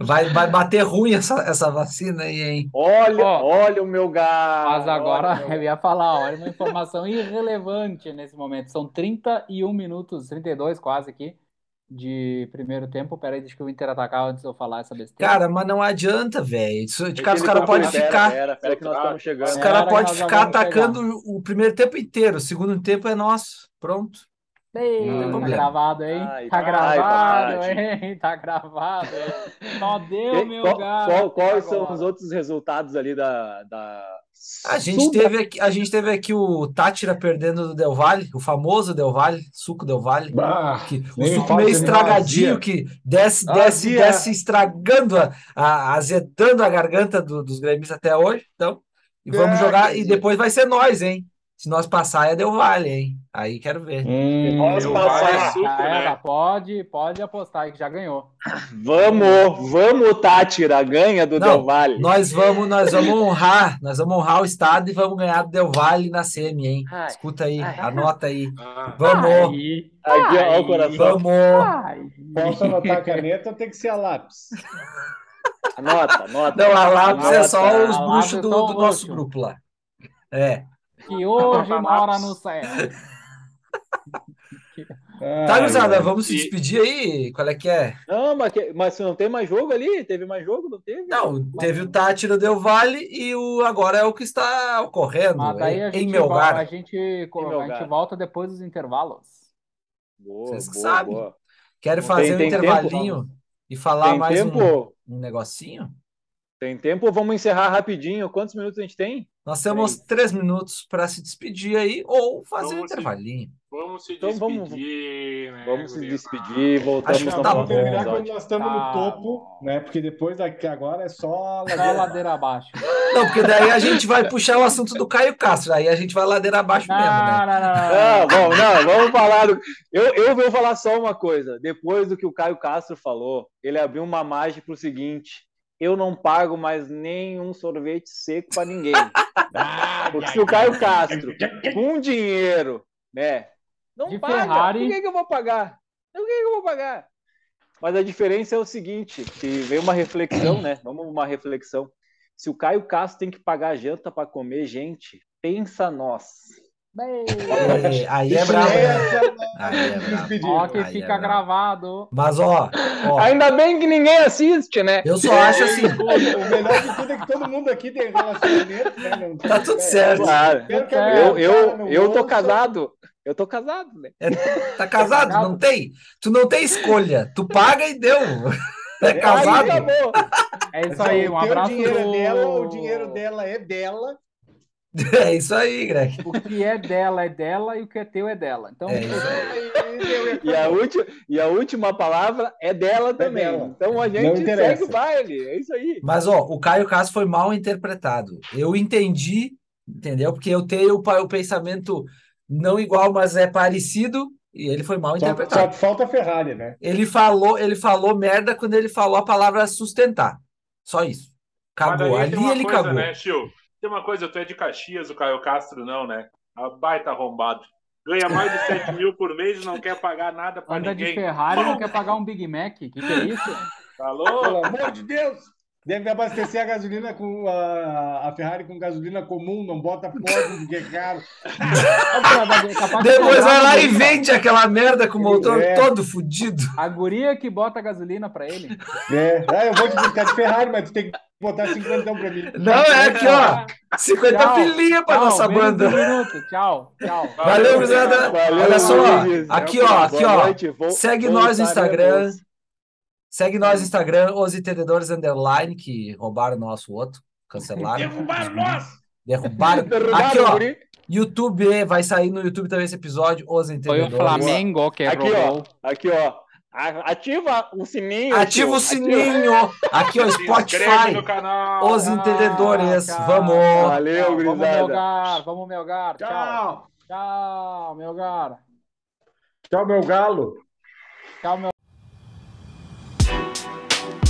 [SPEAKER 2] Vai, vai bater ruim essa, essa vacina aí, hein?
[SPEAKER 6] Olha,
[SPEAKER 1] Ó,
[SPEAKER 6] olha o meu gar,
[SPEAKER 1] *laughs* mas
[SPEAKER 6] olha o
[SPEAKER 1] agora *laughs*
[SPEAKER 6] meu
[SPEAKER 1] eu
[SPEAKER 6] gar.
[SPEAKER 1] ia falar, olha uma informação irrelevante nesse momento. São 31 minutos, 32 quase aqui, de primeiro tempo. Peraí, deixa que o Inter atacar antes de eu falar essa besteira.
[SPEAKER 2] Cara, mas não adianta, velho. Isso- De
[SPEAKER 6] É que
[SPEAKER 2] cara, os
[SPEAKER 6] ele
[SPEAKER 2] caras
[SPEAKER 6] tá
[SPEAKER 2] podem
[SPEAKER 6] por pera,
[SPEAKER 2] ficar.
[SPEAKER 6] pera, pera que nós estamos
[SPEAKER 2] Os
[SPEAKER 6] chegando.
[SPEAKER 1] Pera
[SPEAKER 2] caras
[SPEAKER 1] que
[SPEAKER 2] podem
[SPEAKER 1] nós já
[SPEAKER 2] ficar
[SPEAKER 1] vamos chegar.
[SPEAKER 2] atacando o primeiro tempo inteiro. O segundo tempo é nosso. Pronto. Não tem
[SPEAKER 1] Ei, tá
[SPEAKER 2] problema.
[SPEAKER 1] gravado, hein?
[SPEAKER 6] Ai,
[SPEAKER 1] Tá
[SPEAKER 6] ai,
[SPEAKER 1] gravado,
[SPEAKER 6] Tomate.
[SPEAKER 1] hein? Tá gravado, hein? Só deu,
[SPEAKER 6] Quem-
[SPEAKER 1] é meu
[SPEAKER 6] qual- qual-
[SPEAKER 1] gato,
[SPEAKER 6] quais são os
[SPEAKER 1] agora.
[SPEAKER 6] outros resultados ali da, da
[SPEAKER 2] A gente
[SPEAKER 6] Suda?
[SPEAKER 2] teve aqui, a gente teve aqui o Tátira perdendo do Del Valle, o famoso Del Valle, suco Del Valle,
[SPEAKER 5] Bah,
[SPEAKER 2] que o
[SPEAKER 5] nem Ah, me
[SPEAKER 2] suco
[SPEAKER 5] fala
[SPEAKER 2] meio
[SPEAKER 5] desse
[SPEAKER 2] estragadinho
[SPEAKER 5] azia.
[SPEAKER 2] que desce, desce,
[SPEAKER 5] Azia.
[SPEAKER 2] desce, estragando, a, a- azedando a garganta do- dos gremistas até hoje. Então, e vamos
[SPEAKER 5] Ah, que
[SPEAKER 2] jogar e
[SPEAKER 5] azia.
[SPEAKER 2] depois vai ser nós, hein? Se nós passar é Del Valle, hein? Aí quero ver.
[SPEAKER 5] Hum,
[SPEAKER 6] Vamos
[SPEAKER 4] Deu vale
[SPEAKER 1] Ah,
[SPEAKER 6] passar.
[SPEAKER 4] suco,
[SPEAKER 1] já era.
[SPEAKER 4] né?
[SPEAKER 1] Pode, pode apostar aí que já ganhou.
[SPEAKER 6] Vamos, vamos, Tátira, ganha do Del
[SPEAKER 2] Não,
[SPEAKER 6] Valle.
[SPEAKER 2] nós vamos, nós vamos honrar, nós vamos honrar o estado e vamos ganhar do Del Valle na semi, hein?
[SPEAKER 6] Ai,
[SPEAKER 2] Escuta aí,
[SPEAKER 6] ai.
[SPEAKER 2] anota aí.
[SPEAKER 4] Ah,
[SPEAKER 2] Vamos,
[SPEAKER 1] Aí,
[SPEAKER 6] Aqui, ó, ó o
[SPEAKER 1] aí,
[SPEAKER 6] coração.
[SPEAKER 2] vamos.
[SPEAKER 5] posso
[SPEAKER 1] aí.
[SPEAKER 5] anotar a caneta ou tem que ser a lápis?
[SPEAKER 6] Anota, anota,
[SPEAKER 2] Não, a lápis é só
[SPEAKER 6] anota.
[SPEAKER 2] os
[SPEAKER 1] A lápis
[SPEAKER 2] bruxos
[SPEAKER 1] é
[SPEAKER 2] do,
[SPEAKER 1] só
[SPEAKER 2] do
[SPEAKER 1] o
[SPEAKER 2] nosso
[SPEAKER 1] bruxo,
[SPEAKER 2] grupo lá. É.
[SPEAKER 1] que hoje
[SPEAKER 4] Nota
[SPEAKER 1] mora no
[SPEAKER 4] lápis.
[SPEAKER 1] céu.
[SPEAKER 2] Tá,
[SPEAKER 5] Ai,
[SPEAKER 2] gurizada,
[SPEAKER 5] ai.
[SPEAKER 2] vamos se
[SPEAKER 4] E
[SPEAKER 2] despedir aí? Qual é que é?
[SPEAKER 6] Não, mas, que- mas não tem mais jogo ali? Teve mais jogo? Não teve?
[SPEAKER 2] Não,
[SPEAKER 1] Mas,
[SPEAKER 2] teve o Tati no Del Vale e o agora é o que está
[SPEAKER 1] mas
[SPEAKER 2] ocorrendo
[SPEAKER 1] daí
[SPEAKER 2] é em,
[SPEAKER 1] a
[SPEAKER 2] em
[SPEAKER 1] gente, vo- a
[SPEAKER 2] Melgar.
[SPEAKER 1] gente,
[SPEAKER 6] Em
[SPEAKER 1] co- a gente
[SPEAKER 6] Melgar.
[SPEAKER 1] volta depois dos intervalos.
[SPEAKER 6] Boa,
[SPEAKER 2] Vocês que
[SPEAKER 6] boa,
[SPEAKER 2] sabem.
[SPEAKER 6] boa.
[SPEAKER 2] Querem
[SPEAKER 6] Não tem,
[SPEAKER 2] fazer um
[SPEAKER 6] tem tempo?
[SPEAKER 2] intervalinho e falar
[SPEAKER 6] Tem
[SPEAKER 2] mais um,
[SPEAKER 6] tempo?
[SPEAKER 2] um negocinho?
[SPEAKER 6] Tem tempo? Vamos encerrar rapidinho. Quantos minutos a gente tem?
[SPEAKER 2] Nós temos
[SPEAKER 6] Três.
[SPEAKER 2] três minutos para se despedir aí ou fazer um
[SPEAKER 4] vamos se,
[SPEAKER 2] intervalinho.
[SPEAKER 4] vamos se
[SPEAKER 6] Então vamos,
[SPEAKER 4] despedir, né,
[SPEAKER 6] vamos se
[SPEAKER 4] gurizada?
[SPEAKER 6] despedir.
[SPEAKER 2] Acho
[SPEAKER 6] Voltamos
[SPEAKER 2] que
[SPEAKER 5] Não,
[SPEAKER 6] no
[SPEAKER 2] tá
[SPEAKER 5] Então, vamos
[SPEAKER 6] próximo
[SPEAKER 2] bom,
[SPEAKER 5] terminar quando
[SPEAKER 6] episódio.
[SPEAKER 5] nós estamos no
[SPEAKER 1] Tá
[SPEAKER 5] topo, né?
[SPEAKER 1] bom.
[SPEAKER 5] Porque depois daqui agora é
[SPEAKER 6] *laughs*
[SPEAKER 5] só
[SPEAKER 1] Só
[SPEAKER 5] ladeira abaixo.
[SPEAKER 1] ladeira abaixo.
[SPEAKER 2] Não, porque daí a gente vai puxar o assunto do Caio Castro, aí a gente vai ladeira abaixo mesmo, né?
[SPEAKER 1] *laughs* Não, não, não, não,
[SPEAKER 6] Não,
[SPEAKER 1] não, não.
[SPEAKER 6] vamos, Ah, não, vamos falar. do- Eu, eu vou falar só uma coisa. Depois do que o Caio Castro falou, ele abriu uma margem para o seguinte. eu não pago mais nenhum sorvete seco para ninguém. Porque se o Caio Castro, *laughs* com dinheiro, né, não
[SPEAKER 1] De
[SPEAKER 6] paga,
[SPEAKER 1] Ferrari.
[SPEAKER 6] por que, que eu vou pagar? Por que, que eu vou pagar? Mas a diferença é o seguinte, que veio uma reflexão, né? Vamos uma reflexão. Se o Caio Castro tem que pagar a janta para comer gente, pensa nós.
[SPEAKER 2] É, aí é brabo, né? Aí é brabo.
[SPEAKER 1] Ó, que
[SPEAKER 2] Aí é
[SPEAKER 1] fica
[SPEAKER 2] brabo.
[SPEAKER 1] gravado.
[SPEAKER 2] Mas ó, ó,
[SPEAKER 6] Ainda bem que ninguém assiste, né?
[SPEAKER 2] eu só acho assim,
[SPEAKER 5] O melhor de tudo é que todo mundo aqui tem relacionamento, né? Não
[SPEAKER 2] tá tudo certo.
[SPEAKER 6] Claro.
[SPEAKER 5] Perca
[SPEAKER 1] É,
[SPEAKER 6] Eu,
[SPEAKER 5] meu cara,
[SPEAKER 6] eu,
[SPEAKER 5] não
[SPEAKER 6] eu tô
[SPEAKER 5] ouça.
[SPEAKER 6] casado. Eu tô casado, né?
[SPEAKER 2] Tá casado? Não tem? Tu não tem escolha. Tu paga e deu. É
[SPEAKER 6] Aí tá
[SPEAKER 2] casado?
[SPEAKER 6] acabou.
[SPEAKER 1] É isso aí, um
[SPEAKER 5] o teu
[SPEAKER 1] abraço
[SPEAKER 5] dinheiro
[SPEAKER 1] do-
[SPEAKER 5] é dela, o dinheiro dela
[SPEAKER 6] *laughs*
[SPEAKER 5] é dela.
[SPEAKER 2] *laughs* É isso aí, Greg.
[SPEAKER 1] O que é dela é dela e o que é teu é dela. Então,
[SPEAKER 2] É isso aí.
[SPEAKER 6] E a, última, e a última palavra é dela também.
[SPEAKER 5] dela.
[SPEAKER 6] Então a
[SPEAKER 5] Não
[SPEAKER 6] gente
[SPEAKER 5] interessa.
[SPEAKER 6] segue o baile. É isso aí.
[SPEAKER 2] Mas ó, o Caio Castro foi mal interpretado. Eu entendi, entendeu? Porque eu tenho o pa- o pensamento não igual, mas é parecido, e ele foi mal
[SPEAKER 5] Só, só
[SPEAKER 2] interpretado.
[SPEAKER 5] falta a Ferrari, né?
[SPEAKER 2] Ele falou, ele falou merda quando ele falou a palavra sustentar. Só isso.
[SPEAKER 4] Mas daí
[SPEAKER 2] Cagou.
[SPEAKER 4] tem
[SPEAKER 2] Ali
[SPEAKER 4] uma
[SPEAKER 2] ele
[SPEAKER 4] coisa,
[SPEAKER 2] cagou.
[SPEAKER 4] né, Chiu? Tem uma coisa, tu é de Caxias, o Caio Castro não, né? A baita arrombado. Ganha mais
[SPEAKER 2] *laughs*
[SPEAKER 4] de 7 mil por mês e não quer pagar nada pra
[SPEAKER 1] anda de
[SPEAKER 4] ninguém.
[SPEAKER 1] Ferrari e não quer pagar um Big Mac. O que, que é isso?
[SPEAKER 2] *laughs*
[SPEAKER 4] Tá louco?
[SPEAKER 5] Pelo amor de Deus! Deve abastecer a gasolina com a, a Ferrari com gasolina comum, não bota pódio porque é caro.
[SPEAKER 1] Capaz de
[SPEAKER 2] Depois
[SPEAKER 1] sobrar
[SPEAKER 2] vai lá
[SPEAKER 1] no
[SPEAKER 2] e
[SPEAKER 1] Big Mac.
[SPEAKER 2] vende aquela merda com o motor
[SPEAKER 5] É.
[SPEAKER 2] todo fudido. *laughs*
[SPEAKER 1] A guria que bota gasolina pra ele.
[SPEAKER 5] É. Ah, eu vou te buscar de Ferrari, mas tu tem que botar 50 pra mim.
[SPEAKER 2] Não, é aqui, ó. 50
[SPEAKER 1] Tchau.
[SPEAKER 2] pilinha pra nossa
[SPEAKER 1] menos de
[SPEAKER 2] banda.
[SPEAKER 1] um minuto. Tchau, tchau.
[SPEAKER 2] Valeu, gurizada.
[SPEAKER 6] Valeu,
[SPEAKER 2] Olha só,
[SPEAKER 6] Luiz.
[SPEAKER 2] aqui, ó, aqui,
[SPEAKER 6] Boa
[SPEAKER 2] ó.
[SPEAKER 6] noite. Vol-
[SPEAKER 2] Segue nós no Instagram.
[SPEAKER 6] voltaremos.
[SPEAKER 2] Segue nós no Instagram, os entendedores underline, que roubaram o nosso outro, cancelaram. Derrubaram nós! Derrubaram.
[SPEAKER 6] *laughs* Derrubaram
[SPEAKER 2] Aqui,
[SPEAKER 6] o
[SPEAKER 2] ó,
[SPEAKER 6] guri.
[SPEAKER 2] YouTube, eh, vai sair no YouTube também esse episódio, os
[SPEAKER 1] Foi o
[SPEAKER 2] entendedores.
[SPEAKER 1] Flamengo que
[SPEAKER 6] Aqui,
[SPEAKER 1] roubou.
[SPEAKER 6] ó. Aqui, ó. A- Ativa o sininho.
[SPEAKER 2] Ativa
[SPEAKER 6] Chiu.
[SPEAKER 2] o sininho. Aqui,
[SPEAKER 4] Se
[SPEAKER 2] ó,
[SPEAKER 4] inscreve no
[SPEAKER 2] Spotify,
[SPEAKER 4] canal.
[SPEAKER 2] os entendedores.
[SPEAKER 6] Ah,
[SPEAKER 1] Tchau, tchau.
[SPEAKER 2] Vamos.
[SPEAKER 6] Valeu,
[SPEAKER 1] vamos,
[SPEAKER 6] gurizada.
[SPEAKER 1] Melgar. Vamos, Melgar. Tchau.
[SPEAKER 5] Tchau!
[SPEAKER 1] Tchau, Melgar.
[SPEAKER 5] Tchau, meu galo!
[SPEAKER 1] Tchau, meu.